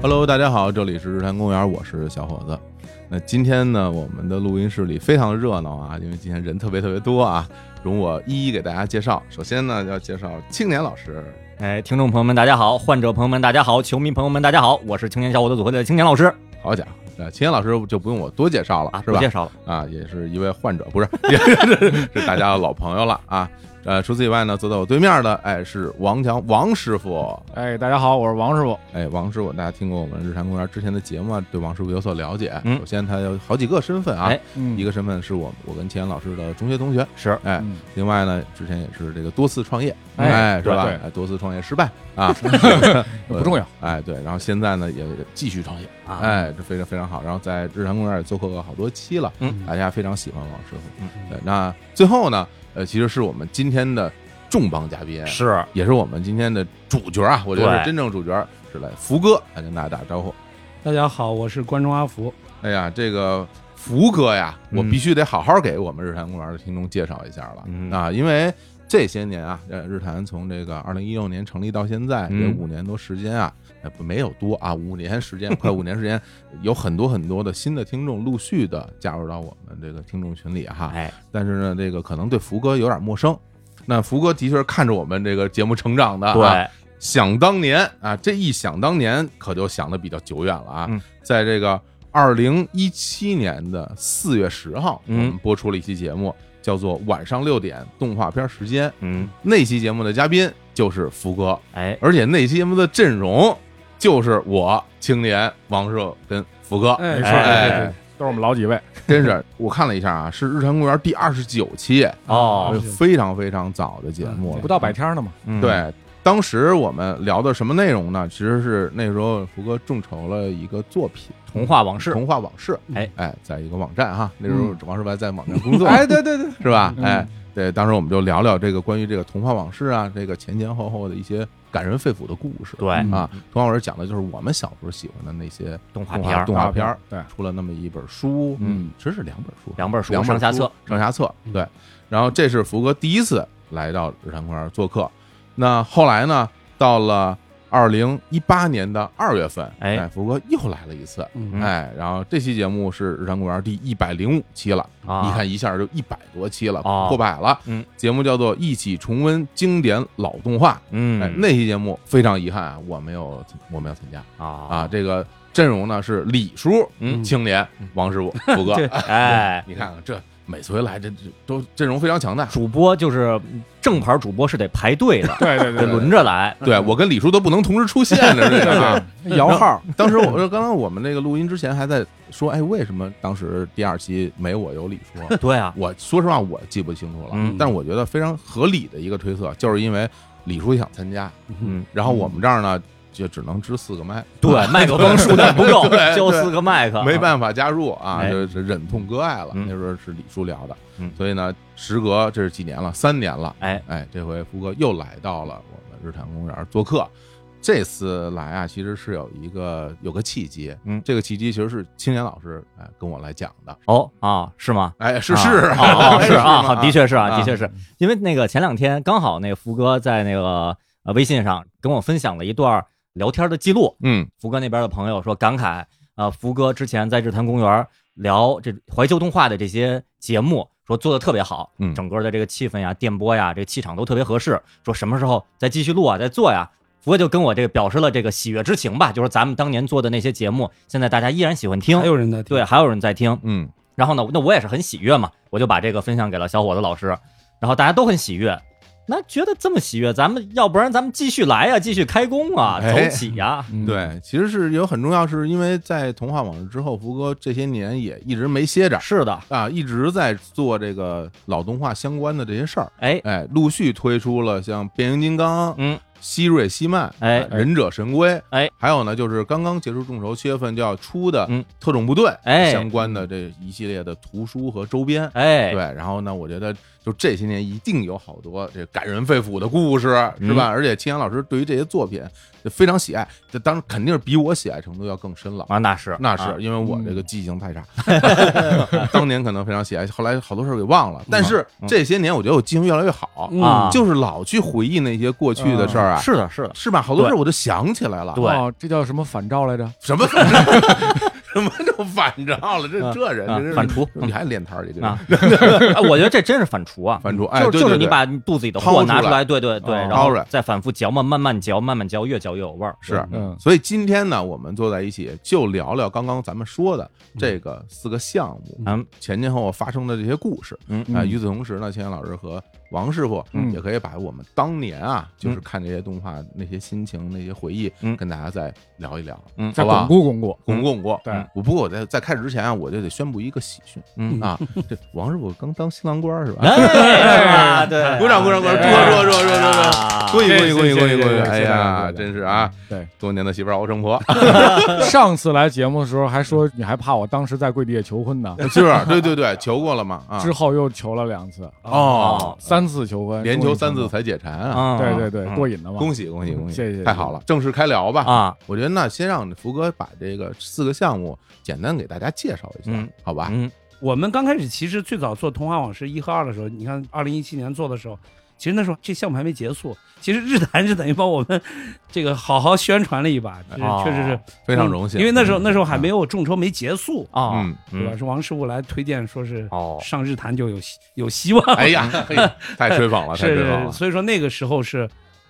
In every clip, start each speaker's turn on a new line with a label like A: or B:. A: Hello，大家好，这里是日坛公园，我是小伙子。那今天呢，我们的录音室里非常热闹啊，因为今天人特别特别多啊，容我一一给大家介绍。首先呢，要介绍青年老师，
B: 哎，听众朋友们，大家好；患者朋友们，大家好；球迷朋友们，大家好，我是青年小伙子组合的青年老师
A: 好家伙，呃，青年老师就不用我多介绍了，
B: 啊，
A: 是
B: 不
A: 吧
B: 介？绍了，
A: 啊，也是一位患者，不是， 也是是大家的老朋友了啊。呃，除此以外呢，坐在我对面的，哎，是王强王师傅，
C: 哎，大家好，我是王师傅。
A: 哎，王师傅，大家听过我们日坛公园之前的节目啊，对王师傅有所了解。
B: 嗯
A: 首先，他有好几个身份啊，
B: 哎
C: 嗯
A: 一个身份是我我跟钱老师的中学同学，
B: 是
A: 哎，
C: 嗯
A: 另外呢，之前也是这个多次创业，
C: 哎
A: 是吧
C: 对？
A: 哎，多次创业失败啊，
C: 不重要，
A: 哎，对，然后现在呢也继续创业，
B: 啊，
A: 哎，这非常非常好。然后在日坛公园也做客过好多期了，
B: 嗯
A: 大家非常喜欢王师傅。
B: 嗯
A: 对，那最后呢，呃，其实是我们今天的重磅嘉宾，
B: 是
A: 也是我啊们今天的主角啊，我觉得
B: 对
A: 是真正主角是来福哥来跟大家打个招呼。
D: 大家好，我是观众阿福。
A: 哎呀，这个福哥呀，我
B: 嗯
A: 必须得好好给我们日坛公园的听众介绍一下了、
B: 嗯
A: 啊，因为这些年啊，呃，日坛从这个二零一六年成立到现在这
B: 嗯
A: 五年多时间啊，呃不没有多啊，五年时间，快五年时间， 有很多很多的新的听众陆续的加入到我们这个听众群里哈。
B: 哎，
A: 但是呢，这个可能对福哥有点陌生。那福哥的确是看着我们这个节目成长的、啊，
B: 对，
A: 想当年啊，这一想当年可就想的比较久远了啊，
B: 嗯
A: 在这个二零一七年的四月十号，
B: 嗯
A: 我们播出了一期节目，叫做《晚上六点动画片时间》。
B: 嗯，
A: 那期节目的嘉宾就是福哥，
B: 哎，
A: 而且那期节目的阵容就是我、青年、王硕跟福哥。
D: 哎
C: 啊没错，
A: 哎
C: 对对对都是我们老几位。
A: 真是我看了一下啊，是《日坛公园》第二十九期，
B: 哦，
A: 非常非常早的节目了，
C: 不到百天呢嘛，
B: 嗯，
A: 对，当时我们聊的什么内容呢？其实是那时候福哥众筹了一个作品
B: 童话往
A: 《
B: 事，
A: 童话往事》。
B: 哎
A: 哎，在一个网站哈，那时候
C: 嗯
A: 王世白在网站工作，
C: 哎，对对对，
A: 是吧？
C: 嗯
A: 哎，对，当时我们就聊聊这个关于这个童话往事啊，这个前前后后的一些感人肺腑的故事。
B: 对
C: 嗯
A: 啊，童话往事讲的就是我们小时候喜欢的那些
B: 动画
A: 动
B: 片
A: 画
B: 儿
A: 动画片儿。
C: 对，
A: 出了那么一本书，
B: 嗯，
A: 其实是两本书，
B: 两本书
A: 两本
B: 上下册，嗯
A: 上下册，对。然后这是福哥第一次来到日坛公园做客，那后来呢，到了二零一八年的二月份，
B: 哎
A: 哎，福哥又来了一次，
D: 嗯
A: 哎，然后这期节目是日坛公园第一百零五期了，
B: 啊，
A: 你看一下就一百多期了，
B: 哦
A: 破百了，
B: 嗯，
A: 节目叫做《一起重温经典老动画》，哎，
B: 嗯，
A: 那期节目非常遗憾啊，我没有我没有参加。
B: 那啊
A: 啊，，这个阵容呢是李叔、
B: 嗯
A: 青年、王师 傅、福哥。
B: 哎，
A: 你看看这每次回来这这都阵容非常强大。
B: 主播就是正牌主播是得排队 的，
C: 对对
B: 得
C: 对
B: 轮着来，
A: 对我跟李叔都不能同时 出现的这个啊。
C: 对，摇号，
A: 当时我说，刚刚我们那个录音之前还在说，哎，为什么当时第二期没我有李 叔？
B: 对啊，
A: 我说实话，我记不清楚了，
B: 嗯
A: 但是我觉得非常合理的一个推测，就是因为李叔想参加，
B: 嗯，
A: 然后我们这儿呢就只能支四个麦，
B: 对，麦克风数量不 够
A: 对，
B: 就四个麦克，
A: 没办法加入啊，
B: 哎
A: 就是忍痛割爱了。
B: 嗯
A: 那时候是李叔聊的，
B: 嗯
A: 所以呢，时隔这是几年了，三年了，
B: 哎，
A: 哎，这回福哥又来到了我们日坛公园做客。这次来啊，其实是有一个有个契机，
B: 嗯
A: 这个契机其实是青年老师哎跟我来讲的，
B: 哦啊，是吗？
A: 哎，是
B: 啊
A: 是
B: 啊啊 是啊，
A: 吗
B: 好，的确是
A: 啊
B: 啊，的确是因为那个前两天刚好那个福哥在那个呃微信上跟我分享了一段聊天的记录，
A: 嗯，
B: 福哥那边的朋友说感慨，呃，福哥之前在日坛公园聊这怀旧动画的这些节目，说做的特别好，
A: 嗯
B: 整个的这个气氛呀、电波呀、这个气场都特别合适，说什么时候再继续录啊，再做呀。福哥就跟我这个表示了这个喜悦之情吧，就是咱们当年做的那些节目，现在大家依然喜欢听
D: 还，有人在听
A: 啊
B: 对，还有人在听，
A: 嗯
B: 然后呢，那我也是很喜悦嘛，我就把这个分享给了小伙子老师，然后大家都很喜悦。那觉得这么喜悦，咱们要不然咱们继续来呀、继续开工啊，
A: 哎
B: 走起呀、
C: 嗯，
A: 对，其实是有很重要，是因为在童话往事之后，福哥这些年也一直没歇着
B: 是的，
A: 啊，一直在做这个老动画相关的这些事儿，
B: 哎，
A: 哎，陆续推出了像变形金刚、
B: 嗯，
A: 希瑞希曼、啊
B: 哎
A: 忍者神龟，
B: 哎，
A: 还有呢，就是刚刚结束众筹，七月份就要出的
B: 嗯
A: 特种部队，
B: 哎
A: 相关的这一系列的图书和周边。
B: 哎
A: 对，，然后呢？我觉得就这些年一定有好多这感人肺腑的故事，是
B: 嗯
A: 吧？而且青阳老师对于这些作品就非常喜爱，这当然肯定是比我喜爱程度要更深了。
B: 啊，那是
A: 那
B: 啊
A: 是因为我这个记性太差， 当年可能非常喜爱，后来好多事儿给
B: 嗯
A: 忘了。但是这些年，我觉得我记性越来越好，
D: 嗯
B: 啊
A: 就是老去回忆那些过去的事儿啊，
B: 是的，是的，
A: 是吧？好多
B: 对
A: 事儿我就想起来了，
B: 对
C: 哦，这叫什么反照来着？
A: 什么什么就反着了？这
B: 啊
A: 这人
B: 啊
A: 这是
B: 反刍
A: 你还练摊儿去？这
B: 啊，啊我觉得这真是反刍啊，
A: 反刍，哎，
B: 就
A: 对
B: 就是
A: 对
B: 你
A: 对
B: 把肚子里的
A: 掏
B: 货
A: 出
B: 拿出
A: 来啊
B: 来，对对对，
C: 哦
B: 然
A: 掏
B: 后
A: 出来
B: 再反复嚼嘛，慢慢嚼，慢慢嚼，越嚼越有味儿。
A: 是
B: 嗯
C: 嗯，
A: 所以今天呢，我们坐在一起就聊聊刚刚咱们说的这个四个项目，
B: 嗯，
A: 前前后后发生的这些故事。
B: 嗯
A: 啊，
C: 嗯
A: 与此同时呢，千岩老师和王师傅
C: 嗯
A: 也可以把我们当年啊，就是看这些动画那些心情、那些回忆，
B: 嗯
A: 跟大家再聊一聊，
B: 嗯
C: 再
A: 好吧
C: 巩？固巩固。
A: 巩固巩固。
C: 对
A: 嗯我不过我在在开始之前啊，我就得宣布一个喜讯
B: 嗯
A: 啊，这王师傅刚当新郎官是吧？
B: 哎，对，
A: 嗯鼓掌鼓掌鼓掌
B: 对
A: 祝贺祝贺祝贺祝贺
B: 啊
A: 恭喜恭喜
C: 谢
A: 恭喜
C: 谢
A: 恭喜
C: 谢谢
A: 恭喜！
C: 谢谢
A: 哎呀，
C: 谢谢
A: 真是啊，
C: 嗯对，
A: 多年的媳妇儿熬成婆，
C: 上次来节目的时候还说你还怕我当时在跪地下求婚呢，
A: 是对对对，求过了嘛嗯啊
C: 之。后又求了两次，
A: 哦，
C: 三次求婚，
A: 连
C: 终于
A: 求三
C: 成
A: 次
C: 功。
A: 才解馋啊！
B: 啊
C: 对对对，
B: 嗯
C: 过瘾的嘛。
A: 恭喜恭喜恭喜！
C: 谢谢
A: 太好了，正式开聊吧！
B: 啊，
A: 我觉得那先让福哥把这个四个项目简单给大家介绍一下
B: 嗯，
A: 好吧？
B: 嗯
D: 我们刚开始其实最早做《童话往事》一和二的时候，你看二零一七年做的时候，其实那时候这项目还没结束。其实日坛是等于帮我们这个好好宣传了一 把，就是
B: 哦
D: 确实是
A: 啊非常荣
D: 嗯
A: 幸，
D: 因为那时候那时候还没有众筹没结束，
B: 啊
A: 嗯，
D: 对吧？是王师傅来推荐说是
B: 哦，
D: 上日坛就有希有希望，
A: 哎呀，嘿太吹捧了，太
D: 是
A: 吹捧
D: 是，
A: 了！
D: 所以说那个时候是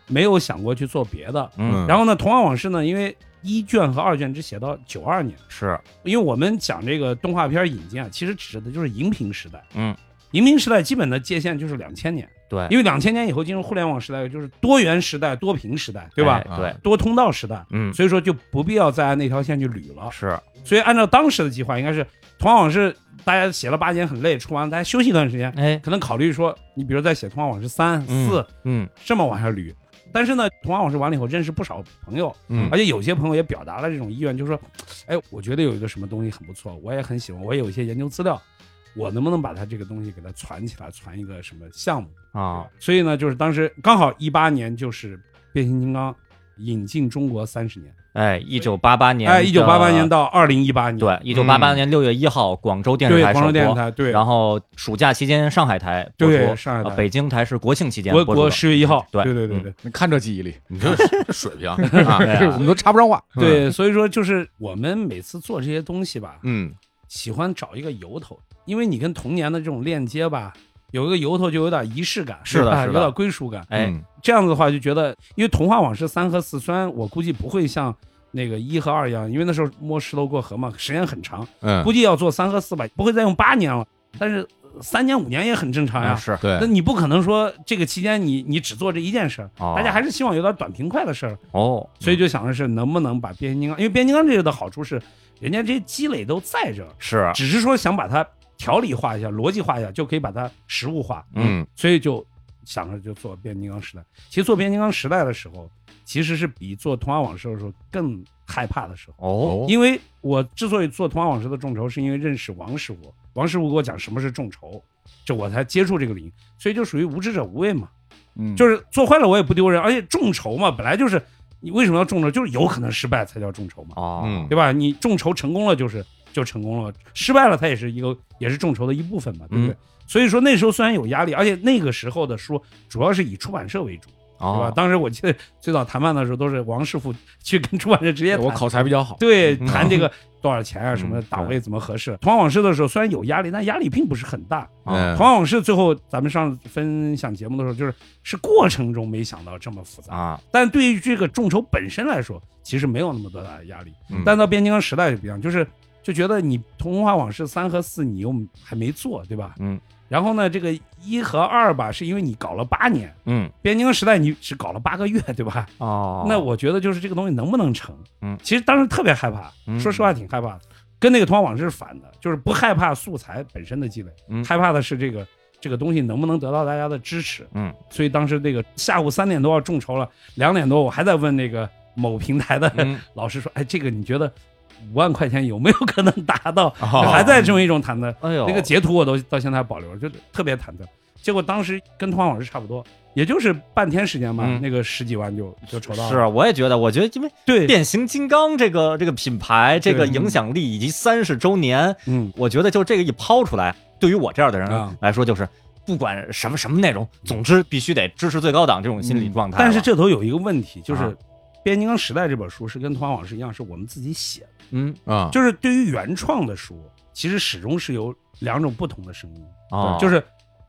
D: 没有想过去做别的。
B: 嗯
D: 然后呢，《童话往事》呢，因为一卷和二卷只写到九二年。
B: 是
D: 因为我们讲这个动画片引进啊，其实指的就是荧屏时代。
B: 嗯，哎
D: 荧屏时代基本的界限就是两千年，
B: 对，
D: 因为两千年以后进入互联网时代，就是多元时代、多屏时代，对吧？啊
B: 哎对，
D: 多通道时代，
B: 嗯
D: 所以说就不必要再按那条线去捋了。
B: 是
D: 所以按照当时的计划，应该是《童话往事》，大家写了八年很累，出完了大家休息一段时间，
B: 哎
D: 可能考虑说，你比如再写《童话往事三》
B: 嗯
D: 四
B: 嗯
D: 这么往下捋。但是呢，《童话往事》完了以后，认识不少朋友，
A: 嗯
D: 而且有些朋友也表达了这种意愿，就说，哎，我觉得有一个什么东西很不错，我也很喜欢，我也有一些研究资料，我能不能把它这个东西给它攒起来，攒一个什么项目？
B: 啊
D: 所以呢，就是当时刚好一八年就是变形金刚引进中国三十年，
B: 哎，一九八八年的，
D: 哎，一九八八年到二零一八年，
B: 对，一九八八年六月一号，广州电视
D: 对，
B: 台
D: 广州
B: 首
D: 电视
B: 播，
D: 台对，
B: 然后暑假期间上海台播
D: 对
B: 出，
D: 上海
B: 啊
D: 台，
B: 北京台是国庆期间
D: 国
B: 播出
D: 国
B: 的。
D: 十月一号，
B: 对
D: 对对对对。
C: 嗯你看这记忆力，
A: 你这这水平 啊！
B: 对
C: 这我
B: 啊
C: 们都插不上话。
D: 对，
B: 嗯
D: 所以说就是我们每次做这些东西吧，
A: 嗯，
D: 喜欢找一个由头，因为你跟童年的这种链接吧，有一个由头就有点仪式感，
B: 是的
D: 啊
B: 是的
D: 有点归属感。
B: 哎，
A: 嗯
D: 这样子的话，就觉得因为《童话往事》三和四，虽然我估计不会像那个一和二一样，因为那时候摸石头过河嘛，时间很长，
A: 嗯，
D: 估计要做三和四吧，不会再用八年了，但是三年五年也很正常哎呀。
B: 嗯是
A: 对
D: 那，你不可能说这个期间你你只做这一件事儿，
B: 哦
D: 大家还是希望有点短平快的事儿，
B: 哦，
D: 所以就想的是能不能把变形金刚，因为变形金刚这个的好处是，人家这些积累都在这儿，
B: 是啊
D: 只是说想把它条理化一下、逻辑化一下，就可以把它实物化，
A: 嗯
D: 所以就想着就做变形金刚时代。其实做变形金刚时代的时候，其实是比做童话往事的时候更害怕的时候，
B: 哦，
D: 因为我之所以做童话往事的众筹，是因为认识王师傅，王师傅给我讲什么是众筹，这我才接触这个领域，所以就属于无知者无畏嘛，
C: 嗯，
D: 就是是做坏了我也不丢人，而且众筹嘛，本来就是你为什么要众筹，就是有可能失败才叫众筹嘛。
B: 哦，
A: 嗯
D: 对吧？你众筹成功了就是就成功了，失败了它也是一个也是众筹的一部分嘛，对不对？
B: 嗯
D: 所以说那时候虽然有压力，而且那个时候的书主要是以出版社为主，对吧？
B: 哦，
D: 当时我记得最早谈判的时候都是王师傅去跟出版社直接谈，
C: 我口才比较好。
D: 对
A: 嗯
D: 谈这个多少钱啊，什么
B: 嗯
D: 档位怎么合适？同往事的时候虽然有压力，但压力并不是很大。
A: 嗯
D: 同往事最后咱们上次分享节目的时候，就是是过程中没想到这么复杂，
B: 啊，
D: 但对于这个众筹本身来说，其实没有那么多大的压力。
A: 嗯
D: 但到变形金刚时代就不一样，就是就觉得你《童话往事》三和四你又还没做，对吧？
B: 嗯。
D: 然后呢，这个一和二吧，是因为你搞了八年，
B: 嗯，
D: 变形金刚时代你只搞了八个月，对吧？
B: 哦，
D: 那我觉得就是这个东西能不能成？
B: 嗯
D: 其实当时特别害怕，
B: 嗯
D: 说实话挺害怕的，跟那个《童话往事》是反的，就是不害怕素材本身的积累，
B: 嗯
D: 害怕的是这个这个东西能不能得到大家的支持。
B: 嗯，
D: 所以当时那个下午三点多要众筹了，两点多我还在问那个某平台的
B: 嗯
D: 老师说，哎，这个你觉得五万块钱有没有可能达到？
A: 哦
D: 还在这么一种忐忑。
B: 哎呦，
D: 那个截图我都到现在还保留着，就特别忐忑。结果当时跟《童话往事》差不多，也就是半天时间吧，
B: 嗯
D: 那个十几万就就筹到了。
B: 是，我也觉得，我觉得因为
D: 对，
B: 变形金刚这个这个品牌、这个
D: 对
B: 影响力以及三十周年，
D: 嗯，
B: 我觉得就这个一抛出来，对于我这样的人
D: 啊
B: 来说，就是不管什么什么内容，总之必须得支持最高档这种心理状态了。
D: 但是这头有一个问题，就是
B: 啊
D: 《变形金刚时代》这本书是跟《童话往事》一样，是我们自己写的。
B: 嗯
A: 啊，
D: 就是对于原创的书，其实始终是有两种不同的声音，
B: 哦，
D: 就是是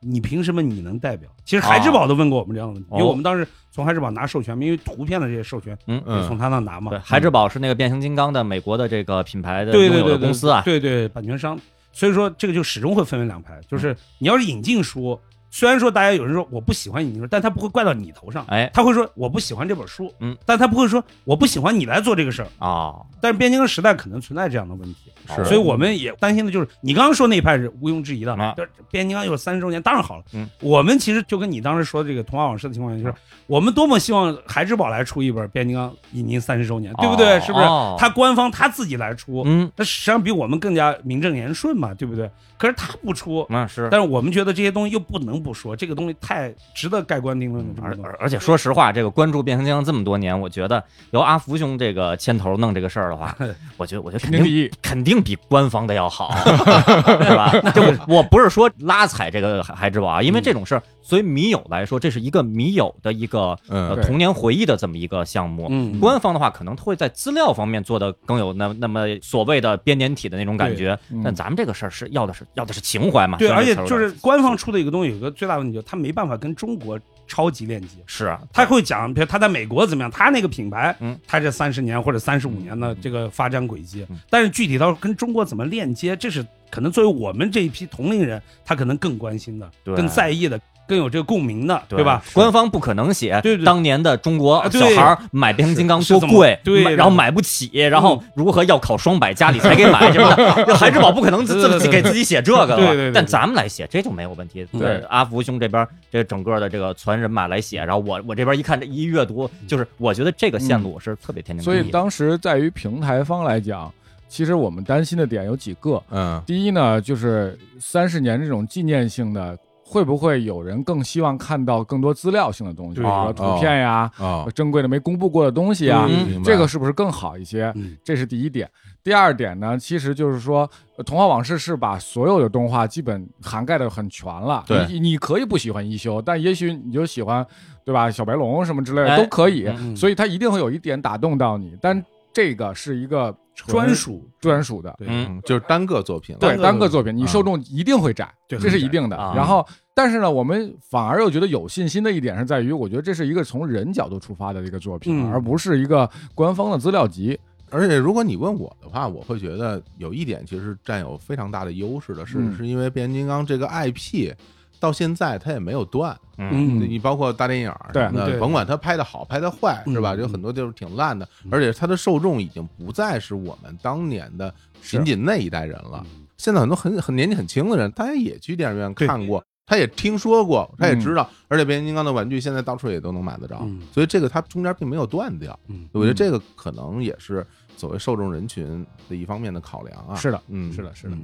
D: 你凭什么你能代表？其实海之宝都问过我们这样的问题，
B: 哦
D: 因为我们当时从海之宝拿授权，因为图片的这些授权
B: 嗯
A: 嗯
D: 是从他那拿嘛嗯
B: 对，。孩之宝是那个变形金刚的美国的这个品牌的
D: 对
B: 拥
D: 对
B: 有
D: 对
B: 的
D: 对，
B: 公司啊，
D: 对对版权商，所以说这个就始终会分为两派，就是你要是引进书，虽然说大家有人说我不喜欢引进书，但他不会怪到你头上，
B: 哎
D: 他会说我不喜欢这本书，
B: 嗯，
D: 但他不会说我不喜欢你来做这个事儿。
B: 哦，
D: 但是《变形金刚时代》可能存在这样的问题，
A: 是
D: 所以我们也担心的就是你刚刚说那一派是毋庸置疑的
B: 啊，
D: 就是《变形金刚》有三十周年，当然好了。
B: 嗯，
D: 我们其实就跟你当时说的这个童话往事的情况下，就是我们多么希望孩之宝来出一本《变形金刚引进三十周年》，对不对？
B: 哦
D: 是不是
B: 哦？
D: 他官方他自己来出，
B: 嗯，
D: 那实际上比我们更加名正言顺嘛，对不对？可是他不出，
B: 那是。
D: 但是我们觉得这些东西又不能不说，这个东西太值得盖棺定论了。这
B: 嗯而
D: 个东西
B: 而而且说实话，这个关注变形金刚这么多年，我觉得由阿福兄这个牵头弄这个事儿 的话，我觉得我觉得肯
C: 天
B: 定
C: 经地义。
B: 肯定比官方的要好， 是吧？就我我不是说拉踩这个孩之宝啊，因为这种事儿，所以迷友来说，这是一个迷友的一个呃
A: 嗯，
C: 对
B: 童年回忆的这么一个项目。
D: 嗯，
B: 官方的话，可能会在资料方面做的更有那那么所谓的编年体的那种感觉
C: 对嗯，
B: 但咱们这个事儿是要的是要的是情怀嘛？
D: 对，
B: 虽然
D: 而且
B: 这词儿有
D: 就是
B: 点
D: 官方出的一个东西，有个最大的问题，就是他没办法跟中国超级链接。
B: 是啊
D: 他会讲，比如他在美国怎么样，他那个品牌，
B: 嗯，
D: 他这三十年或者三十五年的这个发展轨迹
B: 嗯，
D: 但是具体到跟中国怎么链接，这是可能作为我们这一批同龄人，他可能更关心的、
B: 对
D: 更在意的、更有这个共鸣的，对吧？
B: 官方不可能写
D: 对对
B: 当年的中国
D: 啊
B: 小
D: 对
B: 孩儿买变形金刚
D: 是
B: 多
D: 是这么
B: 贵，
D: 对
B: 买
D: 对嗯
B: 然后买不起，然后如何要考双百家里才给买什么 的，孩之宝不可能自
D: 对对
B: 自己
D: 对
B: 给自己写这个了
D: 对对对对
B: 但咱们来写这就没有问题。
D: 对
B: 对，阿福兄这边这整个的这个全人马来写，然后我我这边一看这一阅读，就是我觉得这个线路是特别天经
C: 所以
B: 地义的。
C: 当时在于平台方来讲，其实我们担心的点有几个。
A: 嗯
C: 第一呢，就是三十年这种纪念性的，会不会有人更希望看到更多资料性的东西，比
D: 对
C: 如说图片呀、
A: 啊哦，
C: 珍贵的没公布过的东西啊，
B: 嗯
A: 明白
C: 这个是不是更好一些？
D: 嗯，
C: 这是第一点。第二点呢，其实就是说，呃《童话往事》是把所有的动画基本涵盖的很全了。
A: 对
C: 你你可以不喜欢一休，但也许你就喜欢，对吧？小白龙什么之类
B: 哎
C: 的都可以，
B: 嗯
C: 所以它一定会有一点打动到你。但这个是一个纯
D: 专属，
C: 专属的，
D: 对
B: 嗯，
A: 嗯，就是单个作品了，
C: 对
D: 单个
C: 单个作品，
A: 嗯
C: 你受众一定会窄，
D: 对
C: 这是一定的。
B: 啊
C: 然后，但是呢，我们反而又觉得有信心的一点是在于，我觉得这是一个从人角度出发的一个作品，
D: 嗯
C: 而不是一个官方的资料集。
A: 而且如果你问我的话，我会觉得有一点其实占有非常大的优势的是，
C: 嗯
A: 是因为变形金刚这个 IP 到现在它也没有断，
B: 嗯，
D: 嗯，
A: 你包括大电影儿
C: 对
A: 什么的，
D: 对
A: 甭管它拍的好拍的坏是吧？
D: 嗯
A: 有很多就是挺烂的
D: 嗯，
A: 而且它的受众已经不再是我们当年的仅仅那一代人了。
D: 嗯
A: 现在很多很很年纪很轻的人，大家也去电影院
D: 对
A: 看过，他也听说过，他也
C: 嗯
A: 知道，而且变形金刚的玩具现在到处也都能买得着，
D: 嗯
A: 所以这个它中间并没有断掉。
D: 嗯
A: 我觉得这个可能也是所谓受众人群的一方面的考量啊。
C: 是的，
A: 嗯，
C: 是的，是的。
A: 嗯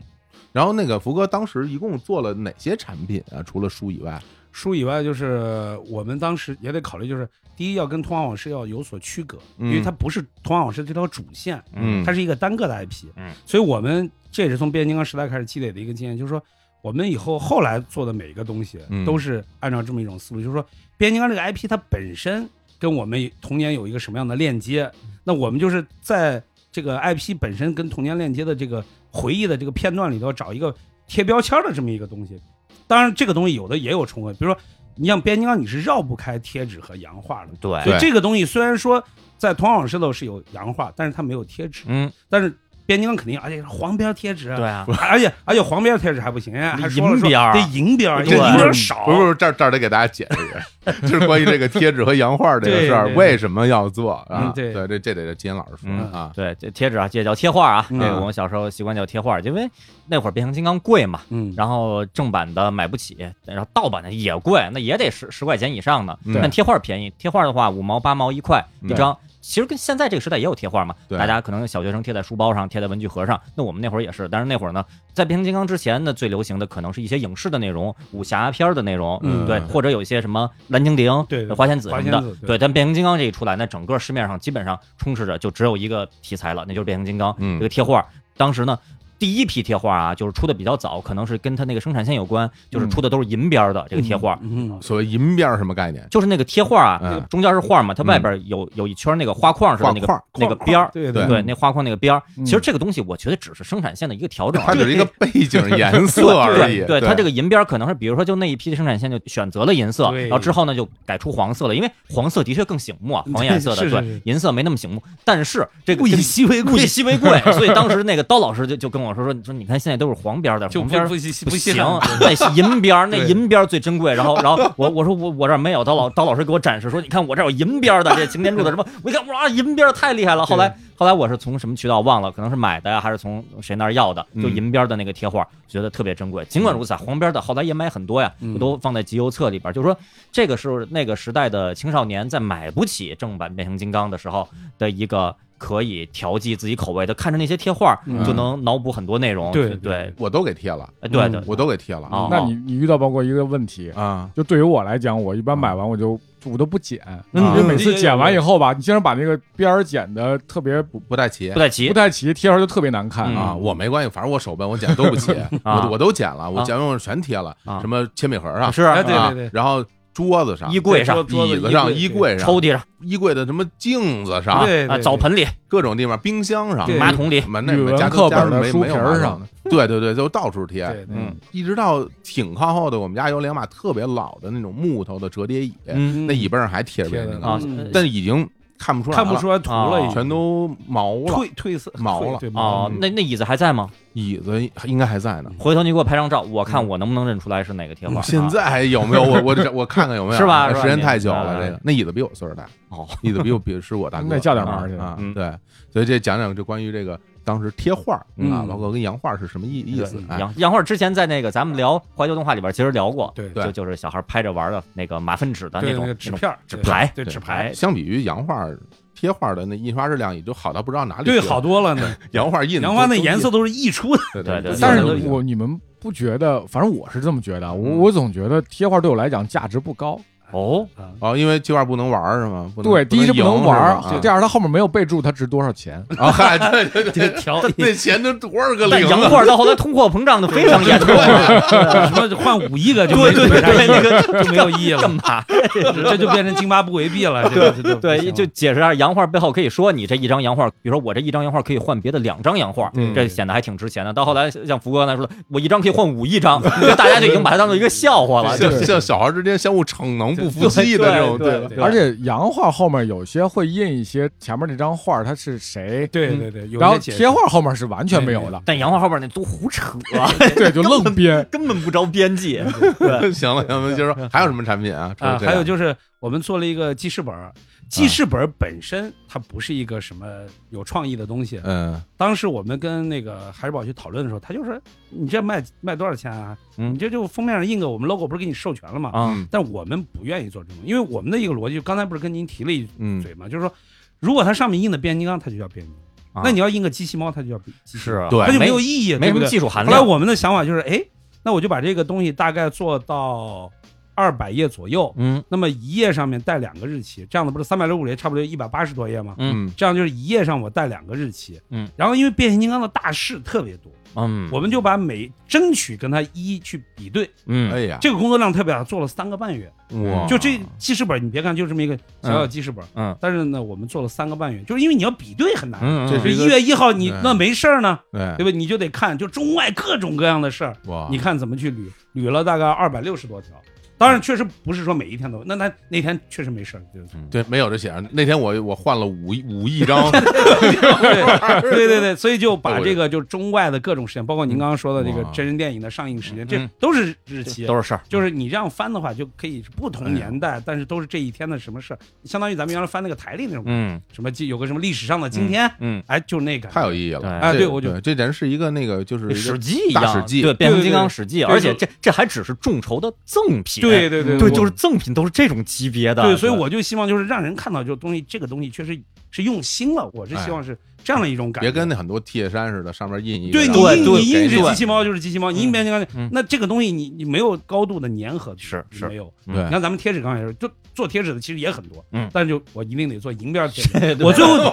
A: 然后那个福哥当时一共做了哪些产品啊？除了书以外，
D: 书以外，就是我们当时也得考虑，就是第一要跟《童话往事》要有所区隔，
A: 嗯
D: 因为它不是《童话往事》这条主线，
A: 嗯
D: 它是一个单个的 IP，
B: 嗯，
D: 所以我们这也是从变形金刚时代开始积累的一个经验，就是说我们以后后来做的每一个东西
A: 嗯
D: 都是按照这么一种思路，就是说变形金刚这个 IP 它本身跟我们童年有一个什么样的链接，
A: 嗯
D: 那我们就是在这个 IP 本身跟童年链接的这个回忆的这个片段里头找一个贴标签的这么一个东西。当然，这个东西有的也有重合，比如说你像变形金刚，你是绕不开贴纸和洋画的。
B: 对，
D: 所
A: 对
D: 以这个东西虽然说在《童话往事》里头是有洋画，但是它没有贴纸。
B: 嗯，
D: 但是变形金刚肯定，而且是黄边贴纸，
B: 对，啊，
D: 而且而且黄边贴纸还不行，人家还说了
B: 银
D: 说
B: 边儿
D: 得银边儿，
B: 对
D: 银边儿啊少，
A: 不是不是，这儿这儿得给大家解释解 释，就是关于这个贴纸和洋画这个事儿
D: 对对对
A: 为什么要做啊？
D: 嗯对
A: 这这得金老师说
B: 嗯
A: 啊。
B: 对，这贴纸啊，这也叫贴画啊，这
D: 嗯
B: 个我们小时候习惯叫贴画，因为那会儿变形金刚贵嘛，
D: 嗯，
B: 然后正版的买不起，然后盗版的也贵，那也得十十块钱以上的。
A: 嗯
B: 但贴画便宜，贴画的话五毛八毛一块
A: 嗯
B: 一张。其实跟现在这个时代也有贴画嘛，
A: 对
B: 大家可能小学生贴在书包上，贴在文具盒上。那我们那会儿也是，但是那会儿呢，在变形金刚之前呢，最流行的可能是一些影视的内容、武侠片儿的内容，
D: 嗯
B: 对，或者有一些什么蓝精灵、
D: 对对
B: 花仙子什
D: 花
B: 么
D: 仙
B: 的，
D: 子对
B: 对。但变形金刚这一出来，那整个市面上基本上充斥着就只有一个题材了，那就是变形金刚、
A: 嗯
B: 这个贴画。当时呢，第一批贴画啊，就是出的比较早，可能是跟它那个生产线有关，就是
A: 嗯
B: 出的都是银边儿的这个贴画，
D: 嗯，
A: 所谓银边儿什么概念？
B: 就是那个贴画啊，
A: 嗯
B: 那个中间是画嘛，它外边有有一圈那个画框似的
A: 画
B: 那个
A: 框
B: 那个边儿，
D: 对
A: 对
B: 对，那画框那个边儿。
C: 嗯
B: 其实这个东西我觉得只是生产线的一个调整
A: 它
B: 而已，
A: 只是一个背景颜色而已。
B: 对对，它这
A: 个
B: 个银边儿可能是，比如说就那一批的生产线就选择了银色，
D: 对
B: 然后之后呢就改出黄色了，因为黄色的确更醒 目啊，黄颜色的
D: 是是
B: 对
D: 是，
B: 银色没那么醒目。但是这个
D: 物以
B: 跟
D: 稀为
B: 物
D: 贵
B: 以，稀为 贵，所以当时那个刀老师就就跟我说说，你说你看现在都是黄边儿的，
D: 就
B: 黄
D: 不
B: 边儿
D: 不稀
B: 不
D: 不稀
B: 行啊
D: 罕，
B: 那是银边儿，那
D: 对
B: 银边儿最珍贵。然后，然后我我说我我这儿没有，刀老刀老师给我展示说，你看我这儿有银边儿的这擎天柱的什么，我一看哇，银边儿太厉害了。后来后来我是从什么渠道忘了，可能是买的呀，还是从谁那儿要的，就
A: 嗯
B: 银边儿的那个贴画，觉得特别珍贵。尽管如此啊，黄边儿的后来也买很多呀，
D: 嗯
B: 我都放在集邮册里边儿。就是说，这个是那个时代的青少年在买不起正版变形金刚的时候的一个。可以调剂自己口味的，看着那些贴画儿
D: 嗯
B: 就能脑补很多内容。
D: 对嗯
B: 对
A: 我都给贴了，
B: 哎对对
A: 我都给贴了
B: 哦
C: 那你你遇到包括一个问题，
A: 啊！
C: 就对于我来讲，我一般买完我就我都不剪，
B: 嗯
C: 因为每
D: 对
C: 次
D: 对
C: 剪完
D: 对
C: 以后吧，你经常把那个边儿剪的特别不
A: 不带齐
B: 不太齐
C: 不，太齐，贴上就特别难看
B: 嗯
A: 啊，我没关系，反正我手笨，我剪都不 齐，
B: 啊
A: 我我都剪了，我
B: 啊
A: 剪完我全贴了
B: 啊，
A: 什么铅笔盒啊，
B: 是啊
D: 哎对
A: 啊
D: 对对
A: 然后桌子上、
B: 衣柜上、
D: 桌
A: 椅子上、衣柜上、
B: 抽屉上
A: 衣柜的什么镜子
B: 啊
A: 上、
D: 对
B: 啊
D: 对
B: 澡盆里、
A: 各种地方、冰箱上嗯
D: 对、
B: 马桶里，
A: 门那
C: 语文
A: 家
C: 课本
A: 家
C: 的
A: 没
C: 书
A: 没有
C: 皮儿
A: 马桶
C: 上
A: 的，对对对，就到处贴，
D: 对对
A: 嗯，一直到挺靠后的，我们家有两把特别老的那种木头的折叠椅，
B: 嗯
A: 那椅背上还贴着变形金刚
B: 啊
D: 嗯，
A: 但是已经看不出来了，
D: 看不出来图了，已经
A: 全都毛了。
D: 褪褪色
A: 毛了
D: 对对毛
B: 哦
C: 嗯
D: 了，
B: 那那椅子还在吗？
A: 椅子应该还在呢。
B: 回头你给我拍张照，我看我能不能认出来是哪个贴画。
A: 现
B: 啊
A: 在还有没有？我我这我看看有没有啊，
B: 是吧是吧
A: 时间太久了，
B: 你
A: 这个那椅子比我岁数大，
B: 哦，
A: 椅子比我比是我大哥，
C: 那叫点玩
A: 儿
C: 儿去
A: 啊
B: 嗯。
A: 对，所以这讲讲就关于这个当时贴画儿啊，
D: 嗯
A: 包括跟洋画儿是什么意意思？哎
B: 杨杨慧之前在那个咱们聊怀旧动画里边，其实聊过，
D: 对
A: 对
B: 就就是小孩拍着玩的那个马粪纸的
D: 对
B: 种
D: 那
B: 啊那
D: 个纸
B: 种
D: 片儿
B: 纸
D: 对
B: 牌
D: 对
A: 对
D: 纸牌，
A: 相比于洋画儿贴画儿的那印刷质量也就好到不知道哪里去
D: 对
A: 了。
D: 好多了 呢。
A: 洋画儿印
D: 杨花
A: 都
D: 那颜，色都是溢出的，
A: 都印
B: 对对对
C: 但
B: 有
C: 是我你们不觉得？反正我是这么觉得，我
A: 嗯
C: 我总觉得贴画对我来讲价值不高。
B: 哦，
A: 哦，因为这块不能玩儿是吗？不能
C: 对，第一是不能玩
A: 赢是
C: 儿，
A: 吧
C: 第二它后面没有备注它值多少钱。
A: 啊啊，嗨，对对对，
D: 这个条
A: 那钱都多少个
B: 但
A: 零
B: 洋
A: 啊？
B: 画到后来通货膨胀的非常严重，
D: 什么换五亿个就没
B: 对对
D: 没啥意
B: 对
D: 义
B: 那个
D: 就没有意义
B: 干
D: 了，
B: 嘛？
D: 这就变成津巴布韦币了。这个
B: 对，就解释一下洋画背后可以说你这一张洋画，比如说我这一张洋画可以换别的两张洋画，
A: 嗯
B: 这显得还挺值钱的。到后来像福哥刚才说的，我一张可以换五亿张， 大家就已经把它当做一个笑话了。
A: 像
B: 就
A: 像小孩之间相互逞能不服气的
B: 对
A: 这种，
B: 对
A: 吧
B: 对
C: 而且洋画后面有些会印一些前面那张画它是谁，
D: 对对对，有
C: 然后
D: 些解释
C: 贴画后面是完全没有的，
B: 但洋画后边那都胡扯，
C: 对，就愣编。
B: 根本不着边际。对，
A: 行了，咱们接着说，还有什么产品啊？除了
D: 啊，
A: 这个
D: 还有就是我们做了一个记事本儿，记
B: 啊
D: 事本儿本身它不是一个什么有创意的东西。
A: 嗯，
D: 当时我们跟那个海之宝去讨论的时候，他就说：“你这卖卖多少钱啊？
B: 嗯
D: 你这就封面上印个我们 logo，不是给你授权了吗？”
B: 啊，
D: 但我们不愿意做这种，因为我们的一个逻辑，刚才不是跟您提了一
A: 嗯
D: 嘴嘛，就是说，如果它上面印的变形金刚，它就叫变形金
B: 啊
D: 刚；那你要印个机器猫，它就叫机器猫
B: 是，
A: 对
D: 它就没
B: 没
D: 有意义，啊对
B: 没什
D: 不
B: 么
D: 对？
B: 技术含
D: 后来
B: 量。
D: 我们的想法就是，哎，那我就把这个东西大概做到二百页左右，
B: 嗯
D: 那么一页上面带两个日期，这样子不是三百六十五页，差不多一百八十多页吗？
B: 嗯
A: 嗯
D: 这样就是一页上我带两个日期，
B: 嗯，
D: 然后因为变形金刚的大事特别多，
B: 嗯，
D: 我们就把每争取跟它一一去比对，
B: 嗯
A: 哎呀，
D: 这个工作量特别大，做了三个半月，
A: 哇，
D: 就这记事本，你别看就这么一个小小记事本，
B: 哦嗯
D: 但是呢，我们做了三个半月，就是因为你要比对很难，
B: 嗯，
A: 这
D: 就是
A: 一个
D: 一月一号你
A: 嗯
D: 那没事儿呢，对吧？
A: 对
D: 你就得看就中外各种各样的事儿，
A: 哇，
D: 你看怎么去捋，捋了大概二百六十多条。当然，确实不是说每一天都，那那那天确实没事儿， 就是
A: 对没有这写上。那天我我换了五亿五 亿张，
D: 对对对对，所以就把这个就中外的各种时间，包括您刚刚说的这个
A: 哇
D: 真人电影的上映时间，这
B: 嗯
D: 都是日期，
B: 都是哎事儿。
D: 就是你这样翻的话，就可以是不同年代，但是都是这一天的什么事儿，相当于咱们原来翻那个台历那种，
B: 嗯
D: 什么记有个什么历史上的今天，
B: 嗯，
D: 哎，就是那个
A: 太有意义了。
B: 对
D: 哎
A: 这
D: 对我就
A: 这人是一个那个就是一
B: 史
A: 个
B: 记一
A: 大
B: 样，
A: 史记
B: 对，变形
D: 对对
B: 金刚
D: 对
B: 史记，
D: 对
B: 而且
D: 就
B: 这这还只是众筹的赠品。
D: 对对对
B: 嗯对，
D: 我
B: 就是赠品都是这种级别的。
D: 对，所以我就希望就是让人看到，就东西这个东西确实是用心了，我是
B: 哎
D: 希望是这样的一种感觉。
A: 别跟那很多铁山似的，上面印一个
D: 对
A: 然
D: 你
A: 后
D: 印
B: 对
D: 你印
A: 给
D: 是
A: 你
D: 机器猫就是机器猫，你印变形金刚
B: 嗯，
D: 那这个东西你你没有高度的粘合度，
B: 是是
D: 没有。
A: 对
D: 你看咱们贴纸刚才说，就做贴纸的其实也很多，
B: 嗯
D: 但是就我一定得做银边贴纸。我最后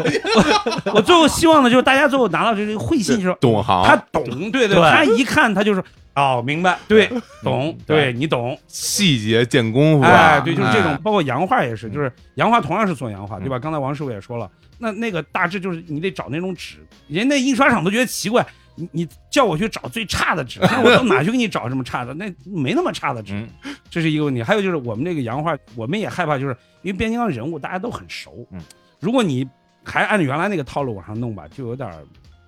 D: 我我最后希望的就是大家最后拿到这个会信的时候，
A: 懂行，
D: 他懂，对对，
B: 对
D: 他一看他就是哦，明白，对，懂，对
B: 对
D: 你懂，
A: 细节见功夫啊，
D: 哎，对，就是这种
A: 哎，，
D: 包括洋画也
B: 嗯
D: 是，就是洋画同样是做洋画，对吧？刚才王师傅也说了，那那个大致就是你得找那种纸，人家印刷厂都觉得奇怪，你你叫我去找最差的纸，那我到哪去给你找这么差的？那没那么差的纸
B: 嗯，
D: 这是一个问题。还有就是我们这个洋画，我们也害怕，就是因为变形金刚人物大家都很熟
B: 嗯，
D: 如果你还按原来那个套路往上弄吧，就有点儿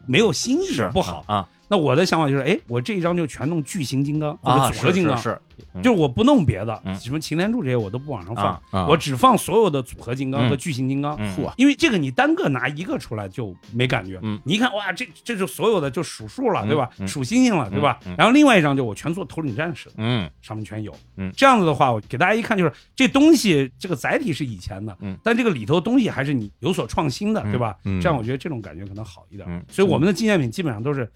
D: 没有新意，不好。
B: 啊
D: 那我的想法就是，哎，我这一张就全弄巨型金刚或
B: 啊，
D: 者组合
B: 是
D: 金
B: 是
D: 刚，
B: 是，嗯
D: 就是我不弄别的，
B: 嗯
D: 什么擎天柱这些我都不往上放，
B: 啊
A: 啊
D: 我只放所有的组合金刚和
B: 嗯
D: 巨型金刚。
B: 嗯
A: 嚯
D: 因为这个你单个拿一个出来就没感觉，
B: 嗯
D: 你一看哇，这这就所有的就数数了，
B: 嗯
D: 对吧？
B: 嗯
D: 数星星了，对吧？
B: 嗯嗯
D: 然后另外一张就我全做头领战士的，
B: 嗯
D: 上面全有。
B: 嗯
D: 这样子的话，我给大家一看就是这东西这个载体是以前的，
B: 嗯
D: 但这个里头东西还是你有所创新的，
B: 嗯
D: 对吧？
A: 嗯
D: 这样我觉得这种感觉可能好一点。
B: 嗯
D: 所以我们的纪念品基本上都是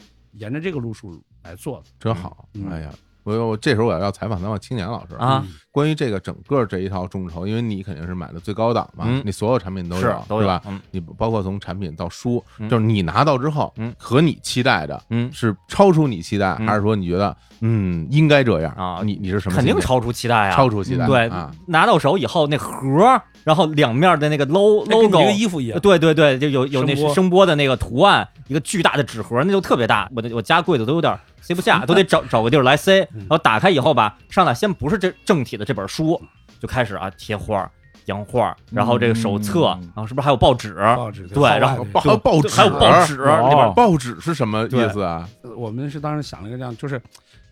D: 沿着这个路数来做的。
A: 真好
D: 嗯，
A: 哎呀。我我这时候我要采访采访青年老师
B: 啊，
A: 关于这个整个这一套众筹，因为你肯定是买的最高档嘛，
B: 嗯
A: 你所有产品都
B: 是
A: 有，
B: 都
A: 对
B: 有
A: 吧？
B: 嗯
A: 你包括从产品到书，
B: 嗯
A: 就是你拿到之后，
B: 嗯
A: 和你期待的
B: 嗯
A: 是超出你期待，
B: 嗯
A: 还是说你觉得嗯应该这样
B: 啊
A: 你你是什么
B: 肯
A: 心态？
B: 定超出期待啊，
A: 超出期待，
B: 对
A: 啊，，
B: 拿到手以后那盒儿，然后两面的那个 lo
D: 那跟你
B: logo 呃
D: 这个衣服一样，
B: 对对对，就有有那
D: 声波
B: 声波的那个图案，一个巨大的纸盒，那就特别大，我的我家柜子都有点塞不下，都得找找个地儿来塞。
D: 嗯
B: 然后打开以后吧，上来先不是这正体的这本书，就开始啊贴画儿、洋画儿，然后这个手册，
C: 嗯
B: 然后是不是还有报纸？
D: 报纸
B: 对然后
D: 报
A: 报报纸，
B: 还有报纸
C: 哦
B: 那边
A: 报纸是什么意思啊？
D: 我们是当时想了一个这样，就是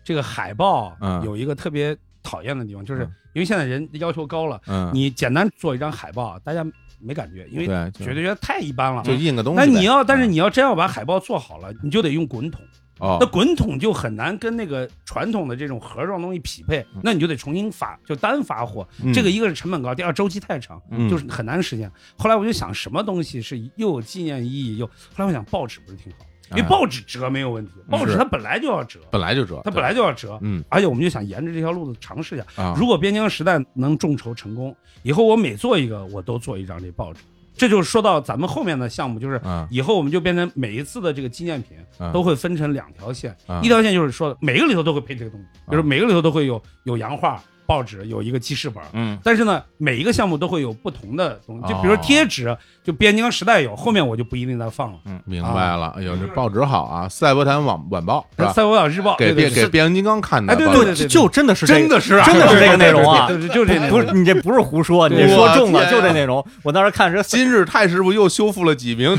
D: 这个海报
A: 嗯
D: 有一个特别讨厌的地方，就是
A: 嗯
D: 因为现在人要求高了，
A: 嗯，
D: 你简单做一张海报，大家没感觉，因为
A: 对，就
D: 觉得觉得太一般了。啊
A: 就印个东西
D: 那
A: 呗。
D: 你要，但是
A: 嗯
D: 你要真要把海报做好了，你就得用滚筒。那
A: 哦，
D: 滚筒就很难跟那个传统的这种盒状东西匹配，那你就得重新发，就单发货。
A: 嗯
D: 这个一个是成本高，第二周期太长，
A: 嗯
D: 就是很难实现。后来我就想，什么东西是又有纪念意义又……后来我想，报纸不是挺好，因为
A: 哎
D: 报纸折没有问题，报纸
A: 是
D: 它本来就要折，
A: 本来就折，
D: 它本来就要折
A: 对。嗯
D: 而且我们就想沿着这条路子尝试一下，
A: 啊，
D: 如果边疆时代能众筹成功，以后我每做一个，我都做一张这报纸。这就是说到咱们后面的项目，就是
A: 啊
D: 以后我们就变成每一次的这个纪念品
A: 嗯
D: 都会分成两条线，
A: 啊
D: 一条线就是说每个里头都会配这个东西，就是每个里头都会有有洋画、报纸，有一个记事本。
B: 嗯，
D: 但是呢，每一个项目都会有不同的东西，就比如
A: 哦
D: 说贴纸，就边疆时代有，后面我就不一定再放了。
A: 明白了，哎呦，这报纸好啊，《赛博坦晚晚报》
B: 哎
A: 是吧？
D: 赛博岛日报
A: 给
D: 对
A: 变
D: 对
A: 给
D: 是
A: 变形金刚看的
D: 哎
A: 报
D: 对
A: 纸，
D: 对对
B: 就就真的是这个
A: 真的是啊
B: 真的是这个内容 啊
D: 对，对对就这内
B: 不
D: 容
B: 是你这不是胡说，你这
A: 对
B: 说
A: 我
B: 中了，
A: 天
B: 就
A: 啊
B: 这内容。我当时看这
A: 今日太师傅又修复了几 名，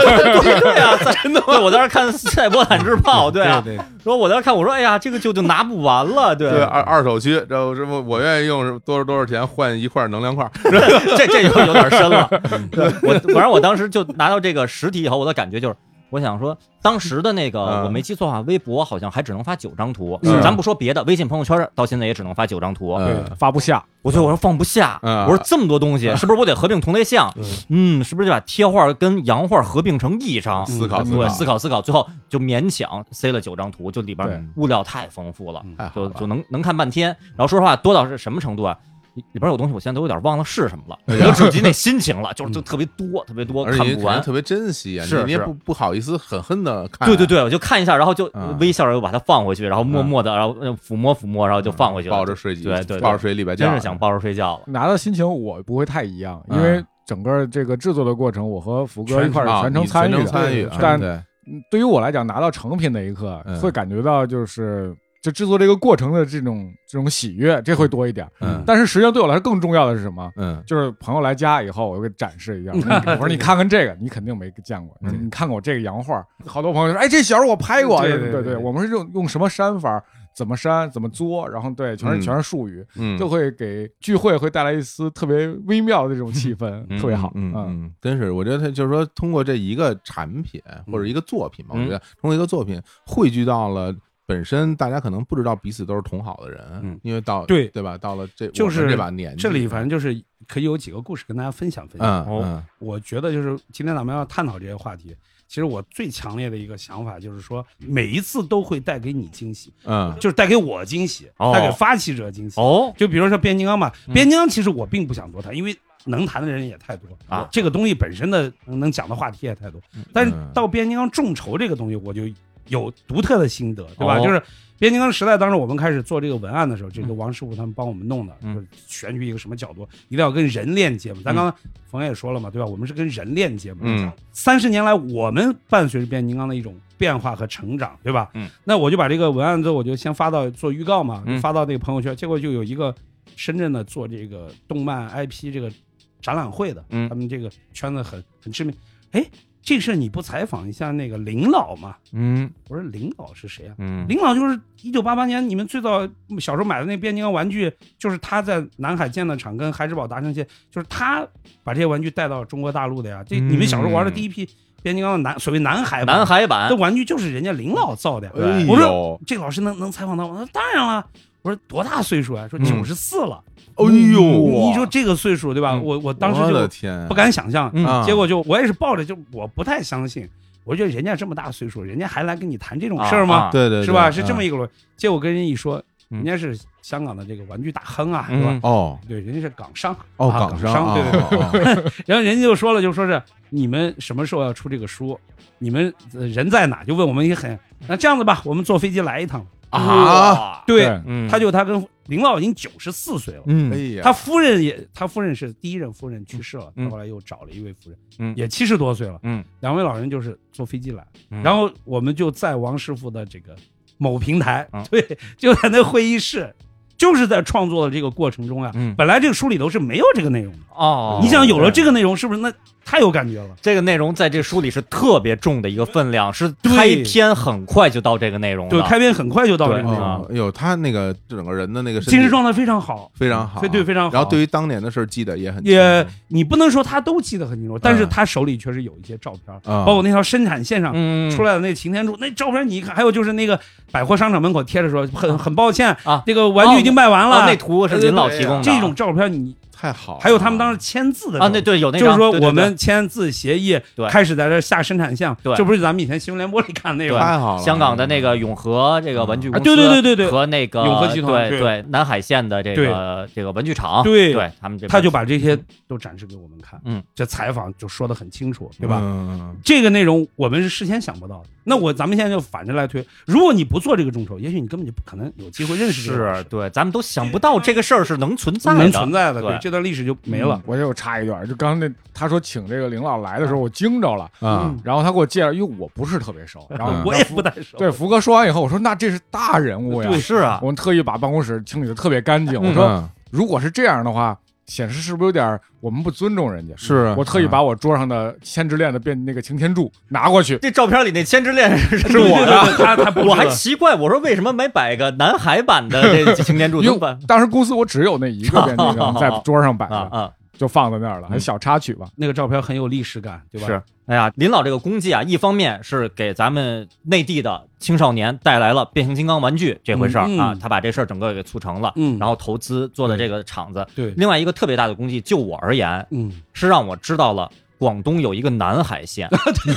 B: 对啊，真的。对我当时看《赛博坦日报》，对啊，
C: 对对
B: 说我当时看，我说哎呀，这个就就拿不完了，对啊
A: 对啊二二手区，这这不我愿意用多少多少钱换一块能量块，
B: 这这就有点深了。对我反正我当时就拿到这个实体以后，我的感觉就是。我想说，当时的那个
A: 嗯
B: 我没记错啊，微博好像还只能发九张图，
A: 嗯
B: 咱不说别的，微信朋友圈到现在也只能发九张图。
A: 嗯
C: 对，呃发不下，
B: 我觉得我说放不下，
A: 嗯
B: 我说这么多东西，是不是我得合并同类项？嗯，是不是就把贴画跟洋画合并成一张？
A: 思考思
B: 对，
A: 考，
B: 嗯思考思考，最后就勉强塞了九张图，就里
A: 对
B: 边物料太丰富了，
A: 太哎好
B: 就就
A: 了，
B: 能能看半天。然后说实话，多到是什么程度啊？里里边有东西，我现在都有点忘了是什么了，
A: 哎
B: 我
A: 呀嗯
B: 就只记那心情了，就是就特别多，特别多，
A: 而且
B: 看
A: 你
B: 不
A: 可能
B: 完。
A: 特别珍惜啊，
B: 是
A: 你你也
B: 是
A: 不不好意思狠狠的看，
B: 对对，对，我就看一下，然后就
A: 嗯
B: 微笑着又把它放回去，然后默默的，然后呃抚摸抚摸，然后就放回去了，
A: 抱着睡觉，
B: 对对对
A: 抱着睡礼拜觉，
B: 真是想抱着睡觉了。
C: 拿到心情我不会太一样，
A: 嗯
C: 因为整个这个制作的过程，我和福哥一块
A: 啊
C: 儿全
A: 你
C: 程参
A: 参与
C: 与的。对
A: 啊，
C: 但
A: 对
C: 嗯对于我来讲，拿到成品的一刻
A: 嗯，
C: 会感觉到就是就制作这个过程的这种这种喜悦，这会多一点。
A: 嗯
C: 但是实际上对我来说更重要的是什么？
A: 嗯
C: 就是朋友来家以后，我就给展示一下。我说你看看这个，你肯定没见过。
A: 嗯
C: 你看看我这个洋画，好多朋友说，哎，这小时候我拍过。
D: 对对对
C: 对
D: 对
C: 我们是用用什么删法，怎么删，怎么作，然后对，全是
A: 嗯
C: 全是术语，
A: 嗯，
C: 就会给聚会会带来一丝特别微妙的这种气氛，
B: 嗯
C: 特别好。
D: 啊
A: 嗯嗯，真是，我觉得他就是说，通过这一个产品或者一个作品嘛，我
B: 嗯
A: 觉得通过一个作品汇聚到了本身大家可能不知道彼此都是同好的人，
B: 嗯
A: 因为到
D: 对
A: 对吧？到了这
D: 就
A: 我们
D: 是
A: 这把年纪，
D: 这里反正就是可以有几个故事跟大家分享分享。
A: 嗯
B: 哦
A: 嗯
D: 我觉得就是今天咱们要探讨这些话题，其实我最强烈的一个想法就是说，每一次都会带给你惊喜，
A: 嗯
D: 就是带给我惊喜，
B: 哦
D: 带给发起者惊喜。
B: 哦，
D: 就比如说变形金刚吧，
B: 嗯
D: 变形金刚其实我并不想多谈，因为能谈的人也太多
B: 啊嗯
D: 这个东西本身的能能讲的话题也太多，但是到变形金刚众筹这个东西，我就有独特的心得，对吧？
B: 哦
D: 就是变形金刚时代，当时我们开始做这个文案的时候，这个王师傅他们帮我们弄的，
B: 嗯
D: 就是选取一个什么角度，一定要跟人链接嘛。咱
B: 嗯
D: 刚刚冯也说了嘛，对吧？我们是跟人链接嘛。
A: 嗯
D: 三十年来，我们伴随着变形金刚的一种变化和成长，对吧？
B: 嗯，
D: 那我就把这个文案之后，我就先发到做预告嘛，
B: 嗯
D: 就发到那个朋友圈，结果就有一个深圳的做这个动漫 IP 这个展览会的，
B: 嗯
D: 他们这个圈子很很知名。哎，这事儿你不采访一下那个林老吗？
B: 嗯
D: 我说林老是谁啊？
B: 嗯
D: 林老就是一九八八年你们最早小时候买的那变形金刚玩具，就是他在南海建的厂跟孩之宝达成线，就是他把这些玩具带到中国大陆的呀。这
B: 嗯
D: 你们小时候玩的第一批变形金刚的南所谓南海版
B: 南海版
D: 这玩具就是人家林老造的呀。
A: 哎
D: 我
A: 呦
D: 说这老师能能采访到我？他说当然了。我说多大岁数啊？说
B: 嗯
D: 九十四了。
A: 哎呦，
D: 你说这个岁数对吧？
B: 嗯
D: 我我当时
A: 我的
D: 就
A: 天，
D: 不敢想象。
B: 嗯
A: 啊
D: 结果就我也是抱着就我不太相信，我觉得人家这么大岁数，人家还来跟你谈这种事儿吗？
B: 啊
A: 对对对
D: 是吧？是这么
A: 嗯
D: 一个逻辑。结果跟人一说，
B: 嗯
D: 人家是香港的这个玩具大亨啊，
B: 嗯
D: 是吧？
A: 哦
D: 对，人家是港商
A: 哦
D: 啊
A: 港
D: 港
A: 商
D: 对对对。
A: 对对
D: 然后人家就说了，就说是你们什么时候要出这个书？你们呃人在哪？就问我们一个很那这样子吧，我们坐飞机来一趟。
A: 啊，，
D: 对，
B: 嗯，
D: 他就他跟林老已经九十四岁了。
A: 哎
B: 嗯
A: 呀，
D: 他夫人也，他夫人是第一任夫人去世了，
B: 嗯
D: 他后来又找了一位夫人，
B: 嗯
D: 也七十多岁了。
B: 嗯，
D: 两位老人就是坐飞机来，
B: 嗯
D: 然后我们就在王师傅的这个某平台，
B: 嗯
D: 对，就在那会议室，就是在创作的这个过程中啊，
B: 嗯
D: 本来这个书里头是没有这个内容的。
B: 哦，
D: 你想有了这
B: 个
D: 个内容，是不是那太有感觉了？
B: 这个内容在这书里是特别重的一个分量，是
D: 对
B: 开篇很快就到这个内容了，
D: 对，开篇很快就到这个内容，
A: 哦哎呦，他那个整个人的那个
B: 哦
A: 身体
D: 精神状态非常好，
A: 非常好，
D: 对对非常好
A: 然后对于当年的事儿记得也很
D: 也
B: 嗯
A: 清楚
D: 你不能说他都记得很清楚，但是
A: 嗯
D: 他手里确实有一些照片，
A: 啊，
D: 包括那条生产线上
B: 嗯
D: 出
B: 来
D: 来的那擎天柱，那照片你一看，还有就是那个百货商场门口贴着说，很很抱歉
B: 啊哦
D: 这个玩具已经卖完了。
B: 那图是林老提供的，
D: 这种照片你，
A: 太好了，
D: 还有他们当时签字的
B: 啊，
D: 照
B: 那
D: 片
B: 对有那
D: 就
B: 张，
D: 是说
B: 对对
D: 我
B: 对
D: 们签字协议
B: 对，
D: 开始在这下生产线，
B: 对
D: 这不是咱们以前新闻联播里看的那个。
A: 太好了，
B: 嗯香港的那个永和这个文具公司，
D: 啊对对对对对
B: 和那个
D: 永和集团
B: 对
D: 对
B: 对南海县的这个这个文具厂，
D: 对
B: 对，他们这
D: 他就把这些都展示给我们看，
B: 嗯，
D: 这采访就说的很清楚，对
A: 对
D: 吧？
A: 嗯
D: 这个内容我们是事先想不到的。那我咱们现在就反着来推，如果你不做这个众筹，也许你根本就不可能有机会认识这个
B: 是
D: 老师
B: 对，咱们都想不到这个事儿是能存在的，
D: 能存在的，
B: 对
D: 对，这段历史就没了。
C: 嗯我又插一段，就刚才那他说请这个林老来的时候，我惊着了，
A: 啊
D: 嗯
C: 然后他给我介绍，因为我不是特别熟，然后
A: 嗯
D: 我也不太熟。
C: 对福哥说完以后，我说那这是大人物呀，
B: 是啊，
C: 我们特意把办公室清理的特别干净，我
B: 嗯
C: 说
A: 嗯
C: 如果是这样的话，显示是不是有点儿我们不尊重人家？
A: 是
C: 我特意把我桌上的千之恋的变那个擎天柱拿过去，
B: 这照片里那千之恋 是
D: 对，
B: 是
D: 对
B: 我
D: 对
B: 的。
D: 对他他不是
B: 我还奇怪，我说为什么没摆个南海版的这 这擎天柱？
C: 因
B: 怎么
C: 为
B: 办
C: 当时公司我只有那一个变那个在桌上摆
B: 啊
C: 着，
B: 啊！
C: 就放在那儿了，
B: 嗯
C: 还小插曲吧。
D: 那个照片很有历史感，对吧？
B: 是，哎呀，林老这个功绩啊，一方面是给咱们内地的青少年带来了变形金刚玩具这回事儿
D: 嗯嗯
B: 啊，他把这事儿整个给促成了，
D: 嗯
B: 然后投资做的这个厂子。
D: 对，
B: 另外一个特别大的功绩，就我而言，
D: 嗯，
B: 是让我知道了广东有一个南海县。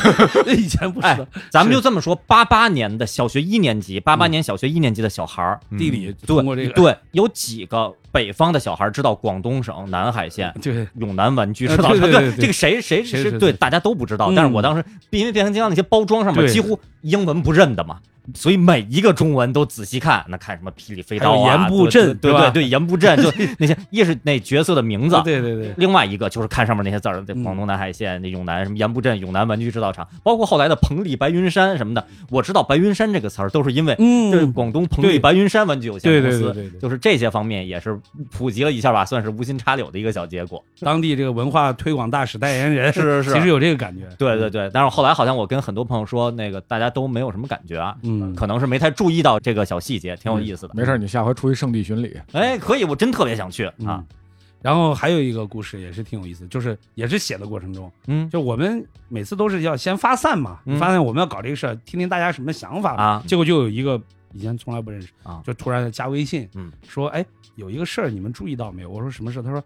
D: 以前不是嗯的，
B: 咱们就这么说，八八年的小学一年级，八八年小学一年级的小孩儿，
A: 嗯
D: 地理
B: 对
D: 通过这 个，
B: 对，有几个北方的小孩儿知道广东省南海县
D: 对
B: 永南玩具
D: 呃
B: 知道
D: 对
B: 吧？
D: 对对对
B: 这个谁谁
D: 谁
B: 是
D: 是
B: 对
D: 是
B: 大家都不知道，
D: 嗯
B: 但是我当时因为变形金刚那些包装上面
D: 对
B: 几乎英文不认的嘛。所以每一个中文都仔细看，那看什么霹雳飞刀
D: 还有
B: 啊，
D: 盐步阵
B: 对
D: 对吧
B: 对对，盐步 阵就那些，也是那角色的名字，
D: 对对对，
B: 另外一个就是看上面那些字儿，这
D: 嗯
B: 广东南海县、那永南什么盐步镇、永南玩具制造厂，包括后来的彭丽白云山什么的，我知道白云山这个词儿都是因为这是
D: 嗯，
B: 广东彭丽
D: 对
B: 白云山玩具有限
D: 对
B: 公
D: 对对
B: 司，
D: 对对，
B: 就是这些方面也是普及了一下吧，算是无心插柳的一个小结果。
D: 当地这个文化推广大使代言人
B: 是 是
D: 其实有这个感觉，
B: 对对
D: 嗯
B: 对，但是后来好像我跟很多朋友说，那个大家都没有什么感觉啊。
D: 嗯，
B: 可能是没太注意到这个小细节，挺有意思的。
C: 没事儿，你下回出去圣地巡礼，
B: 哎，可以，我真特别想去啊
D: 嗯。。然后还有一个故事也是挺有意思，就是也是写的过程中，
B: 嗯
D: 就我们每次都是要先发散嘛，
B: 嗯
D: 发散我们要搞这个事儿，听听大家什么想法嘛
B: 啊
D: 结果就有一个以前从来不认识
B: 啊
D: 就突然加微信，
B: 嗯，
D: 说哎有一个事儿你们注意到没有？我说什么事儿？他说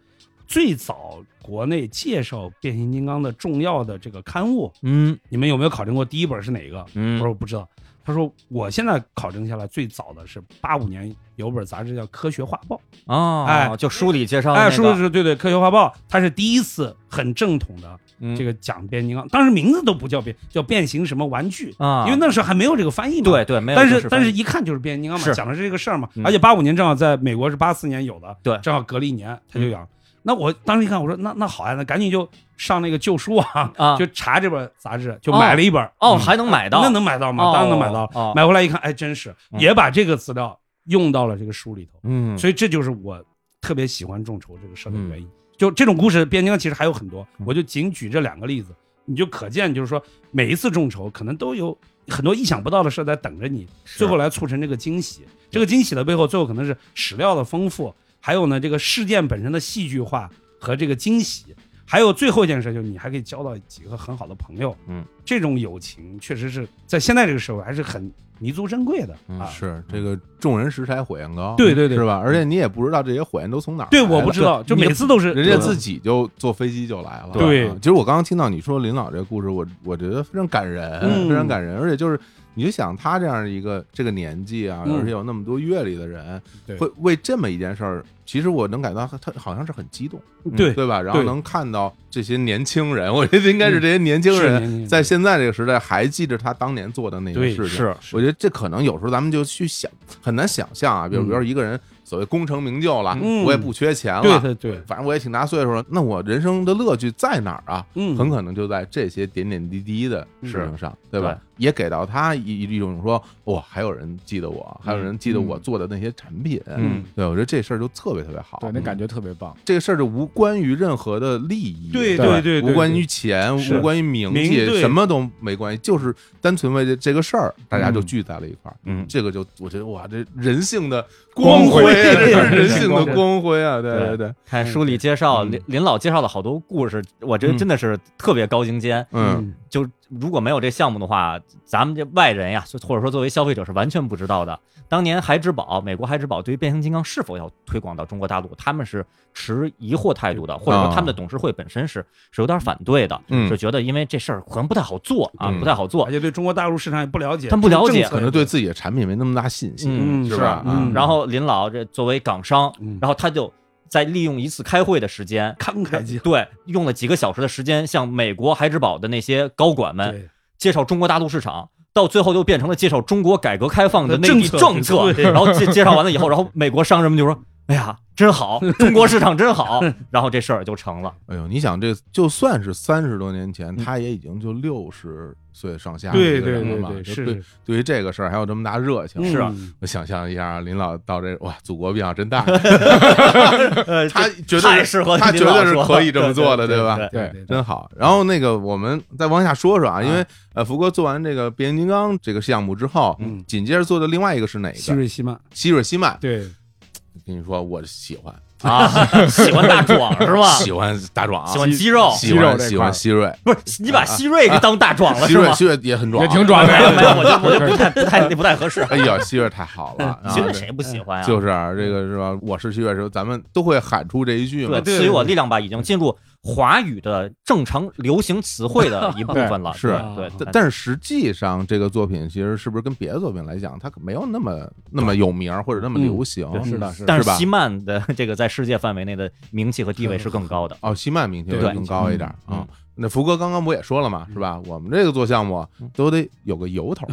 D: 最早国内介绍变形金刚的重要的这个刊物，
B: 嗯
D: 你们有没有考证过第一本是哪个？我说
B: 嗯
D: 我不知道。他说我现在考证下来最早的是八五年有本杂志叫《科学画报》，
B: 哦，
D: 哎
B: 就书里介绍的
D: 哎，
B: 那
D: 说的
B: 个，
D: 是对对，《科学画报》它是第一次很正统的
B: 嗯
D: 这个讲变形金刚，当时名字都不叫变，叫变形什么玩具，
B: 啊，
D: 因为那时候还没有这个翻译嘛。
B: 对对没有
D: 但
B: 正
D: 是
B: 式翻
D: 但
B: 译，
D: 是一看就是变形金刚嘛，
B: 是
D: 讲的是这个事儿嘛。
B: 嗯
D: 而且八五年正好在美国是八四年有的，
B: 对嗯
D: 正好隔了一年他就养。那我当时一看，我说那那好呀，那赶紧就上那个旧书网
B: 啊
D: 就查这本杂志，就买了一本。
B: 哦
D: 嗯
B: 还能买到，
D: 那能买到吗？
B: 哦
D: 当然能买到
B: 哦
D: 了。买回来一看，哎，真是
B: 嗯
D: 也把这个资料用到了这个书里头。
A: 嗯，
D: 所以这就是我特别喜欢众筹这个事儿的原因。
A: 嗯
D: 就这种故事，变形金刚其实还有很多，
B: 嗯
D: 我就仅举这两个例子，你就可见，就是说每一次众筹可能都有很多意想不到的事儿在等着你，最后来促成这个惊喜。这个惊喜的背后，最后可能是史料的丰富，还有呢这个事件本身的戏剧化和这个惊喜。还有最后一件事，就是你还可以交到几个很好的朋友，
A: 嗯，
D: 这种友情确实是在现在这个社会还是很弥足珍贵的、
A: 嗯
D: 啊。
A: 是这个众人拾柴火焰高，
D: 对对对
A: 是吧？而且你也不知道这些火焰都从哪儿来
D: 对，
A: 的，
D: 我不知道，就
A: 哎你
D: 每次都是
A: 人家
D: 己。
A: 自己就坐飞机就来了。
D: 对
A: 啊其实我刚刚听到你说林老这个故事，我我觉得非常感人，
D: 嗯
A: 非常感人。而且就是，你就想他这样一个这个年纪啊，
D: 嗯
A: 而且有那么多阅历的人，
D: 对
A: 会为这么一件事儿，其实我能感到他他好像是很激动，
D: 对
A: 嗯对吧？然后
D: 对嗯
A: 能看到这些年轻人，我觉得应该是这些年轻
D: 是
A: 人
D: 年轻人
A: 在现在这个时代还记着他当年做嗯的那些
D: 对
A: 事情。
B: 是
A: 我觉得这可能有时候咱们就去想，很难想象啊。比如，
D: 嗯
A: 比如说一个人所谓功成名就了，
D: 嗯
A: 我也不缺钱了，
D: 对对对，
A: 反正我也挺大岁数了，那我人生的乐趣在哪儿啊？
D: 嗯，
A: 很可能就在这些点点滴滴的事情上，对吧？也给到他一一种说，哇，还有人记得我，还有
D: 嗯
A: 人记得我做的那些产品，
B: 嗯，
A: 对，我觉得这事儿就特别特别好，
C: 对，那感觉特别棒。
A: 这个事儿就无关于任何的利益，
D: 对
C: 对
A: 吧
D: 对对
A: 无关于钱，
D: 是
A: 无关于名气
D: 名，对
A: 什么都没关系，就是单纯为这这个事儿，大家就
D: 嗯
A: 聚在了一块儿。
B: 嗯
A: 这个就我觉得哇，这人性的
D: 光
A: 辉啊，
D: 辉
A: 这是人
D: 对
A: 性的
D: 光辉
A: 光辉啊！对
B: 对
A: 对对，
B: 看书里介绍
A: 嗯
B: 林林老介绍了好多故事，我觉得
A: 嗯
B: 真的是特别高精尖。
A: 嗯，
B: 就如果没有这项目的话，咱们这外人呀，就或者说作为消费者是完全不知道的。当年孩之宝，美国孩之宝对于变形金刚是否要推广到中国大陆，他们是持疑惑态
D: 啊
B: 度的，或者说他们的董事会本身是是有点反对的，
A: 嗯
B: 是觉得因为这事儿可能不太好做啊，
A: 嗯
B: 不太好做
D: 而。且对中国大陆市场也不了解，
B: 他们不了解
D: 政策
A: 可
D: 也
A: 能对自己的产品没那么大信心，
D: 嗯
A: 是吧？
D: 是
A: 啊
D: 嗯
B: 然后林老这作为港商
D: 嗯，
B: 然后他就在利用一次开会的时间，
D: 慷慨激
B: 对，用了几个小时的时间向美国孩之宝的那些高管们
D: 对，
B: 介绍中国大陆市场，到最后又变成了介绍中国改革开放
A: 呃
B: 的内地政
D: 政
B: 策
D: 策，对
B: 然后介介绍完了以后，然后美国商人们就说：“哎呀，真好，中国市场真 好。”然后这事儿就成了。
A: 哎呦，你想这就算是三十多年前，他也已经就六十岁上下的
D: 嗯
A: 一
D: 对
A: 个
D: 对
A: 人了
D: 对
A: 嘛，
D: 对，
A: 就是对
D: 是嗯
A: 对于这个事儿还有这么大热情，
D: 是啊，
A: 我想象一下啊，林老到这哇，祖国病啊 真大，
B: 呃，
A: 他绝
B: 太
A: 对
B: 适
A: 是
B: 合
A: 他
B: 你
A: 绝
B: 老
A: 对是
B: 说
A: 可以这么做的，
B: 对
A: 吧？
B: 对
C: 对
D: 对
A: 真好。然后那个我们再往下说说啊，因为
D: 啊
A: 呃，福哥做完这个变形金刚这个项目之后，
D: 嗯
A: 紧接着做的另外一个是哪
D: 希
A: 个？
D: 瑞希曼，
A: 希瑞希曼。
D: 对，
A: 跟你说，我喜欢
B: 啊，喜欢大壮是吧？
A: 喜欢大壮啊，
B: 喜欢肌肉，
A: 喜欢
C: 肌肉这
A: 喜
C: 块
A: 欢
C: 儿
A: 希瑞，
B: 不是你把希瑞给当大壮了
A: 希
B: 是
A: 瑞
B: 吗？
A: 希瑞也很壮，啊
C: 也挺壮
B: 没有没
C: 的。
B: 有，我就我就不太不太不太合适。
A: 哎呀，希瑞太好了， 啊
B: 希瑞谁不喜欢呀？
A: 就是啊这个是吧？我是希瑞的时候，咱们都会喊出这一句嘛
B: 对，。赐予我力量吧，已经进入华语的正常流行词汇的一部分了。
A: 是
B: 对，
A: 但
B: 对
A: 但是实际上，这个作品其实是不是跟别的作品来讲，它可没有那么那么有名儿或者那么流行？
D: 对是的
C: 嗯
A: 是
B: 但是
A: 吧
B: 希？曼的这个在世界范围内的名气和地位是更高的。
A: 哦，希曼名气会
B: 对
A: 更高一点
B: 嗯
A: 啊。那福哥刚刚不也说了嘛，是吧？我们这个做项目都得有个由头，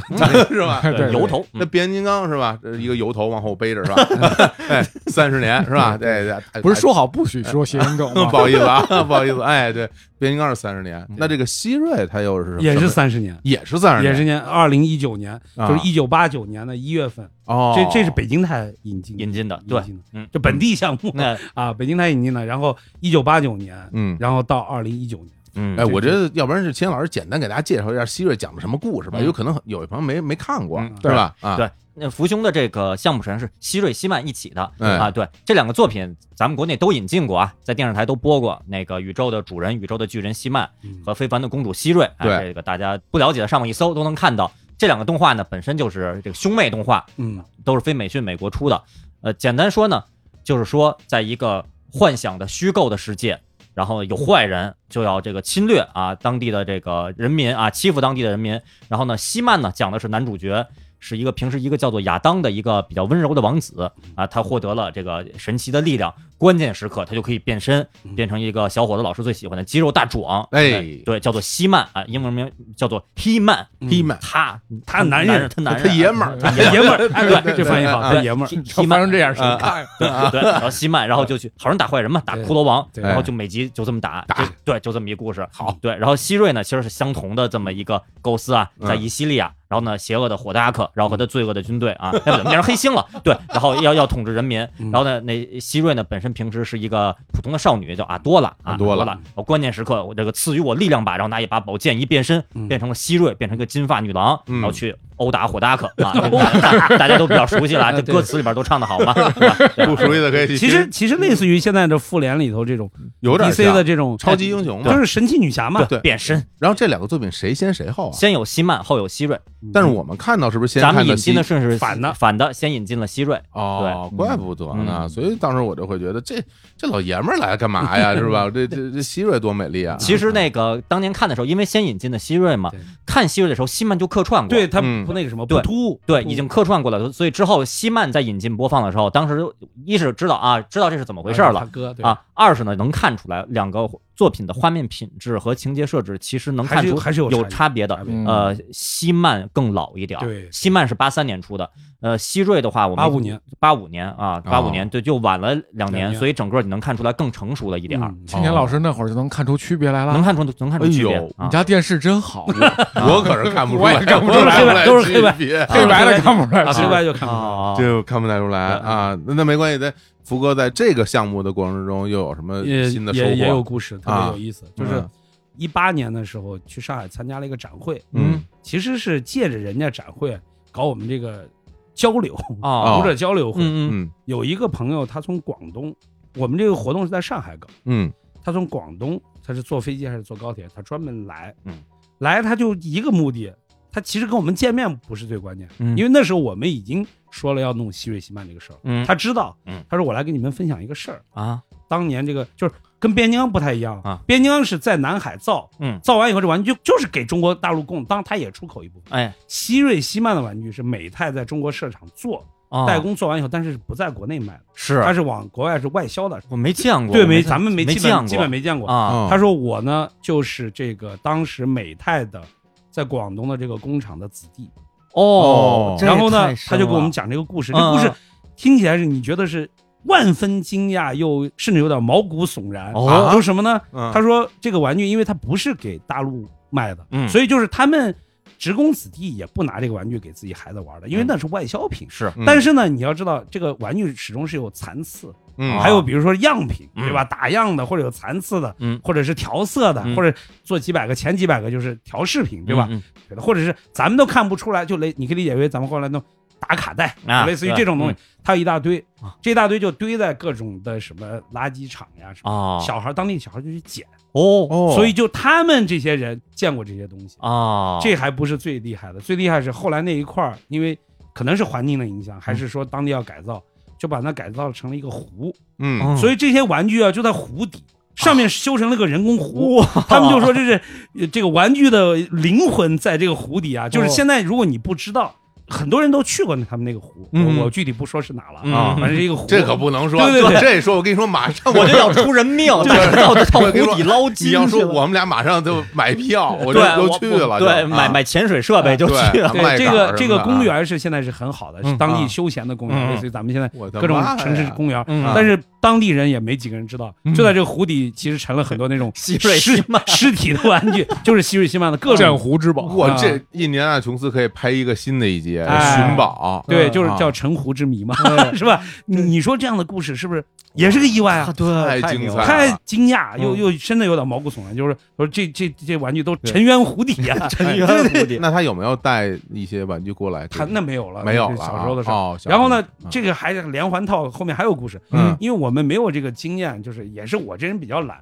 A: 是 吧？
C: 对对
B: 由头，
A: 那
B: 嗯
A: 变形金刚是吧？这是一个由头往后背着是吧？哎，三十年是吧？哎对对，
C: 不是说好不许说谐音梗吗
A: 不？好意思啊，不好意思，哎，对，变形金刚是三十年，那这个希瑞它又是什么
D: 也是三十年，
A: 也是三十
D: 也
A: 年，
D: 是年二零一九年，
A: 啊
D: 就是一九八九年的一月份，
A: 哦，
D: 这这是北京台引进的
B: 引进的，对
D: 引，进的，
B: 嗯
D: 这本地项目
B: 那
D: 啊，北京台引进的，然后一九八九年，
A: 嗯。
D: 然后到二零一九年，
B: 嗯
A: 哎，我觉得要不然是秦老师简单给大家介绍一下希瑞讲的什么故事吧，
B: 嗯
A: 有可能有一朋友没没看过，
B: 嗯
A: 是吧？啊，
B: 对，那福兄的这个项目实际上是希瑞希曼一起的、
A: 哎
B: 啊，对，这两个作品咱们国内都引进过啊，在电视台都播过。那个宇宙的主人、宇宙的巨人希曼
D: 嗯
B: 和非凡的公主希瑞，哎
A: 对
B: 这个大家不了解的上网一搜都能看到。这两个动画呢，本身就是这个兄妹动画，
D: 嗯
B: 都是非美讯美国出的。呃，简单说呢，就是说在一个幻想的虚构的世界，然后有坏人就要这个侵略啊当地的这个人民啊，欺负当地的人民。然后呢，西曼呢讲的是男主角。是一个平时一个叫做亚当的一个比较温柔的王子啊，他获得了这个神奇的力量，关键时刻他就可以变身，变成一个小伙子老师最喜欢的肌肉大壮，
A: 嗯哎
B: 对，叫做西曼啊，英文名叫做 He Man，
A: 黑曼，
B: 他
D: 他男
B: 男
D: 人
B: 他男
A: 他
B: 人啊
A: 爷们儿，
B: 他爷
D: 爷们儿，
B: 对
D: 哎，这翻译好，
A: 啊
D: 他爷们儿，
B: ，He
C: 翻
B: Man
C: 成这样谁看呀？
B: 对对，然后西曼，然后就去好人打坏人嘛，打骷髅王，
C: 对
B: 然后就每集就这么打，
A: 打
B: 就对，就这么一故事。
D: 好，
B: 对，然后希瑞呢，其实是相同的这么一个构思啊，
A: 嗯
B: 在以西利亚，然后呢，邪恶的火达克，然后和他罪恶的军队啊，哎不对变成黑星了，对，然后要要统治人民，
D: 嗯
B: 然后呢，那希瑞呢，本身平时是一个普通的少女，叫阿多拉，啊
A: 阿多拉
B: 拉，然后关键时刻，我这个赐予我力量吧，然后拿一把宝剑一变身，
D: 嗯
B: 变成了希瑞，变成一个金发女郎，
A: 嗯
B: 然后去殴打火 达克啊，这个大大家都比较熟悉了，这歌词里边都唱的好 嘛，对吧对吧
A: 不熟悉的可以去听。
D: 其实其实类似于现在的复联里头这种
A: 有点
D: DC 的
A: 像
D: 这种
A: 超级英雄
D: 就
A: 嘛。
D: 是神奇女侠嘛，
A: 对
B: 变身，
A: 然后这两个作品谁先谁后啊？
B: 先有希曼，后有希瑞。
A: 但是我们看到是不是先
B: 咱们
A: 看
B: 引
A: 西
B: 进的顺序是
D: 反的
B: 反的，先引进了希瑞。
A: 哦，
C: 对
A: 怪不得呢。
B: 嗯
A: 所以当时我就会觉得这这老爷们儿来干嘛呀？是吧？这这这希瑞多美丽啊！
B: 其实那个当年看的时候，因为先引进的希瑞嘛
D: 对，
B: 看希瑞的时候，希曼就客串过。
D: 对他
A: 嗯
D: 不那个什么
B: 对
D: 不突兀，
B: 对，
D: 不
B: 已经客串过了，所以之后希曼在引进播放的时候，当时一是知道啊，知道这是怎么回事
D: 他
B: 了
D: 哥对
B: 啊，二是呢能看出来两个作品的画面品质和情节设置其实能
D: 还
B: 看
D: 是有
B: 出
D: 还是有
B: 有
D: 差
B: 差别的。
C: 嗯
B: 呃，希曼更老一点儿，
D: 对
B: 希曼是八三年出的，呃，希瑞的话我们
D: 八五年哦
B: 八五年啊，八五年对，就晚了两
D: 两
B: 年，
D: 年
B: 所以整个你能看出来更成熟了一点儿，
D: 嗯
C: 青年老师那会儿就能看出区别来
B: 能
C: 了。
B: 看出能看出区别
A: 哎呦
B: 啊
C: 你。家电视真好，
A: 啊我可是看不出
C: 我
A: 来，
C: 也看不出
D: 来都是黑白
A: 区别
C: 黑白的看不出来
D: 啊，。奇怪就看不出来。
B: 啊，
A: 这个看不太出来
D: 对
A: 啊。那那没关系，在福哥在这个项目的过程中又有什
B: 呃
A: 么
D: 也
A: 新的收
D: 也也有
A: 获？
D: 故事，特
A: 啊
D: 别有意思。就是
B: 嗯
D: 一八年的时候去上海参加了一个展会，
A: 嗯
D: 其实是借着人家展会搞我们这个交流，
B: 啊，
A: 哦
D: 读者交流会。
B: 嗯嗯
A: 嗯
D: 有一个朋友他从广东，我们这个活动是在上海搞，
A: 嗯
D: 他从广东，他是坐飞机还是坐高铁，他专门来，
B: 嗯，
D: 来他就一个目的，他其实跟我们见面不是最关键，
B: 嗯
D: 因为那时候我们已经说了要弄希瑞希曼这个事儿，
B: 嗯
D: 他知道，
B: 嗯，
D: 他说我来跟你们分享一个事儿，
B: 啊，
D: 当年这个就是跟边疆不太一样
B: 啊，
D: 边疆是在南海造，
B: 嗯
D: 造完以后这玩具就就是给中国大陆供，当它也出口一部分。
B: 哎，
D: 希瑞希曼的玩具是美泰在中国市场做
B: 哦
D: 代工做完以后，但是不在国内卖的，
B: 是
D: 它是往国外是外销的。
B: 我没见过，
D: 对，
B: 我
D: 没
B: 没
D: 咱们没
B: 没
D: 基本
B: 见
D: 基本
B: 过
D: 没见过。
B: 啊，
D: 他
A: 说
D: 说我呢就是这个当时美泰的在广东的这个工厂的子弟，
A: 哦
B: 这
D: 然后呢
B: 太深
D: 他就给我
B: 了
D: 们讲这个故事，
B: 嗯
D: 这故事
B: 嗯
D: 听起来是你觉得是万分惊讶，又甚至有点毛骨悚然。
B: 哦
A: 啊
D: 有什么呢？他
A: 他
D: 说这个玩具，因为它不是给大陆卖的，
B: 嗯
D: 所以就是他们职工子弟也不拿这个玩具给自己孩子玩的，因为那是外销品。
B: 嗯是嗯
D: 但是呢，你要知道，这个玩具始终是有残次，
A: 嗯
D: 还有比如说样品，
B: 嗯
D: 对吧？打样的或者有残次的，
B: 嗯
D: 或者是调色的，
B: 嗯
D: 或者做几百个前几百个就是调饰品，对吧？
B: 嗯
D: 或者是咱们都看不出来，就类你可以理解为咱们后来弄打卡带，
B: 啊
D: 类似于这种东西
B: 对，
D: 它有一大堆
B: 啊，
D: 这一大堆就堆在各种的什么垃圾场呀什么。
B: 哦
D: 小孩当地小孩就去捡，
B: 哦
A: 哦，
D: 所以就他们这些人见过这些东西，
B: 哦，
D: 这还不是最厉害的，最厉害是后来那一块儿，因为可能是环境的影响，还是说当地要改造，就把它改造成了一个湖，
A: 嗯
D: 所
B: 以
D: 以这些玩具啊就在湖底。上面修成了个人工湖，他们就说这是呃这个玩具的灵魂在这个湖底啊。就是现在，如果你不知道，很多人都去过他们那个湖，
B: 嗯
D: 我我具体不说是哪了啊
B: 嗯，
D: 反正是一个湖。
A: 这可不能说，
D: 对对对
A: 这一说我跟你说，马上
B: 我就要出 人命，
A: 对
B: 大 家要到
A: 我跟你
B: 湖
A: 说
B: 底捞金
A: 你要说
B: 去了
A: 我们俩马上就买 票，我就
B: 对
A: 就
B: 我
A: 去了，就
B: 对，买
A: 啊
B: 买潜水设备就
A: 对
B: 去了，
A: 卖
D: 对这
A: 杆
D: 个
A: 儿什么
D: 这个
A: 的啊
D: 公园是现在是很好的，
B: 嗯
D: 是当
A: 啊
D: 地休闲的公园，
B: 嗯
D: 类似于咱们现在
A: 我的
D: 各种
A: 妈呀
D: 城市公园。
B: 嗯，
D: 但是当地人也没几个人知道
B: 嗯，
D: 就在这个湖底，其实沉了很多那种
B: 希瑞希
D: 尸
B: 曼
D: 尸体的玩具，就是希瑞希曼的各
C: 镇
D: 种，
C: 湖之宝，
A: 我
D: 啊
A: 这印第安纳琼斯可以拍一个新的一集
D: 哎
A: 寻宝，
D: 对，
C: 嗯
D: 就是
A: 啊
D: 叫沉湖之谜嘛， 是吧？你你说这样的故事是不是也是个意外啊？
A: 太
B: 对，
A: 精
B: 牛
A: 彩
B: 了
A: 了
D: 太惊讶，又
B: 嗯
D: 又真的有点毛骨悚然，就是说这这这玩具都沉冤湖底啊呀，
B: 沉冤湖底，
A: 那他有没有带一些玩具过来？
D: 他那没有了，
A: 没有
D: 这
A: 了
D: 是
A: 啊，
D: 小时候的事儿。
A: 哦，小时
D: 然
A: 候
D: 后呢，
A: 嗯
D: 这个还是连环套，后面还有故事。
A: 嗯
D: 因为我们没有这个经验，就是也是我这人比较懒。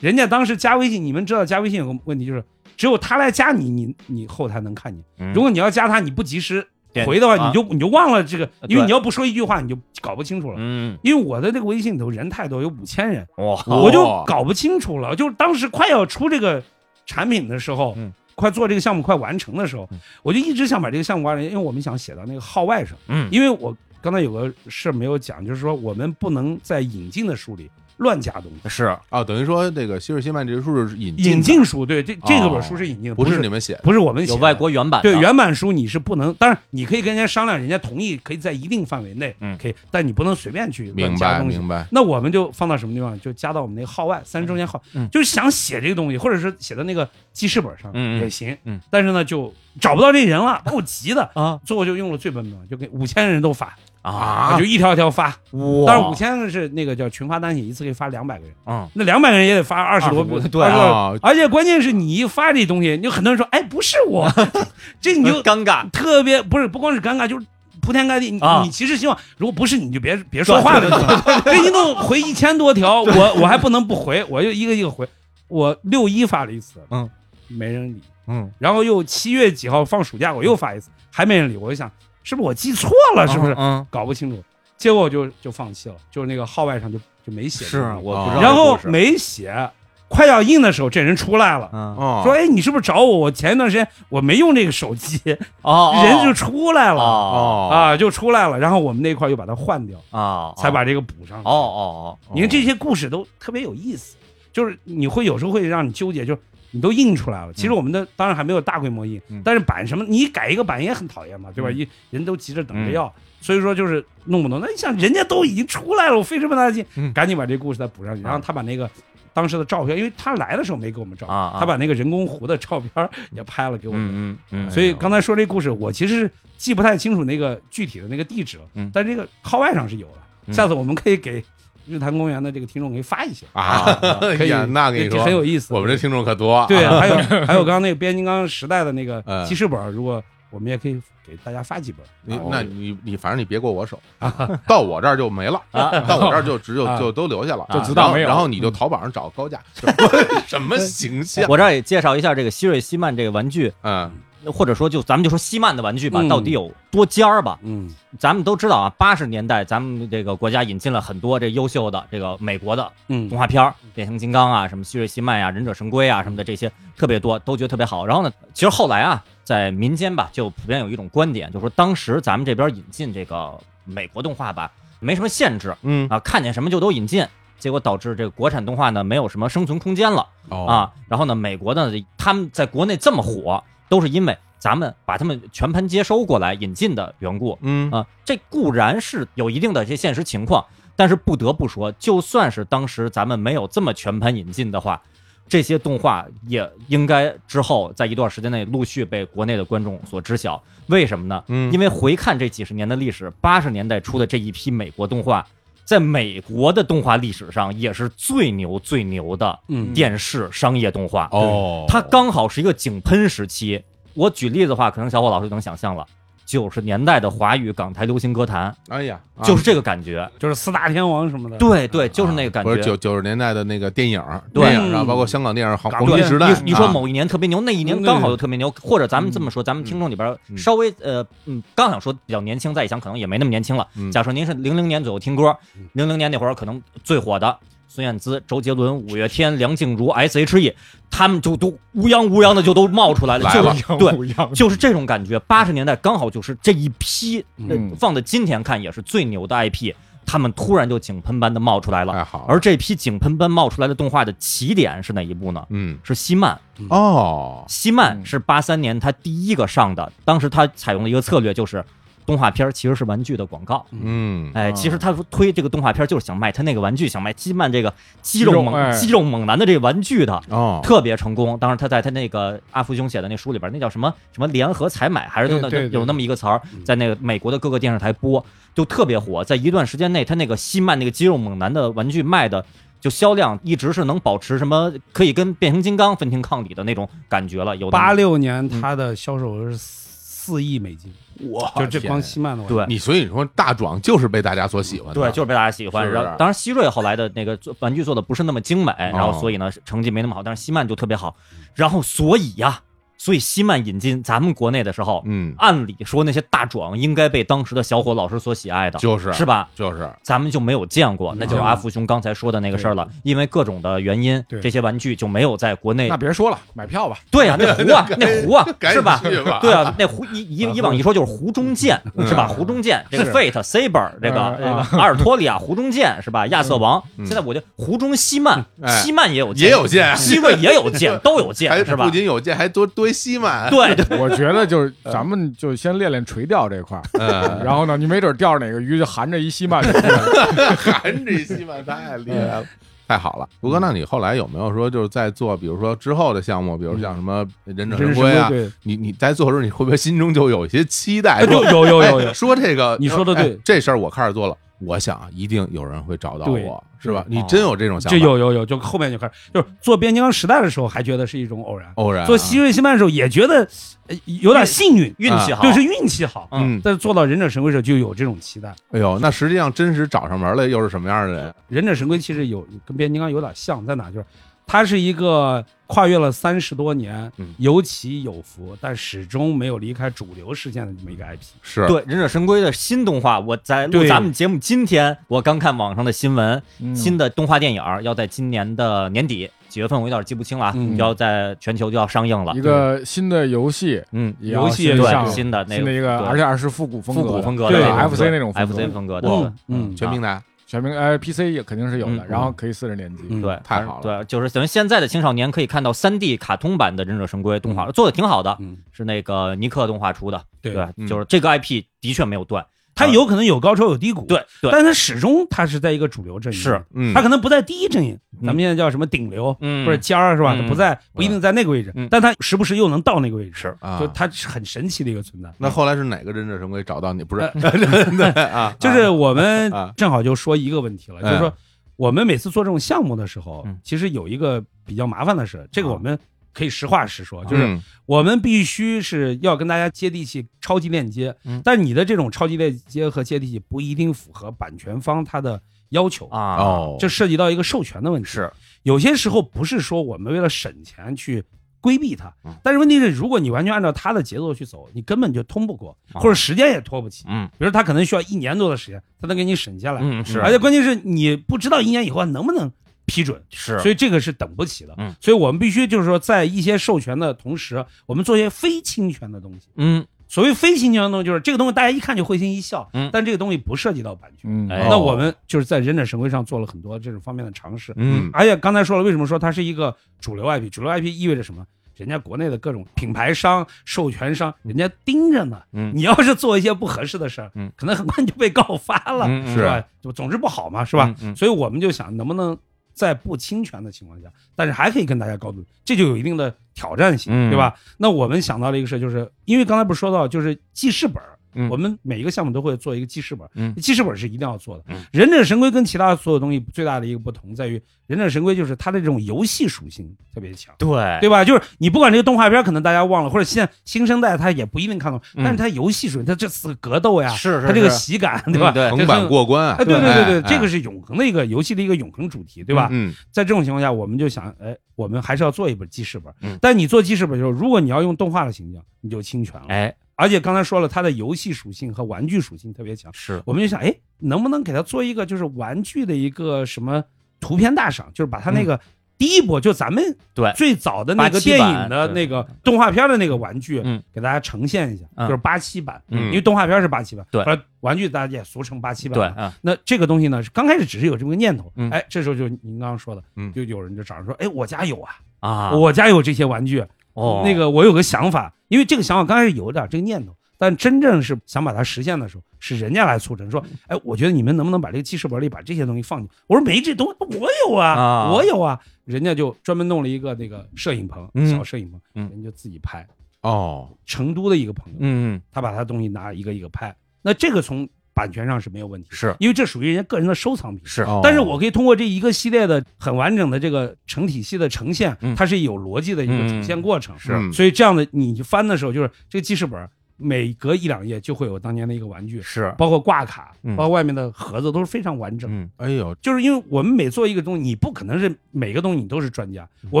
D: 人家当时加微信，你们知道加微信有个问题就是只有他来加你，你你后台能看见。
A: 嗯
D: 如果你要加他，你不及时
B: 点
D: 回的话，
B: 啊
D: 你就你就忘了这个，因为
B: 对
D: 你要不说一句话，你就搞不清楚了。
B: 嗯，
D: 因为我的这个微信里头人太多，有五千人，
B: 哇，
A: 哦
D: 我就搞不清楚了。就是当时快要出这个产品的时候
B: 嗯，
D: 快做这个项目快完成的时候，我就一直想把这个项目完成，因为我们想写到那个号外上。
B: 嗯，
D: 因为我刚才有个事儿没有讲，就是说我们不能在引进的书里乱加东西。
B: 是
A: 啊，等于说这个希尔希曼这些书是引进的
D: 引进书，对这这个本
A: 哦
D: 书是引进的，
A: 不
D: 不
A: 是
D: 是
A: 你们写的
D: 不是我们写
B: 有
D: 的
B: 外国原版的，
D: 对原版书你是不能，当然你可以跟人家商量，人家同意可以在一定范围内，
B: 嗯
D: 可以，但你不能随便去乱
A: 明
D: 加
A: 白
D: 东西
A: 明。白，
D: 那我们就放到什么地方？就加到我们那个号外三十周年号，
B: 嗯
D: 就是想写这个东西，或者是写到那个记事本上
B: 嗯嗯
D: 也行。
B: 嗯
D: 但是呢，就找不到这人了，把我急的，
B: 啊
D: 最后就用了最笨的，就给五千人都发，
B: 啊
D: 我就一条一条发。
B: 哇
D: 但是五千个是那个叫群发单写，一次可以发两百个人，
B: 嗯，
D: 那两百个人也得发二十多
B: 25
D: 部，
B: 对
D: 20多
A: 啊，
D: 而且关键是你一发这东西，你就很多人说，哎，不是我， 这你就
B: 嗯尴尬，
D: 特别不是不光是尴尬，就是铺天盖地。你、
B: 啊
D: 你其实希望，如果不是你就别别说话了，这一弄回一千多条，我我还不能不回，我就一个一个回。我六一发了一次，
B: 嗯，
D: 没人理，
B: 嗯，
D: 然后又七月几号放暑假，我又发一次，还没人理，我就想是不是我记错了，是不是？
B: 嗯，
D: 搞不清楚，结果就就放弃了，就是那个号外上就就没写这
B: 是啊
D: 个东西，
B: 我不知
D: 然
B: 道这故事，
D: 后没写，快要印的时候，这人出来了。
B: 嗯哦
A: 哦，
D: 说哎，你是不是找我？我前一段时间我没用这个手机，
B: 哦
D: 人就出来了、
B: 哦
A: 哦
D: 啊，就出来了。然后我们那块儿又把它换掉，
B: 哦，
D: 才把这个补上。
B: 哦，哦哦，
D: 你看这些故事都特别有意思，就是你会有时候会让你纠结，就是你都印出来了。其
B: 嗯
D: 实我们的当然还没有大规模印，
A: 嗯
D: 但是版什么你改一个版也很讨厌嘛，对吧？
B: 嗯
D: 一人都急着等着要，所以说就是弄不懂。那你想人家都已经出来了，我费这么大劲，
A: 嗯
D: 赶紧把这故事再补上
B: 啊
D: 去。然后他把那个。当时的照片，因为他来的时候没给我们照片，
B: 啊啊
D: 他把那个人工湖的照片也拍了给我们，
A: 哎
B: 嗯嗯嗯，
D: 所以刚才说这故事，我其实是记不太清楚那个具体的那个地址了，
B: 嗯
D: 但这个号外上是有的。
B: 嗯
D: 下次我们可以给日坛公园的这个听众给发一些，
A: 啊，
D: 可
A: 哎
D: 以
A: 呀，，那跟你
D: 这
A: 说
D: 很，有意思。
A: 我们这听众可多，
D: 对，
A: 啊
D: 还有 还有刚刚那个变形金刚时代的那个
A: 嗯
D: 记事本，如果我们也可以给大家发几本。
A: 你
D: 啊
A: 哎那你你反正你别过我手，
B: 啊
A: 到我这儿就没了，到我这儿就只有
D: 啊
A: 就都留下了，
C: 就
A: 啊
C: 知道
A: 然后
C: 没有
A: 然后你
B: 嗯
A: 就淘宝上找高 价，什么什么形象？
B: 我这儿也介绍一下这个希瑞希曼这个玩具，
A: 嗯
B: 或者说就咱们就说希曼的玩具吧，
D: 嗯
B: 到底有多尖儿吧？
D: 嗯
B: 咱们都知道啊，八十年代咱们这个国家引进了很多这优秀的这个美国的动
D: 嗯
B: 画片儿，变形金刚啊，什么希瑞希曼呀、忍者神龟啊什么的，这些特别多，都觉得特别好。然后呢，其实后来啊，在民间吧，就普遍有一种观点，就是说当时咱们这边引进这个美国动画吧，没什么限制
A: 嗯
B: 啊，看见什么就都引进，结果导致这个国产动画呢没有什么生存空间了。
A: 哦
B: 啊，然后呢，美国呢，他们在国内这么火，都是因为咱们把他们全盘接收过来引进的缘故
A: 嗯
B: 啊。这固然是有一定的这现实情况，但是不得不说，就算是当时咱们没有这么全盘引进的话，这些动画也应该之后在一段时间内陆续被国内的观众所知晓。为什么呢？
A: 嗯，
B: 因
A: 为
B: 为回看这几十年的历史，八十年代初的这一批美国动画，在美国的动画历史上也是最牛最牛的。
D: 嗯，
B: 电视商业动画，
A: 哦，
B: 它刚好是一个井喷时期。我举例子的话，可能小伙老师就能想象了，九十年代的华语港台流行歌坛
A: 哎呀，啊啊
B: 就是这个感觉，
D: 就是四大天王什么的。
B: 对对，就是那个感
A: 不是
B: 觉。
A: 九九十年代的那个电影，
B: 对
A: 电影啊，包括香港电影黄
D: 港
A: 黄
B: 对
A: 金时代，
B: 你你说
A: 啊
B: 某一年特别牛，那一年刚好就特别牛，或者咱们这么说，咱们听众里边
A: 嗯
B: 稍微呃嗯，刚想说比较年轻，再一想可能也没那么年轻了
A: 嗯。
B: 假设您是零零年左右听歌，零零年那会儿可能最火的孙燕姿、周杰伦、五月天、梁静茹、S.H.E，他们就都乌泱乌泱的就都冒出来了，
A: 来
B: 就
A: 了
B: 是对，就是这种感觉。八十年代刚好就是这一批，那
C: 嗯
B: 放到今天看也是最牛的 IP，他们突然就井喷般的冒出来了。
A: 太哎好了，
B: 而这批井喷般冒出来的动画的起点是哪一部呢？
A: 嗯
B: 是希曼。
A: 哦
B: 希曼
C: 嗯
B: 是八三年他第一个上的，当时他采用的一个策略就是，动画片儿其实是玩具的广告。
A: 嗯
B: 哎，
C: 啊
B: 其实他说推这个动画片儿就是想卖他那个玩具，想卖希曼这个肌肉
C: 肌肉
B: 猛
C: 哎
B: 肌肉猛男的这个玩具的。
A: 哦
B: 特别成功。当时他在他那个阿福兄写的那书里边，那叫什么什么联合采买，还是就那
C: 对对对嗯
B: 有那么一个词儿，在那个美国的各个电视台播，就特别火。在一段时间内，他那个西曼那个肌肉猛男的玩具卖的。就销量一直是能保持什么可以跟变形金刚分庭抗礼的那种感觉了，有的
D: 八六年他的销售额是四四亿美金，
A: 哇啊
D: 就这光西曼的，
B: 对
A: 你所以说大壮就是被大家所喜欢的，
B: 对，就是被大家喜欢。
A: 是
B: 然后，当然希瑞后来的那个做玩具做的不是那么精美，然
A: 哦
B: 后所以呢成绩没那么好，但是希曼就特别好。然后所以呀、所以希曼引进咱们国内的时候，
A: 嗯，
B: 按理说那些大壮应该被当时的小伙老师所喜爱的，
A: 就是
B: 啊是吧？
A: 就是
B: 咱们就没有见过，那就是
D: 嗯
B: 阿福兄刚才说的那个事儿了。因为各种的原因
C: 对，
B: 这些玩具就没有在国内
C: 那。别说了，买 票吧。
B: 对呀、那壶啊，
A: 那
B: 那壶啊，
A: 赶
B: 是
A: 紧
B: 吧？
A: 去吧，
B: 对啊，那胡以以以往一说就是湖中剑
A: 嗯哎
B: 是吧？湖中剑这
C: 是
B: 个 Fate Saber 这
C: 嗯
B: 个这
C: 嗯
B: 个阿尔托利亚湖中剑是吧？亚瑟王
A: 嗯
B: 现在我觉得湖中西曼
A: 哎
B: 西曼也有剑
A: 也有剑啊
B: 西 瑞也有剑，都有
A: 还
B: 剑是
A: 不
B: 吧？
A: 仅有剑，还多堆西 满，
B: 对对
C: 我觉得就是咱们就先练练垂钓这块儿，
A: 嗯，
C: 然后呢，你没准钓着哪个鱼就含着一西曼，
A: 含着西满太厉害了。太好了，吴哥，那你后来有没有说就是在做，比如说之后的项目，比如像什么忍者神龟啊，
D: 对，
A: 你你在做的时候，你会不会心中就有一些期待？
D: 有有有有
A: 哎
D: 有，
A: 说这个，
D: 你说得
A: 哎
D: 对
A: 这事儿我开始做了，我想啊一定有人会找到
D: 对
A: 我，是吧？
B: 嗯
A: 你真有这种想
D: 就
A: 法？
D: 有有有，就后面就开始就是做变形金刚时代的时候还觉得是一种偶然，
A: 偶然啊
D: 做希瑞西曼的时候也觉得呃有点幸运，啊
B: 运气好，
D: 就是运气好。
A: 嗯，
D: 但是做到忍者神龟的时候就有这种期待。
A: 哎呦，那实际上真实找上门来又是什么样的人？
D: 忍者神龟其实有跟变形金刚有点像，在哪就是它是一个跨越了三十多年
A: 嗯，
D: 有起有伏，但始终没有离开主流视线的这么一个 IP。
A: 是
B: 对《忍者神龟》的新动画，我在录
D: 对
B: 咱们节目今天，我刚看网上的新闻，
C: 嗯
B: 新的动画电影儿要在今年的年底几月份，我有点记不清了啊，
D: 嗯
B: 就要在全球就要上映了
C: 一。个新的游戏，
B: 嗯，
C: 也要
D: 游戏
C: 先
D: 对
C: 上
B: 新的那
C: 新的一个，
B: 对
C: 而且还是复古风格
B: 复
C: 的，
B: 古风格的
C: 对
B: 那种
C: FC 那种风格
B: FC 风格的，啊
D: 嗯嗯，
A: 全平台，
C: 全民呃 PC 也肯定是有的，
B: 嗯
C: 然后可以四十连击，
D: 嗯
B: 对，
A: 太好了。
B: 对，就是等于现在的青少年可以看到三 D 卡通版的《忍者神龟》动画，做的挺好的，
D: 嗯，
B: 是那个尼克动画出的，
D: 对
A: 嗯
B: 就是这个 IP 的确没有断，
D: 它有可能有高潮有低谷，，
B: 对对，
D: 但它始终它是在一个主流阵营，
B: 是，
A: 嗯
D: 它，可能不在第一阵营，
B: 嗯
D: 咱们现在叫什么顶流
B: 嗯，
D: 或者尖儿是吧？
B: 嗯
D: 它不在，不一定在那个位置
B: 嗯，
D: 但它时不时又能到那个位置，
B: 是啊
A: 啊
D: 就它是很神奇的一个存在。
A: 那后来是哪个忍者神龟找到你？不是， 对啊，
D: 呃 就是我们
A: 啊
D: 正好就说一个问题 了，就是
A: 嗯
D: 说我们每次做这种项目的时候
B: 啊嗯，啊
D: 其实有一个比较麻烦的事，这个我们可以实话实说，就是
A: 嗯
D: 我们必须是要跟大家接地气、超级链接
B: 嗯，
D: 但你的这种超级链接和接地气不一定符合版权方他的要求，
B: 啊，
A: 哦，
D: 这涉及到一个授权的问题。
B: 是
D: 有些时候不是说我们为了省钱去规避它
A: 嗯，
D: 但是问题是，如果你完全按照它的节奏去走，你根本就通不过，
B: 啊
D: 或者时间也拖不起。
B: 嗯
D: 比如他可能需要一年多的时间，他能给你省下来，
B: 嗯是，
D: 而且关键是你不知道一年以后能不能批准，
B: 是，
D: 所以这个是等不起的。
B: 嗯
D: 所以我们必须就是说，在一些授权的同时，我们做一些非侵权的东西。
B: 嗯
D: 所谓非侵权的东西，就是这个东西大家一看就会心一笑，
B: 嗯
D: 但这个东西不涉及到版权。
C: 嗯，
B: 哎
D: 那我们就是在忍者神龟上做了很多这种方面的尝试。
A: 嗯
D: 而且刚才说了，为什么说它是一个主流 IP？主流 IP 意味着什么？人家国内的各种品牌商、授权商，人家盯着呢。
B: 嗯
D: 你要是做一些不合适的事儿，
B: 嗯
D: 可能很快就被告发了，
B: 嗯嗯
D: 是吧？就总之不好嘛，是吧？
B: 嗯嗯
D: 所以我们就想，能不能在不侵权的情况下，但是还可以跟大家高度，这就有一定的挑战性，
B: 嗯
D: 对吧？那我们想到了一个事，就是因为刚才不是说到，就是记事本儿。
B: 嗯
D: 我们每一个项目都会做一个记事本儿，
B: 嗯
D: 记事本儿是一定要做的。
B: 嗯
D: 忍者神龟跟其他所有东西最大的一个不同在于，忍者神龟就是它的这种游戏属性特别强，
B: 对
D: 对吧？就是你不管这个动画片，可能大家忘了，或者现在新生代他也不一定看懂，
B: 嗯
D: 但是它游戏属性，它这次格斗呀，
B: 是是
D: 它这个
B: 是
D: 喜感，对吧？
B: 啊嗯对
D: 这
A: 横
D: 很
A: 版过关啊
D: 哎，，对对对对，
A: 哎
D: 这个是永恒的一个游戏的一个永恒主题，对吧？
A: 嗯
D: 在这种情况下，我们就想，哎，我们还是要做一本记事本。
B: 嗯
D: 但你做记事本的时候，如果你要用动画的形象，你就侵权了。
B: 哎
D: 而且刚才说了，它的游戏属性和玩具属性特别强，
B: 是
D: 我们就想，哎，能不能给它做一个就是玩具的一个什么图片大赏，就是把它那个第一波，就咱们
B: 嗯对
D: 最早的那个
B: 87
D: 电影
B: 版
D: 的
B: 对
D: 那个动画片的那个玩具，
B: 嗯
D: 给大家呈现一下，
B: 嗯
D: 就是八七版，
A: 嗯
D: 因为动画片是八七版，
B: 对
D: 而玩具大家也俗称八七版，
B: 对，嗯
D: 那这个东西呢，是刚开始只是有这么个念头，
B: 嗯
D: 哎，这时候就您刚刚说的，
A: 嗯
D: 就有人就找人说，哎，我家有啊，
B: 啊
D: 我家有这些玩具，
B: 哦
D: 那个我有个想法，因为这个想法刚开始有点这个念头，但真正是想把它实现的时候，是人家来促成，说，哎，我觉得你们能不能把这个记事本里把这些东西放进？我说没这东西，我有啊，
B: 啊
D: 我有啊，人家就专门弄了一个那个摄影棚，
B: 嗯
D: 小摄影棚，
B: 嗯
D: 人家就自己拍。
A: 哦，
D: 成都的一个朋友，
B: 嗯
D: 他把他东西拿一个一个拍，那这个从版权上是没有问题的，
B: 是
D: 因为这属于人家个人的收藏品。
B: 是
A: 哦
D: 但是我可以通过这一个系列的很完整的这个成体系的呈现，
B: 嗯
D: 它是有逻辑的一个呈现过程。
A: 是
D: 所以这样的你翻的时候，就是这个记事本，每隔一两页就会有当年的一个玩具，
B: 是，
D: 包括挂卡，
B: 嗯
D: 包括外面的盒子都是非常完整。
B: 嗯，
A: 哎呦，
D: 就是因为我们每做一个东西，你不可能是每个东西你都是专家。
B: 嗯
D: 我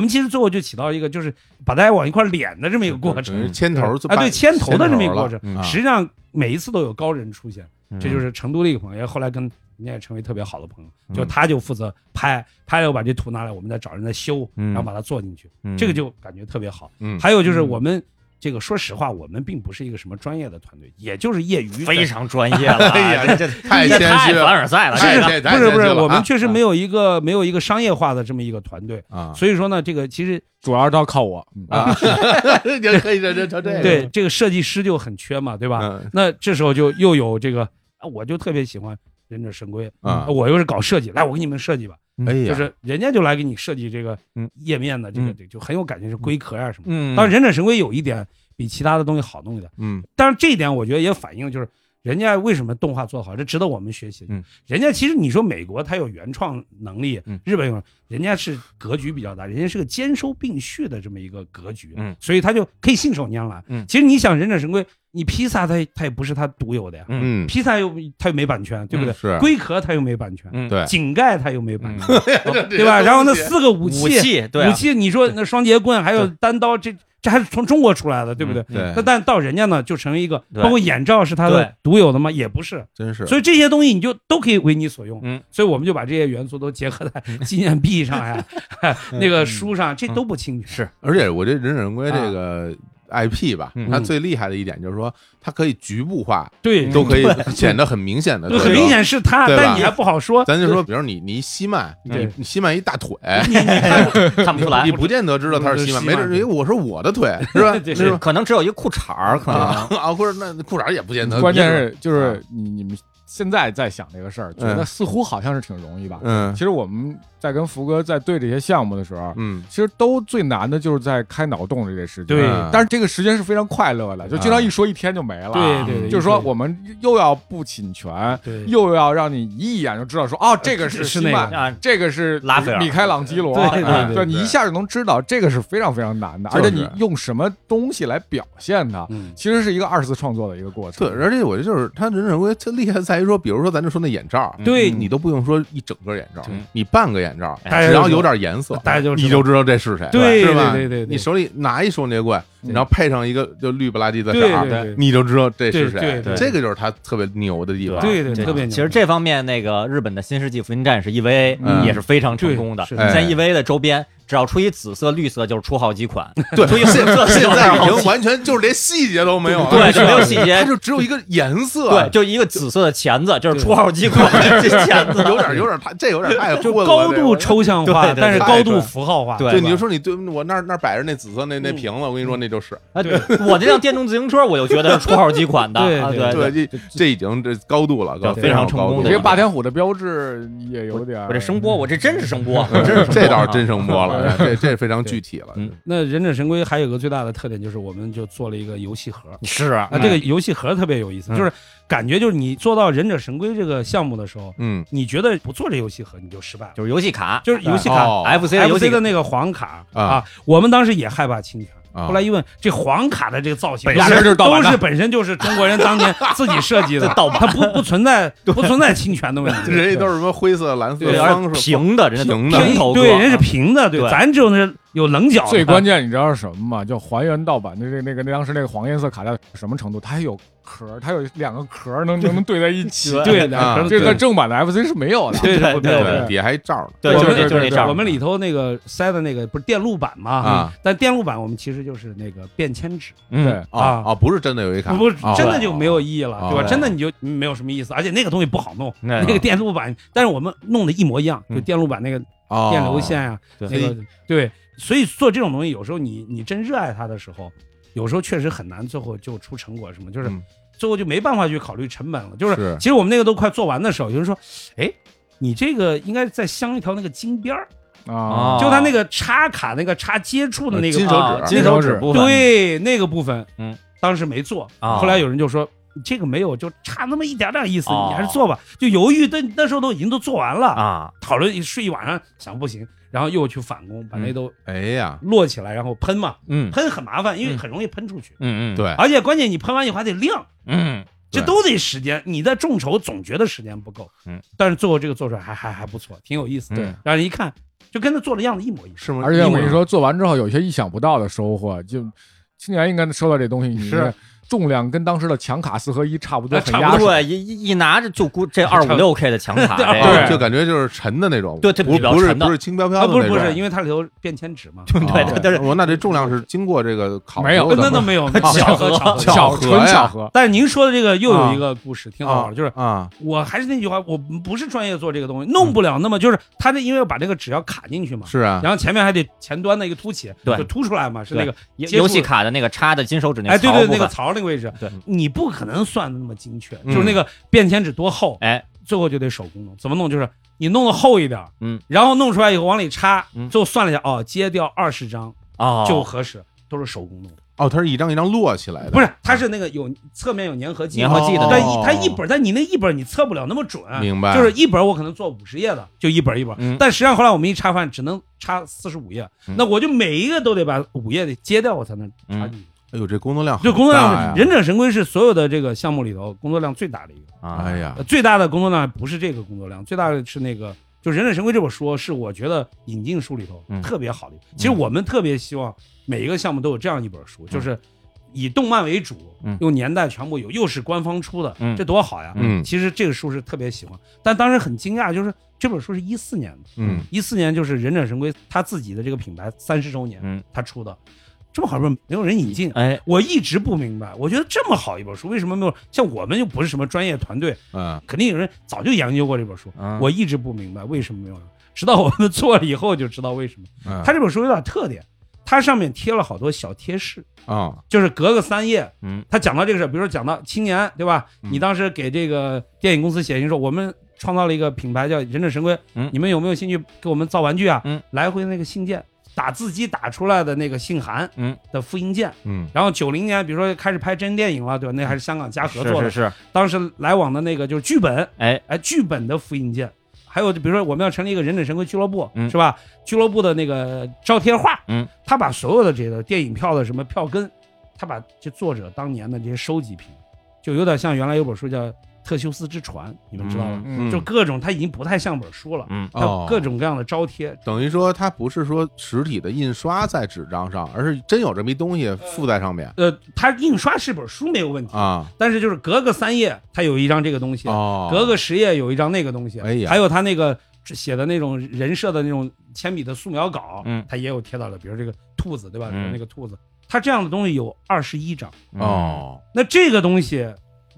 D: 们其实最后就起到一个就是把大家往一块儿敛的这么一个过程，
A: 等于牵头
D: 啊，对牵头的这么一个过
A: 过
D: 程
A: 程。。
B: 嗯
A: 啊
D: 实际上每一次都有高人出现，
A: 嗯
D: 这就是是成都的一个朋友，后来跟人家也成为特别好的朋友，就
B: 嗯
D: 他就负责拍，拍了我把这图拿来，我们再找人再修，
B: 嗯
D: 然后把它做进去，这个就感觉特别好。
A: 嗯，
D: 还有就是我们这个，说实话，我们并不是一个什么专业的团队，也就是业余的，
B: 非常专业了， 啊
A: 哎呀
B: 这这
A: 太
B: 这
A: 谦虚了
B: 凡尔赛了，
A: 太
B: 这
A: 谦
B: 个
A: 虚了
D: 不是不
A: 太谦虚
D: 是，
A: 了
D: 我们
A: 啊
D: 确实没有一个没有一个商业化的这么一个团队，
A: 啊
D: 所以说呢，这个其实
C: 主要是都靠我。嗯
A: 啊，你可以认真成这 个
D: 对这个设计师就很缺嘛，对吧？
A: 哎嗯
D: 那这时候就又有这个，啊我就特别喜欢忍者神龟，
A: 啊
D: 我又是搞设计，来我给你们设计吧。
A: 哎呀，
D: 嗯就是人家就来给你设计这个
B: 啊嗯
D: 页面的这个，
B: 嗯
D: 这就很有感觉是龟壳啊什么的。
B: 嗯，
D: 当然，忍者神龟有一点比其他的东西好弄一点，
A: 嗯
D: 但是这一点我觉得也反映就是人家为什么动画做得好，这值得我们学习。
B: 嗯
D: 人家其实你说美国它有原创能力
B: 嗯，
D: 日本有，人家是格局比较大，人家是个兼收并蓄的这么一个格局，
B: 嗯
D: 所以他就可以信手拈来。
B: 嗯
D: 其实你想忍者神龟，你披萨它它也不是它独有的呀，
A: 嗯，
D: 披萨又它又没版权，对不对？
B: 啊
A: 是
D: 龟壳它又没版权，
B: 嗯
A: 对
D: 井盖它又没版
B: 嗯
D: 权。 对吧？然后那四个武
B: 武
D: 器，
B: 器对啊
D: 武器你说那双节棍还有
B: 对嗯
D: 单刀，这这还是从中国出来的，对不对？
A: 对
D: 那，但到人家呢，就成为一个，
B: 对
D: 包括眼罩是它
B: 对
D: 的独有的吗？也不是，
A: 真是，
D: 所以这些东西你就都可以为你所用。
B: 嗯，
D: 所以我们就把这些元素都结合 在纪念币上呀，那个书上，这都不侵权。
B: 嗯是
A: 而且我这忍者神龟
D: 啊
A: 这个 IP 吧
B: 嗯，
A: 它最厉害的一点就是说，它可以局部化，
D: 对，
A: 都可以显得很明显的
D: 对
B: 啊
A: 特
D: 很
A: 征
D: 明。显是它，
A: 嗯对吧
D: 但你还不好说。
A: 咱就说，比如你你一吸麦，
D: 对
A: 你你吸麦一大腿，
B: 看不出来
A: 你，不见得知道它是吸麦，
D: 嗯
A: 没准
D: 对
A: 因为我说我的 腿是吧？
D: 对
A: 是吧？
B: 可能只有一个裤衩儿，可能
A: 啊啊，或者那裤衩也不 见得。
C: 关键
A: 你
C: 是就是你你们现在在想这个事儿，觉得似乎好像是挺容易吧？
A: 嗯
C: 其实我们在跟福哥在对这些项目的时候，
A: 嗯，
C: 其实都最难的就是在开脑洞这些时间。
D: 对
A: 嗯
C: 但是这个时间是非常快乐的，就经常一说一天就没了。
D: 对对对，
C: 就是说我们又要不侵权，
D: 对
C: 又要让你一眼就知道说，哦，这个是
D: 是
C: 西
D: 那个
C: 曼
B: 啊，
C: 这个是
B: 拉斐尔
C: 米开朗基罗，
D: 对对对
C: 啊
D: 对
C: 对你一下就能知道这个是非常非常难的，
A: 就是
C: 而且你用什么东西来表现它，
D: 嗯，
C: 其实是一个二次创作的一个过
A: 对，
C: 程。
A: 而且我觉得就是它忍者神龟，它厉害在于说，比如说咱就说那眼罩，
D: 对
A: 你都不用说一整个眼罩
B: 对，
A: 你半个眼罩，
D: 大家
A: 只要
D: 就
A: 有点颜色，
D: 大家就知道
A: 你就知道这是谁，
D: 对
A: 是吧？
D: 对对对对
A: 你手里拿一双节棍，然后配上一个就绿不拉几的
D: 对
A: 色，
D: 对
A: 你就知道这是谁。
D: 对对
B: 对
A: 这个就是他特别牛的地方。
D: 对对，
B: 这
D: 特别牛。
B: 其实这方面，那个日本的新世纪福音战士 EVA、
A: 嗯
B: 也是非常成功的。
D: 对是
B: 你现在
A: 哎
B: EVA 的周边，只要出一紫色、绿色，就是出好几款。
A: 对，
B: 所以
A: 现
B: 这
A: 现
B: 这
A: 在
B: 这
A: 已经完全就是连细节都没有了，
B: 对就没有细节
A: 它就只有一个颜色，
B: 对，，就一个紫色的钳子，就是出好几款这钳子。
A: 有点有点太这有点太
D: 就
A: 混了
D: 高
A: 这
D: 度
A: 个
D: 抽象
B: 对
D: 化，
B: 对对
D: 但是
A: 太
D: 高
A: 对
D: 度符号化。
B: 对
A: 对，
B: 吧
A: 你就说你对我那儿那儿摆着那紫色那那瓶子，我跟你说那就是，
B: 啊对我这辆电动自行车，我就觉得是出好几款的。
D: 对
B: 啊
D: 对
B: 对
A: 对，，这这已经这高度了，高
B: 对
A: 非常
B: 非常成
A: 高度
B: 功
A: 了
C: 你
B: 的
C: 这个霸天虎的标志也有点儿，
B: 我这声波，我这真是声波，我真是声波
A: 这倒是
B: 啊
A: 真声波了，哎这这非常具体了。
B: 嗯
D: 那忍者神龟还有个最大的特点就是，我们就做了一个游戏盒
C: 嗯
B: 是啊
D: 啊，这个游戏盒特别有意思，
B: 嗯
D: 就是感觉就是你做到忍者神龟这个项目的时候，
A: 嗯，
D: 你觉得不做这游戏盒你就失败了，
B: 就是游戏卡，
D: 就是游戏
B: 对
D: 卡
A: 哦
B: FC 的游
D: FC
B: 戏
D: 的那个黄卡
A: 啊
D: 啊，我们当时也害怕侵权。
A: 啊
D: 后来一问，这黄卡的这个造型
B: 本身就是盗版
D: 都
B: 的
D: 是本身就是中国人当年自己设计的盗版，它不不存在不存在侵权的问题。
A: 人家都是什么灰色、蓝色、
B: 对而
A: 方是吧
B: 平的，人家
A: 平的
B: 平头哥，啊
D: 对，人是平的，对，
B: 对
D: 咱只有那有棱角的。
C: 最关键你知道是什么吗？叫还原盗版的这个那个那当时那个黄颜色卡带什么程度？它还有壳儿，它有两个壳儿能能能对在一起。
D: 对，
A: 啊
D: 两格的
C: 这
D: 对
C: 在正版的 FC 是没有的。
D: 对对
B: 对
A: 对，底下还罩呢。
B: 对，
D: 我
B: 就是
D: 们
B: 那就是那
C: 对
B: 张，
D: 我们里头那个塞的那个不是电路板嘛？嗯
A: 啊，
D: 但电路板我们其实就是那个便签纸，
B: 嗯
C: 对，
A: 啊啊，不是真的有一卡，
D: 不
A: 哦
D: 真的就没有意义
A: 哦
D: 了，对吧？
A: 对
D: 真的你就没有什么意思，而且那个东西不好弄，
B: 那
A: 啊
D: 那个电路板，但是我们弄的一模一样，
B: 嗯
D: 就电路板那个
A: 哦
D: 电流线啊呀，
B: 对
D: 那个对，所以做这种东西，有时候你你真热爱它的时候，有时候确实很难，最后就出成果什么，就是
A: 嗯
D: 最后就没办法去考虑成本了，就是其实我们那个都快做完的时候，有人说，哎，你这个应该再镶一条那个金边儿。
B: 哦
C: 啊，
D: 哦就它那个插卡那个插接触的那个
A: 金
D: 啊，
A: 手指
B: 啊金手指部分，
D: 对那个部分，
B: 嗯，
D: 当时没做，
B: 啊
D: 后来有人就说。这个没有，就差那么一点点意思，
B: 哦
D: 你还是做吧。就犹豫，但那时候都已经都做完了，
B: 啊，
D: 讨论一睡一晚上，想不行，然后又去反攻，把那都
A: 哎呀，
D: 摞起来，然后喷嘛，
B: 嗯
D: 喷很麻烦，因为
B: 嗯
D: 很容易喷出去，
B: 嗯嗯，
A: 对，
D: 而且关键你喷完以后还得晾，
B: 嗯
D: 这
A: 对
D: 都得时间。你在众筹总觉得时间不够，
B: 嗯，
D: 但是最后这个做出来还还还不错，挺有意思的。
B: 对
D: 让人一看就跟他做的样子一模一样。
A: 是吗？
C: 而且我
A: 一模
C: 跟
A: 一
C: 你
A: 样，
C: 说，做完之后有一些意想不到的收获，就青年应该收到这东西，你
A: 是
C: 重量跟当时的强卡四合一差不多，
D: 哎
C: 很
D: 差不
C: 压
D: 多
C: 实。
B: 对，一一一拿着就估 这二五六 K 的强卡，
D: 对
B: 这
A: 对，
B: 个
A: 就感觉就是沉的那种，
B: 对
A: 不
B: 对比较
A: 不是
B: 沉的
A: 不是轻飘飘
D: 啊，
A: 的
D: 不
A: 那
D: 是
A: 种，
D: 不是，因为它里头变迁纸嘛，
B: 对对
C: 啊
B: 对，但是
A: 我那这重量是经过这个考
C: 没有
A: 究的
D: 那
A: 吗
D: 都没有
B: 巧
D: 巧
B: 合
D: 合巧合。
A: 巧
C: 巧
A: 合
C: 纯
A: 呀
C: 巧合。
D: 但是您说的这个又
B: 啊
D: 有一个故事挺好玩，就是
A: 啊，
D: 我还是那句话，我不是专业做这个东西，弄不了。那么就是他这因为要把这个纸要卡进去嘛，
A: 是啊，
D: 然后前面还得前端的一个凸起，
B: 对
D: 就凸出来嘛，是那个接触
B: 游戏卡的那个插的金手指那
D: 哎，
B: 个
D: 对
B: 槽
D: 对，
B: 部
D: 那个
B: 分，
D: 槽那个位置，
B: 对，
D: 你不可能算的那么精确，
A: 嗯
D: 就是那个便签纸多厚，
B: 哎，
D: 最后就得手工弄。怎么弄？就是你弄的厚一点，
B: 嗯，
D: 然后弄出来以后往里插，
B: 嗯
D: 最后算了一下，哦，揭掉二十张
B: 哦，
D: 就合适，都是手工弄的，
A: 哦，它是一张一张摞起来的，
D: 不是，它是那个有侧面有粘合剂
B: 粘
D: 嘛，
B: 合剂哦的那
D: 但
B: 种
D: 哦一它一本，但你那一本你测不了那么准，
A: 明白
D: 就是一本我可能做五十页的，就一本一本，
B: 嗯
D: 但实际上后来我们一插饭只能插四十五页，
A: 嗯
D: 那我就每一个都得把五页得揭掉，我才能插
B: 嗯
D: 进去。
A: 哎呦，这工作量
D: 就
A: 很
D: 工作
A: 大呀
D: 量是，忍者神龟是所有的这个项目里头工作量最大的一个，
B: 啊，
A: 哎呀
D: 呃，最大的工作量不是这个工作量，最大的是那个，就忍者神龟这本书是我觉得引进书里头
B: 嗯
D: 特别好的一个。其实我们特别希望每一个项目都有这样一本书，就是以动漫为主
B: 嗯，
D: 用年代全部有，又是官方出的
B: 嗯，
D: 这多好呀！
A: 嗯
D: 其实这个书是特别喜欢，但当时很惊讶，就是这本书是一四年的，
A: 嗯，
D: 一四年就是忍者神龟他自己的这个品牌三十周年，
B: 嗯
D: 他出的，这么好本没有人引进，啊
B: 哎，
D: 我一直不明白，我觉得这么好一本书，为什么没有？像我们又不是什么专业团队，
A: 嗯，
D: 肯定有人早就研究过这本书。
B: 嗯
D: 我一直不明白为什么没有人，直到我们做了以后就知道为什么。
A: 嗯
D: 它这本书有点特点，它上面贴了好多小贴士，
A: 啊，
D: 就是隔个三页，
B: 嗯，
D: 他讲到这个事儿，比如说讲到青年，对吧？
A: 嗯
D: 你当时给这个电影公司写信说，我们创造了一个品牌叫忍者神龟，
B: 嗯
D: 你们有没有兴趣给我们造玩具啊？
B: 嗯，
D: 来回那个信件，打字机打出来的那个信函，
B: 嗯
D: 的复印件。
A: 嗯
D: 然后九零年，比如说开始拍真人电影了，对吧？那还是香港嘉禾
B: 是
D: 做的，
B: 是是，
D: 当时来往的那个就是剧本，
B: 哎，
D: 哎，剧本的复印件。还有，就比如说我们要成立一个忍者神龟俱乐部，
B: 嗯
D: 是吧？俱乐部的那个招贴画，
B: 嗯，
D: 他把所有的这个电影票的什么票根，他把这作者当年的这些收集品，就有点像原来有本书叫《特修斯之船》，你们知道吗？
A: 嗯，
D: 就各种，它已经不太像本书了，
B: 嗯
D: 它
A: 哦
D: 有各种各样的招贴，
A: 等于说它不是说实体的印刷在纸张上，而是真有这么一东西附在上面
D: 呃，它印刷是本书没有问题，
A: 啊，
D: 但是就是隔个三页，它有一张这个东西，
A: 哦，
D: 隔个十页有一张那个东西，
A: 哎呀
D: 还有他那个写的那种人设的那种铅笔的素描稿，
B: 嗯
D: 他也有贴到的，比如这个兔子，对吧？
B: 嗯
D: 比如那个兔子，他这样的东西有二十一张。
A: 哦，
D: 那这个东西，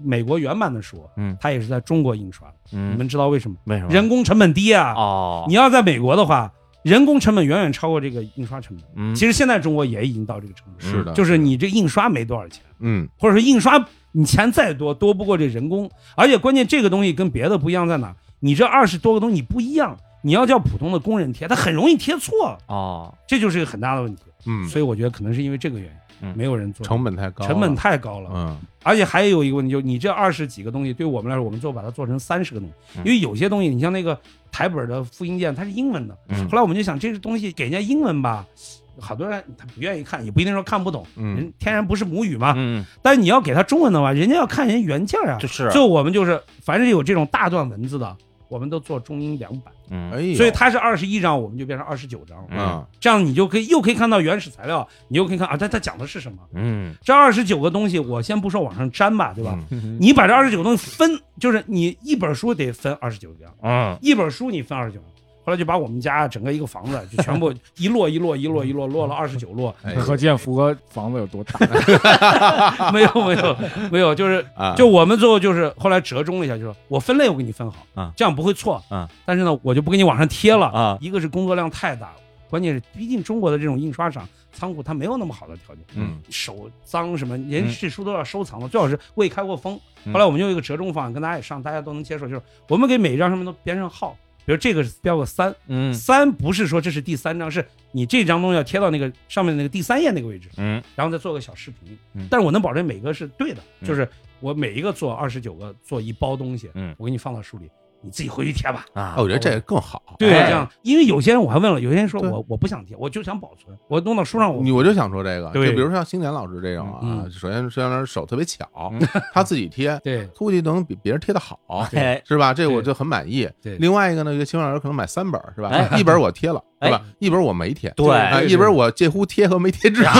D: 美国原版的书，
B: 嗯
D: 它也是在中国印刷的，你
B: 嗯，
D: 们知道为什么？
B: 为什么
D: 人工成本低啊！
B: 哦，
D: 你要在美国的话，人工成本远远超过这个印刷成本。
B: 嗯啊
D: 其实现在中国也已经到这个程度，
A: 是的，
D: 嗯就是你这印刷没多少钱。
A: 嗯
D: 或者说印刷你钱再多多不过这人工，而且关键这个东西跟别的不一样在哪？你这二十多个东西你不一样，你要叫普通的工人贴，它很容易贴错，
B: 哦，
D: 这就是一个很大的问题。
A: 嗯，
D: 所以我觉得可能是因为这个原因，
B: 嗯
D: 没有人做，
A: 成本太高了，
D: 成本太高了。
A: 嗯
D: 而且还有一个问题，就是你这二十几个东西，对我们来说，我们最后把它做成三十个东西，
B: 嗯
D: 因为有些东西，你像那个台本的复印件，它是英文的。
B: 嗯
D: 后来我们就想，这个东西给人家英文吧，好多人他不愿意看，也不一定说看不懂，
A: 嗯
D: 人天然不是母语嘛。
B: 嗯，
D: 但你要给他中文的话，人家要看人原件啊。
B: 就是，
D: 就我们就是，凡是有这种大段文字的，我们都做中英两版，
B: 嗯，
A: 哎呦，
D: 所以它是二十一章，我们就变成二十九章了。
A: 嗯
D: 这样你就可以又可以看到原始材料，你又可以看啊，它它讲的是什么？
B: 嗯，
D: 这二十九个东西，我先不说往上粘吧，对吧？
A: 嗯
B: 嗯，
D: 你把这二十九个东西分，就是你一本书得分二十九个样，
B: 嗯，
D: 一本书你分二十九。后来就把我们家整个一个房子就全部一摞一摞一摞一摞摞了二十九摞，
A: 哎
C: 可见福哥房子有多大。
D: 没有没有没有，就是
A: 啊，
D: 就我们最后就是后来折中了一下，就说我分类我给你分好
B: 啊
D: 这样不会错
B: 啊。
D: 但是呢，我就不给你往上贴了
B: 啊
D: 一个是工作量太大了，关键是毕竟中国的这种印刷厂仓库它没有那么好的条件，
A: 嗯
D: 手脏什么，连
B: 嗯
D: 这书都要收藏了，最好是未开过封。
B: 嗯
D: 后来我们用一个折中方案跟大家也上，大家都能接受，就是我们给每一张上面都编上号，比如这个是标个三，
B: 嗯，
D: 三不是说这是第三张，是你这张东西要贴到那个上面那个第三页那个位置。
B: 嗯，
D: 然后再做个小视频
B: 嗯。
D: 但是我能保证每个是对的，
B: 嗯
D: 就是我每一个做二十九个，做一包东西，
B: 嗯
D: 我给你放到书里，你自己回去贴吧。
B: 啊
A: 哎，我觉得这更好。
D: 对，
B: 哎
D: 这样，因为有些人我还问了，有些人说
A: 对
D: 我我不想贴，我就想保存，我弄到书上我
A: 你我就想说这个，就
D: 对
A: 比如像星年老师这种啊，
D: 嗯
A: 首先虽然手特别巧
B: 嗯，
A: 他自己贴，
D: 对
A: 估计能比别人贴的好，
B: 哎
A: 是吧？这我
D: 对
A: 就很满意。
D: 对
A: 另外一个呢，这个青年老师可能买三本儿，是吧？
B: 哎
A: 一本儿我贴了，
B: 哎
A: 是吧？一本儿我没贴，
B: 对
A: 啊，
C: 对
A: 一本儿我介乎贴和没贴之间，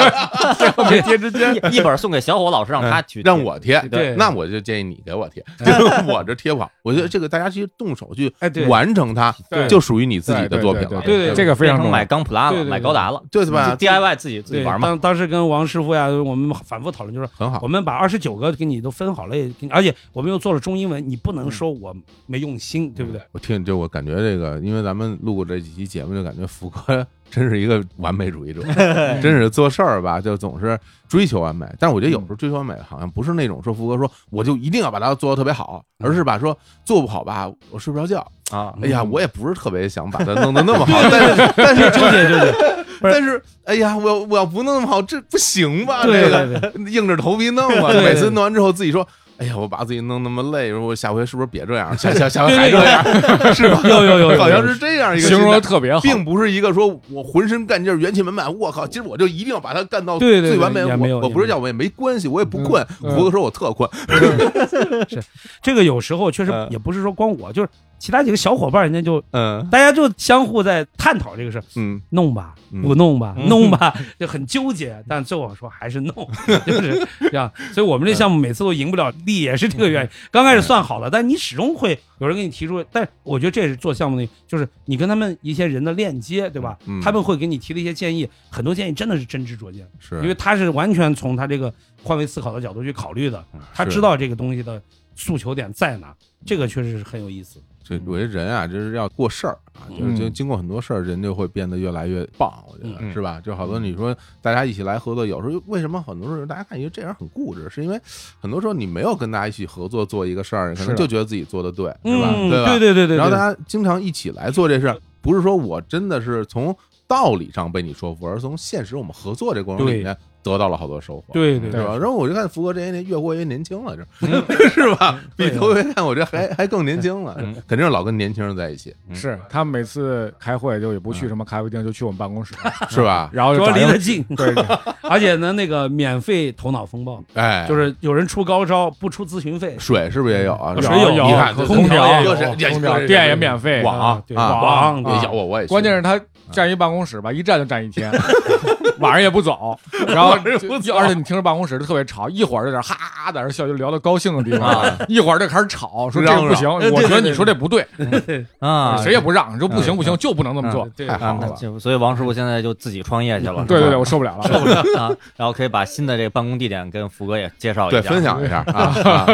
B: 这贴之间 一本送给小伙老师，让他去
A: 嗯让我贴。
D: 对
A: 那我就建议你给我贴，就是我这贴不好。我觉得这个大家其实动手去
D: 哎对
A: 完成它，
C: 对
A: 就属于你自己的作品了。
C: 嗯对
D: 对对
A: 吧
C: 这个非
B: 变
C: 常
B: 成
C: 重
B: 买
C: 要。
B: 钢普拉
D: 对
B: 了，
D: 对对
B: 买高达了，
A: 对对吧？
B: ，DIY 自己自己
D: 对
B: 玩嘛，
D: 当当时跟王师傅呀，我们反复讨论，就是
A: 很好
D: 我。们把二十九个给你都分好了，也给你，而且我们又做了中英文，你不能说我没用心，对不对？
A: 我听就我感觉这个，因为咱们录过这几期节目，就感觉福哥 真是一个完美主义 者，真是做事儿吧，就总是追求完美。但是我觉得有时候追求完美好像不是那种说福哥说我就一定要把它做得特别好，而是吧说做不好吧我睡不着觉，
D: 嗯
B: 啊，
A: 哎呀我也不是特别想把它弄得那么好，但是但是
D: 纠结纠结，是
A: 但是哎呀我我要不弄那么好这不行吧？
D: 对
A: 这
D: 对
A: 个
D: 对
A: 硬着头皮弄吧，
D: 对
A: 每次弄完之后自己说。哎呀，我把自己弄那么累，我下回是不是别 这样？下下下回还这样，是吧？
D: 有有有有，
A: 好像是这样一个
C: 形容
A: 心态
C: 的特别好，
A: 并不是一个说我浑身干劲儿、元气满满，我靠，今儿我就一定要把它干到
D: 对对
A: 最完美。
D: 对也没有
A: 我我不是叫我也没关系，我也不困。
C: 嗯嗯
A: 胡哥说我特困，
D: 这个有时候确实
A: 嗯
D: 也不是说光我，就是其他几个小伙伴，人家就
A: 嗯
D: 大家就相互在探讨这个事儿，
A: 嗯，
D: 弄吧，
A: 嗯
D: 不弄吧，
B: 嗯
D: 弄吧，就很纠结。但最后说还是弄， 就是这样。所以我们这项目每次都赢不了利，也是这个原
A: 嗯
D: 因。刚开始算好了，但你始终会有人给你提出，但我觉得这也是做项目的，就是你跟他们一些人的链接，对吧
A: 嗯？
D: 他们会给你提的一些建议，很多建议真的是真知灼见，
A: 是
D: 因为他是完全从他这个换位思考的角度去考虑的，他知道这个东西的诉求点在哪，这个确实是很有意思。
A: 这我觉得人啊，就是要过事儿啊，就是
C: 嗯
A: 经经过很多事儿，人就会变得越来越棒，我觉得、
B: 嗯
A: 是吧？就好多你说大家一起来合作，有时候为什么很多时候大家感觉这人很固执，是因为很多时候你没有跟大家一起合作做一个事儿，可能
C: 是
A: 就觉得自己做的对，是吧？
D: 嗯，
A: 对吧？
D: 对对对对。
A: 然后大
D: 对
A: 家经常一起来做这事儿，不是说我真的是从道理上被你说服，而是从现实我们合作这过程里面得到了好多收获。。
D: 对对
A: 对
D: 对
A: 吧？然后我就看福哥这些年越活越年轻了，这 是吧？比
D: 对
A: 头一回看，我觉得还还更年轻了
B: 嗯，
A: 肯定是老跟年轻人在一起，
C: 是他们每次开会就也不
A: 嗯
C: 去什么咖啡厅，就去我们办公室，
A: 是吧？
C: 然后
D: 主
C: 就
D: 要
C: 找
D: 离
C: 人
D: 得近，
C: 对，
D: 而且呢，那个免费头脑风暴，
A: 哎，
D: 就是有人出高招不出咨询费，
A: 水是不是也有啊？
D: 水
A: 是吧
D: 有有
A: 你看这
D: 空调
A: 这
D: 有
A: 这这
C: 空调
A: 这
C: 电也免费，
A: 网
D: 哎对
A: 啊
D: 网
A: 也有我我也
C: 关键是他占一办公室吧，一站就站一天， 晚上也不走，然后就而且你听着办公室特别吵，一会儿就在那哈哈哈在那笑，就聊到高兴的地方，一会儿就开始吵，说这
A: 嚷
C: 个不行，
A: 嚷
C: 我觉得你说这不对，
B: 啊，
C: 谁也不让，说不行
B: 嗯
C: 不行，就不能这么做，
D: 对
A: 太好
B: 啊那
A: 了，
B: 就所以王师傅现在就自己创业去了，
C: 对对对，
B: 是
C: 我受不了了，
B: 吧 啊，然后可以把新的这个办公地点跟福哥也介绍一下，
A: 对，分享一下啊，啊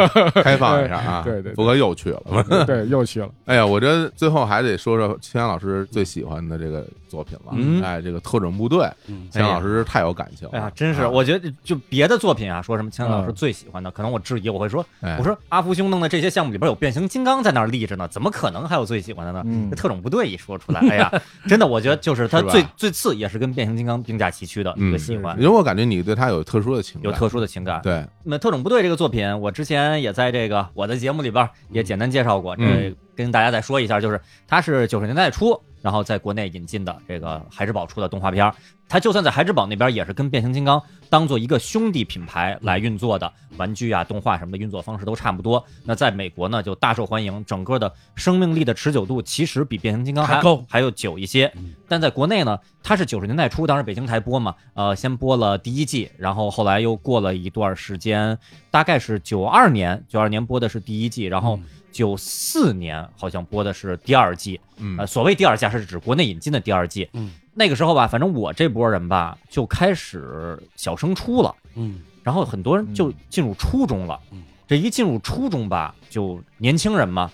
A: 开放一下啊，
C: 对对对
A: 福哥又去了，
C: 对，又去了，
A: 哎呀，我这最后还得说说青阳老师最喜欢的这个作品了。
B: 嗯
A: 哎，这个特种部队，
D: 嗯
A: 青阳老师太有感情了。
B: 哎呀，真是，
A: 啊
B: 我觉得就别的作品啊，说什么青年老师最喜欢的，可能我质疑，我会说，
A: 哎
B: 我说阿福兄弄的这些项目里边有变形金刚在那儿立着呢，怎么可能还有最喜欢的呢？
C: 嗯
B: 这特种部队一说出来，哎呀，真的，我觉得就是他
A: 是吧
B: 最最次也是跟变形金刚并驾齐驱的一个喜欢，
A: 嗯因为我感觉你对他有特殊的情感，
B: 有特殊的情感。
A: 对，
B: 那特种部队这个作品，我之前也在这个我的节目里边也简单介绍过，
A: 嗯
B: 这跟大家再说一下，就是它是九十年代初，然后在国内引进的这个孩之宝出的动画片儿。它就算在孩之宝那边，也是跟变形金刚当做一个兄弟品牌来运作的，玩具啊、动画什么的运作方式都差不多。那在美国呢，就大受欢迎，整个的生命力的持久度其实比变形金刚还
D: 还高
B: 还有久一些。但在国内呢，它是九十年代初，当时北京台播嘛，呃，先播了第一季，然后后来又过了一段时间，大概是九二年，九二年播的是第一季，
D: 嗯
B: 然后九四年好像播的是第二季。
A: 嗯
B: 呃，，所谓第二季是指国内引进的第二季。
D: 嗯
B: 那个时候吧，反正我这波人吧，就开始小升初了，
D: 嗯
B: 然后很多人就进入初中了。
D: 嗯
B: 这一进入初中吧，就年轻人嘛，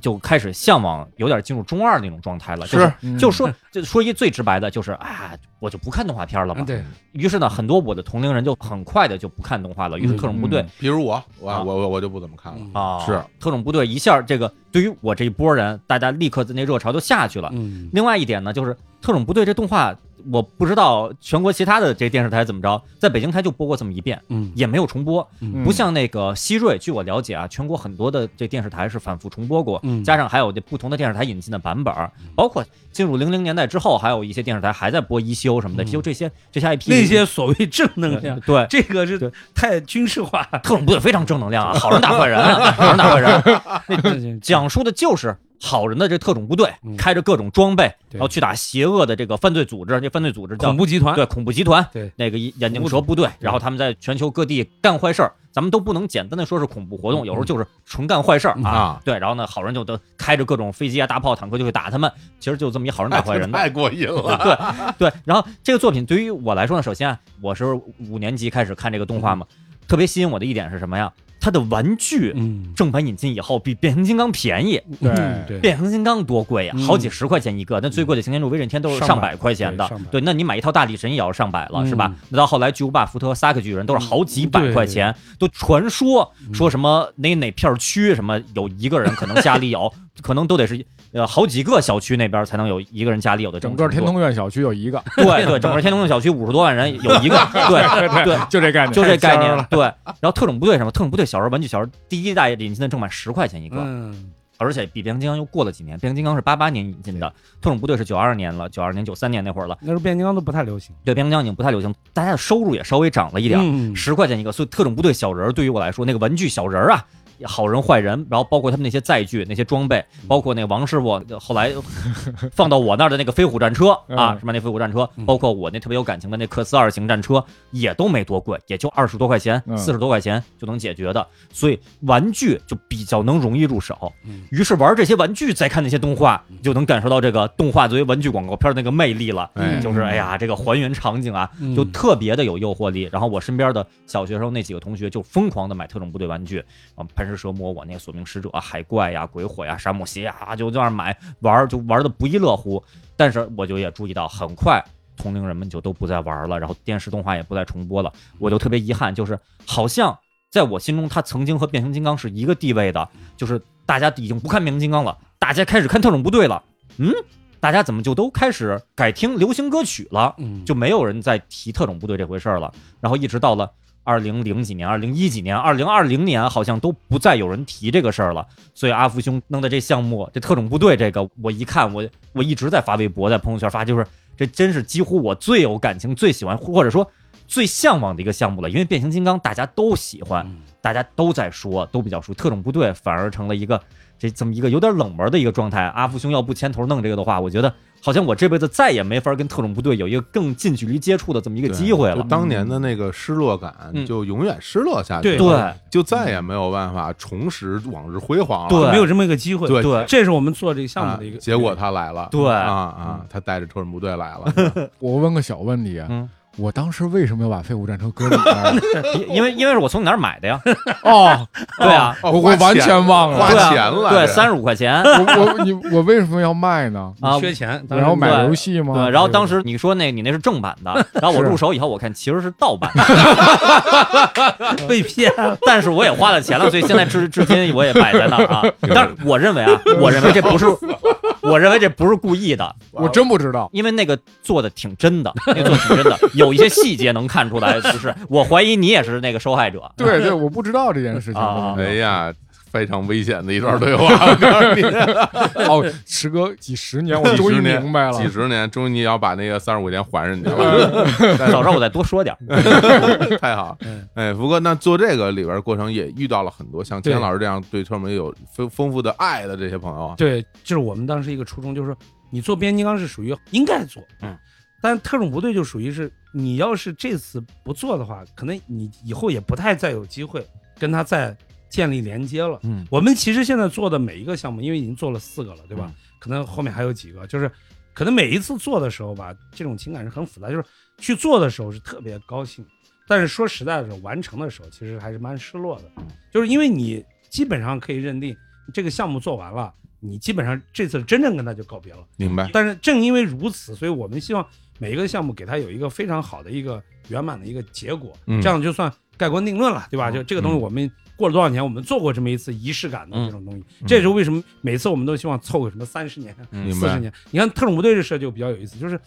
B: 就开始向往有点进入中二那种状态了。就是嗯
D: 嗯
B: 就说就说一最直白的，就是啊，我就不看动画片了嘛。
D: 嗯对，
B: 于是呢，很多我的同龄人就很快的就不看动画了。于是特种部队
C: 嗯
A: 比如我，我
B: 啊
A: 我我我就不怎么看了。
D: 嗯
B: 啊，
A: 是
B: 特种部队一下这个对于我这一波人，大家立刻那热潮就下去了。
D: 嗯
B: 另外一点呢，就是特种部队这动画，我不知道全国其他的这电视台怎么着，在北京台就播过这么一遍，
D: 嗯
B: 也没有重播，
C: 嗯
B: 不像那个西瑞，据我了解啊，全国很多的这电视台是反复重播过，
D: 嗯
B: 加上还有这不同的电视台引进的版本儿，包括进入零零年代之后，还有一些电视台还在播一休什么的，
D: 嗯
B: 就这些这些 IP
D: 那些所谓正能
B: 对
D: 量，
B: 对。
D: 这个是太军事化。
B: 特种部队非常正能量啊，好人打坏人啊， 好人打坏人。那讲述的就是好人的这特种部队
D: 嗯
B: 开着各种装备，
D: 对
B: 然后去打邪恶的这个犯罪组织，这犯罪组织叫
D: 恐怖集团，
B: 对恐怖集团，
D: 对
B: 那个眼镜蛇部队，然后他们在全球各地干坏事儿，咱们都不能简单的说是恐怖活
D: 嗯
B: 动，有时候就是纯干坏事儿啊。
A: 啊，
B: 对，然后呢，好人就都开着各种飞机啊、大炮、坦克就去打他们，其实就这么一好人打坏人的。
D: 哎
A: 太过瘾了。
B: 对，然后这个作品对于我来说呢，首先啊我是五年级开始看这个动画嘛，特别吸引我的一点是什么呀？它的玩具
D: 嗯，
B: 正版引进以后比变形金刚便宜，
D: 嗯
C: 对
D: 对，
B: 变形金刚多贵呀、
D: 嗯
B: 好几十块钱一个，那最贵的擎天柱、威震天都是上百块钱的
D: 上百对上百。
B: 对，那你买一套大力神也要上百了，是吧
D: 嗯？
B: 那到后来巨无霸、福特、萨克巨人都是好几百
D: 对
B: 块钱，都传说
D: 嗯
B: 说什么哪哪片区什么有一个人可能家里有， 可能都得是呃好几个小区那边才能有一个人家里有的这
C: 嗯整
B: 种
C: 个
B: 程
C: 天
B: 度
C: 通苑小区有一个，
B: 对 对，整个天通苑小区五十多万人有一个，对对，
C: 就这概念，
B: 就这概念
C: 了。
B: 对， 然后特种部队什么，特种部队小时候玩具小时候第一代引进的正版十块钱一个，
D: 嗯，
B: 而且比变形金刚又过了几年，变形金刚是八八年引进的，特种部队是九二年了，九二年九三年那会儿了，
D: 那时候变形金刚都不太流行
B: 对变形金刚已经不太流行，大家的收入也稍微涨了一
D: 一
B: 点儿，
D: 点
B: 十块钱一个，所以特种部队小人儿对于我来说，那个玩具小人儿啊。好人坏人，然后包括他们那些载具、那些装备，包括那个王师傅后来放到我那儿的那个飞虎战车啊，
C: 嗯
B: 什么那飞虎战车，
D: 嗯
B: 包括我那特别有感情的那克斯二型战车，也都没多贵，也就二十多块钱、
C: 嗯
B: 四十多块钱就能解决的，所以玩具就比较能容易入手
D: 嗯。
B: 于是玩这些玩具，再看那些动画
D: 嗯，
B: 就能感受到这个动画作为文具广告片儿的那个魅力了。
A: 哎
B: 就是哎呀，这个还原场景啊，就
A: 嗯
D: 嗯
B: 特别的有诱惑力。然后我身边的小学生那几个同学就疯狂的买特种部队玩具，啊，喷射蛇魔，我那个索命使者、啊、海怪呀、鬼火呀、沙漠鞋呀，就这样买玩儿，就玩的不亦乐乎。但是我就也注意到，很快同龄人们就都不再玩了，然后电视动画也不再重播了，我就特别遗憾，就是好像在我心中，它曾经和变形金刚是一个地位的，就是大家已经不看变形金刚了，大家开始看特种部队了，嗯。大家怎么就都开始改听流行歌曲了？
D: 嗯
B: 就没有人再提特种部队这回事儿了。然后一直到了二零零几年、二零一几年、二零二零年，好像都不再有人提这个事儿了。所以阿福兄弄的这项目，这特种部队这个，我一看，我我一直在发微博，在朋友圈发，就是这真是几乎我最有感情、最喜欢，或者说。最向往的一个项目了，因为变形金刚大家都喜欢，大家都在说，都比较熟。特种部队反而成了一个这这么一个有点冷门的一个状态。阿福兄要不牵头弄这个的话，我觉得好像我这辈子再也没法跟特种部队有一个更近距离接触的 这么一个
A: 对
B: 机会
A: 就
B: 了。
A: 当年的那个失落感
B: 嗯
A: 就永远失落下去
D: 对
A: 了，
B: 对
A: 就再也没有办法重拾往日辉煌了。
B: 对
D: 没有这么一个机会，
A: 对
B: 对
D: 这是我们做这个项目的一
A: 啊
D: 个
A: 结果，他来了，
B: 对
A: 啊啊，他带着特种部队来了，
C: 我问个小问题啊，
B: 嗯
C: 我当时为什么要把飞虎战车搁里边儿？
B: 因因为因为是我从你那儿买的呀，
C: 哦，
B: 对啊，
A: 哦
C: 我
A: 花
C: 我完
A: 钱
C: 全忘
A: 花
C: 了，
B: 对啊
A: 钱了这
B: 对，三十五块钱。
C: 我我你 我为什么要卖呢？
B: 啊
D: 你缺钱，当
C: 然后
D: 时
C: 买
B: 对
C: 游戏吗？哎
B: 对，然后当时你说那你那是正版的，然后我
C: 是
B: 入手以后，我看其实是盗版的，
D: 被 骗，
B: 但是我也花了钱了，所以现在至至今我也摆在那儿啊。但是我认为啊，我认为这不是，我认为这不是故意的，
C: 我真不知道，
B: 因为那个做的挺真 的，那个做得挺真的，有一些细节能看出来，就是 我怀疑你也是那个受害者。
C: 对对，我不知道这件事情。
B: 啊
A: 哎呀，非常危险的一段对话，我告诉你，
C: 哦，时隔几十年，我 终
A: 几
C: 于
A: 十年
C: 明白了，
A: 几十年，终于你要把那个三十五年还人家 了，
B: 早知道我再 多说点儿。
A: 太好
D: 嗯。
A: 哎，不过那做这个里边过程也遇到了很多像
D: 对
A: 钱老师这样对特种部队有丰丰富的爱的这些朋友啊，
D: 对，就是我们当时一个初衷，就是说你做变形金刚是属于应该做，
B: 嗯，
D: 但特种部队就属于是你要是这次不做的话，可能你以后也不太再有机会跟他再建立连接了。
B: 嗯
D: 我们其实现在做的每一个项目，因为已经做了四个了，对吧？
B: 嗯
D: 可能后面还有几个，就是可能每一次做的时候吧，这种情感是很复杂，就是去做的时候是特别高兴，但是说实在的，完成的时候其实还是蛮失落的，
B: 嗯
D: 就是因为你基本上可以认定这个项目做完了，你基本上这次真正跟他就告别了。
A: 明
B: 哎
A: 白。
D: 但是正因为如此，所以我们希望每一个项目给它有一个非常好的一个圆满的一个结果，
A: 嗯
D: 这样就算盖棺定论了，对吧？
B: 嗯
D: 就这个东西，我们过了多少年，我们做过这么一次仪式感的
B: 嗯嗯
D: 这种东西，这也是为什么每次我们都希望凑个什么三十年、
A: 明
D: 四
A: 白
D: 十年。你看特种部队这事儿就比较有意思，就是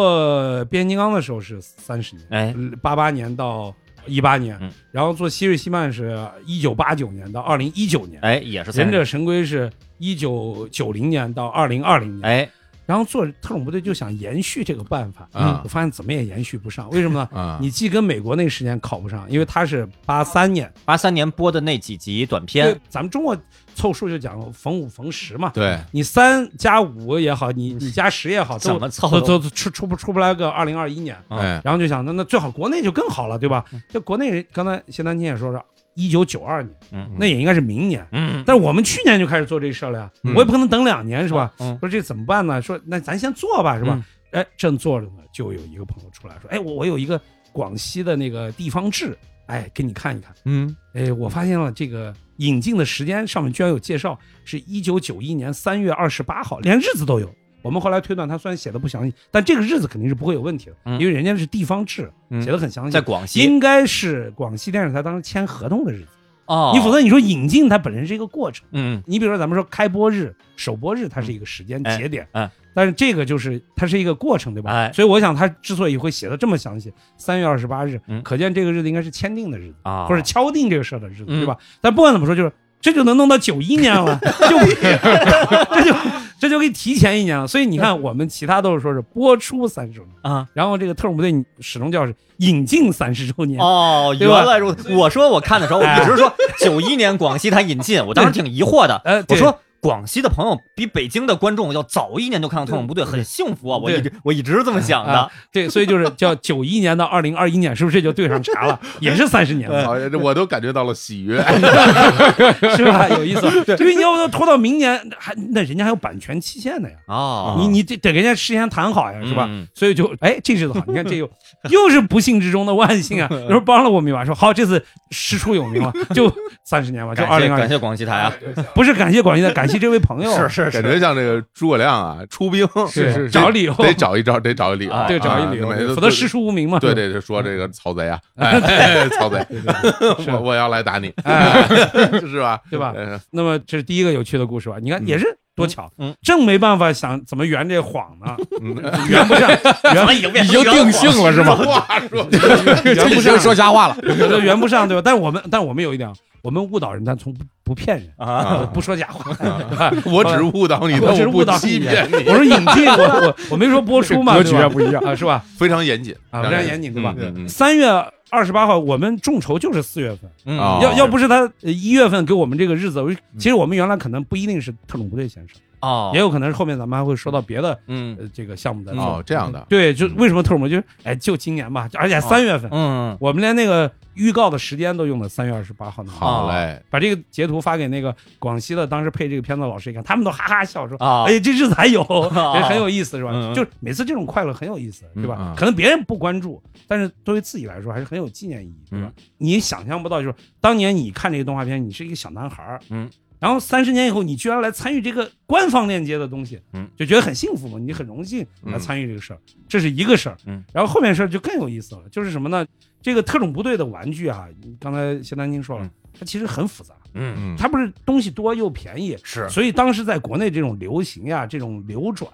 D: 做变形金刚的时候是三十年，
B: 哎，
D: 八八年到一八年，
B: 嗯
D: 然后做希瑞希曼是一九八九年到二零一九年，
B: 哎，也是三
D: 忍
B: 十
D: 者神龟是一九九零年到二零二零年，
B: 哎，
D: 然后做特种部队就想延续这个办法，嗯
A: 啊
D: 我发现怎么也延续不上，为什么呢？
A: 啊，
D: 你既跟美国那个时间考不上，因为它是八三年，
B: 八三年播的那几集短
D: 对
B: 片，，
D: 咱们中国凑数就讲逢五逢十嘛，
A: 对，
D: 你三加五也好，你你加十也好，
B: 怎
D: 都
B: 么凑
D: 都
B: 都
D: 都都出出不出不来个二零二一年，
B: 啊
A: 哎，
D: 然后就想那那最好国内就更好了，对吧？这国内刚才谢丹青也说了，一九九二年，
B: 嗯
D: 那也应该是明年，
B: 嗯，
D: 但是我们去年就开始做这事儿了呀，
A: 嗯
D: 我也不可能等两年是吧？
B: 嗯
D: 说这怎么办呢？说那咱先做吧，是吧
B: 嗯？
D: 哎，正做着呢，就有一个朋友出来说，哎，我我有一个广西的那个地方志，哎，给你看一看。
A: 嗯，
D: 哎，我发现了这个引进的时间上面居然有介绍，是一九九一年三月二十八号，连日子都有。我们后来推断，他虽然写的不详细，但这个日子肯定是不会有问题的，
B: 嗯
D: 因为人家是地方志，
B: 嗯
D: 写的很详细
B: 在。广西
D: 应该是广西电视台当时签合同的日子，
B: 哦，
D: 你否则你说引进它本身是一个过程。
B: 嗯
D: 你比如说咱们说开播日、首播日，它是一个时间节点，
B: 嗯哎
D: 但是这个就是它是一个过程，对吧？
B: 哎
D: 所以我想他之所以会写的这么详细，三月二十八日，
B: 嗯
D: 可见这个日子应该是签订的日子
B: 啊，
D: 或者敲定这个事儿的日子，
B: 嗯
D: 对吧？但不管怎么说，就是这就能弄到九一年了， 就
B: 哎
D: 这就这就给提前一年了。所以你
B: 嗯
D: 看，我们其他都是说是播出三十周年，
B: 啊
D: 然后这个特种部队始终叫是引进三十周年。
B: 哦，
D: 对吧哎
B: 原来如此。我说我看的时候，我一直说九一年广西台引进，我当时挺疑惑的，
D: 呃，
B: 我
D: 对
B: 说。广西的朋友比北京的观众要早一年就看到特种部队，很幸福啊！我一直我一直这么想的
D: 啊。对，所以就是叫九一年到二零二一年，是不是这就对上茬 了？也是三十年了，
A: 好这我都感觉到了喜 悦。
D: 是吧？有意思，因为你要不要拖到明年，还那人家还有版权期限的呀。
B: 哦，
D: 你你得得跟人家事先谈好呀，是吧？
B: 嗯
D: 所以就哎，这是好，你看这又又是不幸之中的万幸啊！然后帮了我们一把，说好，这次师出有名了，就三十年啊吧，就
B: 感
D: 二
B: 谢
D: 零二
B: 感，谢广西台啊！
D: 不是感谢广西的，感谢这位朋友，
B: 是是
A: 感 觉像这个诸葛亮啊，出 兵
C: 是是
D: 找理由，
A: 得找一找，得找一理由，
B: 啊
D: 对，找一理由，否则师嗯
A: 实
D: 出无名嘛。
A: 对对对，说这个曹 贼啊，哎，哎 曹贼， 我我要来打你，
D: 哎
A: 是吧？
D: 对吧
A: 嗯？
D: 那么这是第一个有趣的故事吧？你看也是多巧，
B: 嗯嗯
D: 正没办法想怎么圆这谎呢，
A: 嗯，
D: 圆不上，
B: 原来已经变
C: 已
B: 成
C: 经定
B: 原
C: 性了是 吧？
A: 话 说，
C: 这
D: 圆不
C: 已
D: 上
C: 经，说瞎话了，
D: 觉得圆不上，对吧？但是我们，但是我们有一点，我们误导人，但从不不骗人，
B: 啊！
A: 啊
D: 不说假话。
A: 我只是误导 你，
D: 我只是
A: 但
D: 误
A: 不
D: 导
A: 欺
D: 你
A: 骗你，
D: 我 说引进，我我我没说播出嘛，
C: 格局
D: 对
C: 也
D: 吧
C: 不一样。
D: 啊，是吧？
A: 非常严谨
D: 啊非常严谨对吧
A: 嗯嗯
D: 三月二十八号，我们众筹就是四月份，
B: 嗯
A: 哦嗯
D: 要要不是他呃一月份给我们这个日子，我就其实我们原来可能不一定是特种部队先生，
B: 哦
D: 也有可能是后面咱们还会说到别的
B: 嗯
D: 呃这个项目在
A: 嗯
D: 做。
A: 哦，这样的，
D: 对，就为什么特种部队就是哎，就今年吧，
A: 哦
D: 而且三月份，
B: 嗯
D: 我们连那个预告的时间都用了三月二十八号那个。
A: 好嘞，
D: 把这个截图发给那个广西的当时配这个片子的老师一看，他们都哈哈笑说：“
B: 啊
D: 哎呀，这日子还有，
B: 啊
D: 也很有意思，是吧？”
B: 嗯嗯
D: 就是每次这种快乐很有意思，对吧？
A: 嗯啊
D: 可能别人不关注，但是对于自己来说还是很有纪念意义，对
B: 嗯
D: 吧？你想象不到，就是当年你看这个动画片，你是一个小男孩儿，
B: 嗯，
D: 然后三十年以后，你居然来参与这个官方链接的东西，
B: 嗯，
D: 就觉得很幸福嘛，你很荣幸来参与这个事儿，这是一个事儿，
B: 嗯，
D: 然后后面事儿就更有意思了，就是什么呢？这个特种部队的玩具啊，刚才谢丹青说了，
B: 嗯
D: 它其实很复杂。
B: 嗯
A: 嗯，
D: 它不是东西多又便宜，
B: 是
D: 所以当时在国内这种流行呀、这种流转，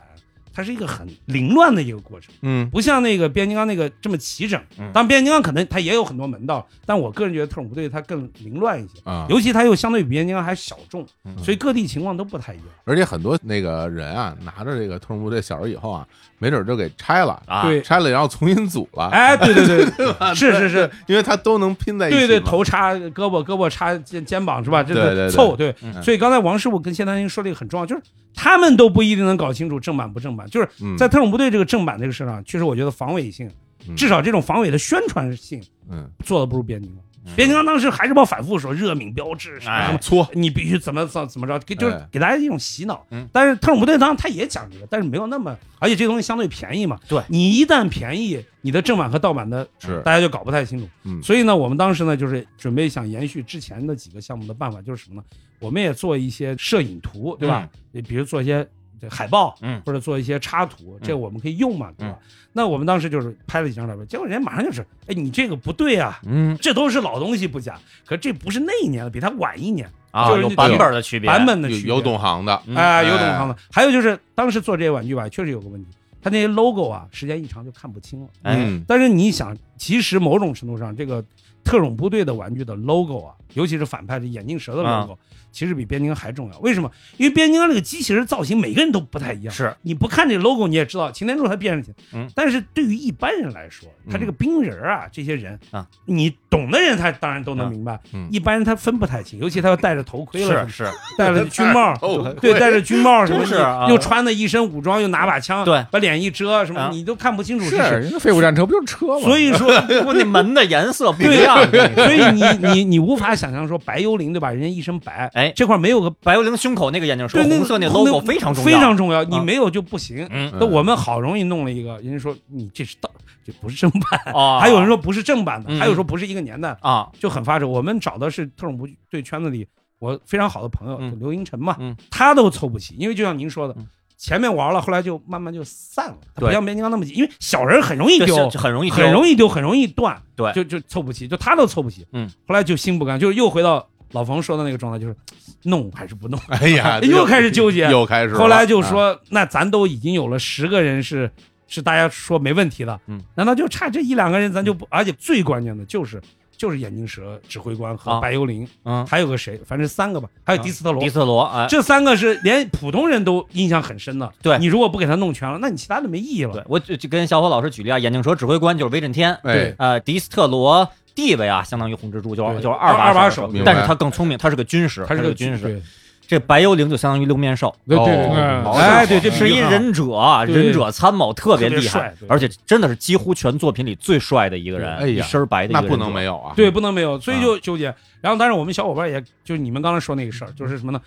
D: 它是一个很凌乱的一个过程，
A: 嗯
D: 不像那个变形金刚那个这么齐整
B: 嗯。
D: 当然，变形金刚可能它也有很多门道，但我个人觉得特种部队它更凌乱一些，
A: 啊，
D: 尤其它又相对比变形金刚还小众，
B: 嗯
D: 所以各地情况都不太一样。
A: 而且很多那个人啊，拿着这个特种部队小时候以后啊，没准就给拆了，
B: 啊
D: 对
A: 拆了然后重新组了，
D: 哎，对对 对，是是是，，
A: 因为它都能拼在一起嘛，
D: 对对，头插胳膊，胳膊插肩肩膀是吧？这
A: 对对对
D: 个凑对
A: 嗯
D: 所以刚才王师傅跟谢丹青说这个很重要，就是他们都不一定能搞清楚正版不正版，就是
A: 嗯
D: 在特种部队这个正版这个事儿上，确实我觉得防伪性
A: 嗯，
D: 至少这种防伪的宣传性
A: 嗯，
D: 做的不如变形金刚。变形金刚当时还是报反复说热敏标志什么什
B: 哎
D: 么。
A: 搓，
D: 你必须怎么怎怎么着，给就是
A: 哎
D: 给大家一种洗脑。
B: 嗯
D: 但是特种部队当然他也讲这个，但是没有那么，而且这东西相对便宜嘛。
B: 对
D: 你一旦便宜，你的正版和盗版的
A: 是
D: 大家就搞不太清楚。
A: 嗯
D: 所以呢，我们当时呢就是准备想延续之前的几个项目的办法，就是什么呢？我们也做一些摄影图，对吧？
A: 嗯
D: 比如做一些这海报，
B: 嗯
D: 或者做一些插图，
A: 嗯
D: 这我们可以用嘛，对吧？那我们当时就是拍了几张照片，结果人家马上就是，哎，你这个不对啊。
B: 嗯
D: 这都是老东西不假，可这不是那一年的，比它晚一年，
B: 啊，
D: 就是
B: 有
D: 你
B: 版本的区别，
D: 版本的
A: 啊有
D: 区别
A: 有懂行的，
B: 嗯
D: 哎，有懂
A: 哎
D: 行的。还有就是当时做这些玩具吧，确实有个问题，它那些 logo 啊，时间一长就看不清了。
B: 哎，
A: 嗯
D: 但是你想，其实某种程度上，这个特种部队的玩具的 logo 啊，尤其是反派的眼镜蛇的
B: 啊
D: logo，、其实比变形金刚还重要。为什么？因为变形金刚这个机器人造型，每个人都不太一样。
B: 是
D: 你不看这 logo，你也知道擎天柱他变上去。
B: 嗯
D: 但是对于一般人来说，他这个冰人啊，这些人
B: 啊，
D: 你懂的人他当然都能
B: 啊
D: 明白，
A: 嗯
D: 一般人他分不太清，尤其他要戴着头盔了什么
B: 是
D: 的，
B: 是，
D: 戴了军 帽，
A: 哦
D: 对，戴着军帽什么
B: 真是啊
D: 的，又穿的一身武装，又拿把枪，
B: 对
D: 把脸一遮什么
B: 啊，
D: 你都看不清楚
C: 是
D: 谁。
C: 人家飞虎战车不就是车吗？
D: 所以说，
B: 不过那门的颜色不 一
D: 对呀啊
B: 样。我跟你说
D: 所以你 你你无法想象说白幽灵对吧？人家一身白，
B: 哎
D: 这块没有个
B: 白幽灵胸口那个眼镜蛇
D: 对那
B: 红色那 logo 非常重要，
D: 非常重要，你
B: 啊
D: 没有就不行。
B: 嗯
D: 那我们好容易弄了一个，人家说你这是盗，这不是正版。
B: 哦，
D: 还有人说不是正版的，
B: 嗯
D: 还有说不是一个年代，
B: 啊，
D: 就很发愁。我们找的是特种部队圈子里我非常好的朋友，
B: 嗯
D: 就刘英辰嘛，
B: 嗯
D: 他都凑不齐，因为就像您说的
B: 嗯，
D: 前面玩了，后来就慢慢就散了，它不
B: 对
D: 像变形金刚那么紧，因为小人很容易
B: 这
D: 丢，
B: 是很容易
D: 很容
B: 易
D: 易丢，很容易断，
B: 对
D: 就就凑不齐，就他都凑不齐，
B: 嗯，
D: 后来就心不甘，就是又回到老冯说的那个状态，就是弄还是不弄，
A: 哎呀，
D: 又开始纠结，
A: 又开始了。
D: 后来就
A: 啊，
D: 说，那咱都已经有了十个人是是大家说没问题的，
B: 嗯，
D: 难道就差这一两个人咱就不？而且最关键的就是就是眼镜蛇指挥官和
B: 啊
D: 白幽灵，
B: 嗯，
D: 还有个谁，反正三个吧，还有迪斯特罗
B: 迪。斯罗哎，
D: 这三个是连普通人都印象很深的。
B: 对
D: 你如果不给他弄全了，那你其他的没意义了。
B: 对我就就跟小伙老师举例啊，眼镜蛇指挥官就是威震天，
A: 哎，
B: 呃，迪斯特罗地位啊，相当于红蜘蛛，就是
D: 对
B: 就是
D: 二
B: 二
D: 把
B: 手
D: 手，
A: 明白
B: 但是他更聪明，他是个军师，
D: 他是
B: 个
D: 个
B: 军师。
D: 对
B: 这白幽灵就相当于六面兽，
C: 对对对
A: 哦
C: 嗯
A: 毛
C: 哎，对，
A: 这
C: 这
B: 是一
C: 比喻啊
B: 忍者啊，
D: 对
B: 忍者参谋特别
D: 特别
B: 厉害
D: 帅对，
B: 而且真的是几乎全作品里最帅的一个
A: 哎
B: 人，
A: 呀
B: 一身白的一
A: 那
B: 个人。
A: 不能没有啊。
D: 对，不能没有，所以就纠结。然后，但是我们小伙伴也就是你们刚才说那个事儿，就是什么呢？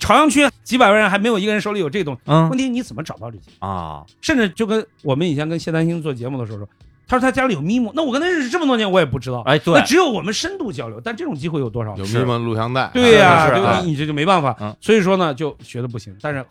D: 朝阳区几百万人还没有一个人手里有这东西，
B: 嗯
D: 问题你怎么找到这些？
B: 啊，
D: 甚至就跟我们以前跟谢丹青做节目的时候说，他说他家里有咪姆，那我跟他认识这么多年，我也不知道，
B: 哎对
D: 那，只有我们深度交流，但这种机会有多少？
A: 有
B: 是
A: 密码录像带。
D: 对呀、
B: 是
D: 对吧
A: 啊
D: 你你这就没办法，
B: 嗯
D: 所以说呢，就学的不行，但是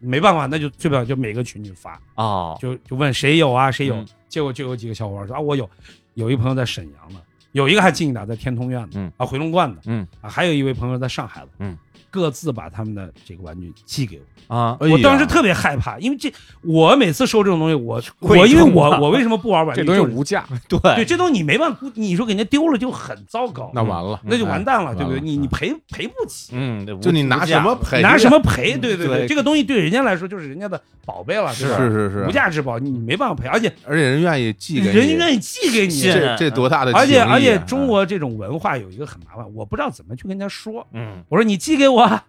D: 没办法，那就最不了就每个群里发，
B: 哦，
D: 就就问谁有啊，谁有，
B: 嗯
D: 结果就有几个小伙伴说啊，我有，有一朋友在沈阳的，有一个还近一点，在天通苑的，
B: 嗯
D: 啊，回龙观的，
B: 嗯
D: 啊，还有一位朋友在上海的，
B: 嗯，
D: 各自把他们的这个玩具寄给我。
B: 啊，
A: 哎呀
D: 我当时特别害怕，因为这我每次收这种东西，我
B: 贵重
D: 我因为我
B: 啊
D: 我为什么不玩玩具？
C: 哎这东西
D: 就是
C: 无价，
D: 对
B: 对，
D: 这东西你没办法，你说给人家丢了就很糟糕，
A: 那完了，
D: 那就完蛋了，
A: 哎
D: 对不对？
A: 完了
D: 你你赔赔不起，
B: 嗯，对
A: 就你拿什？么
B: 无价
A: 赔？
D: 拿什？么赔？对对
B: 对
D: 对，这个东西对人家来说就是人家的宝贝了，
A: 是
D: 对吧
A: 是是是啊
D: 无，价之宝，你没办法赔，而且
A: 而且人愿意寄给你，
D: 人愿意寄给你
B: 信。任
A: 这这多大的情
D: 而
A: 谊
D: 且
A: 啊！
D: 而且，中国这种文化有一个很麻烦，我不知道怎么去跟人家说。
B: 嗯，
D: 我说你寄给我啊，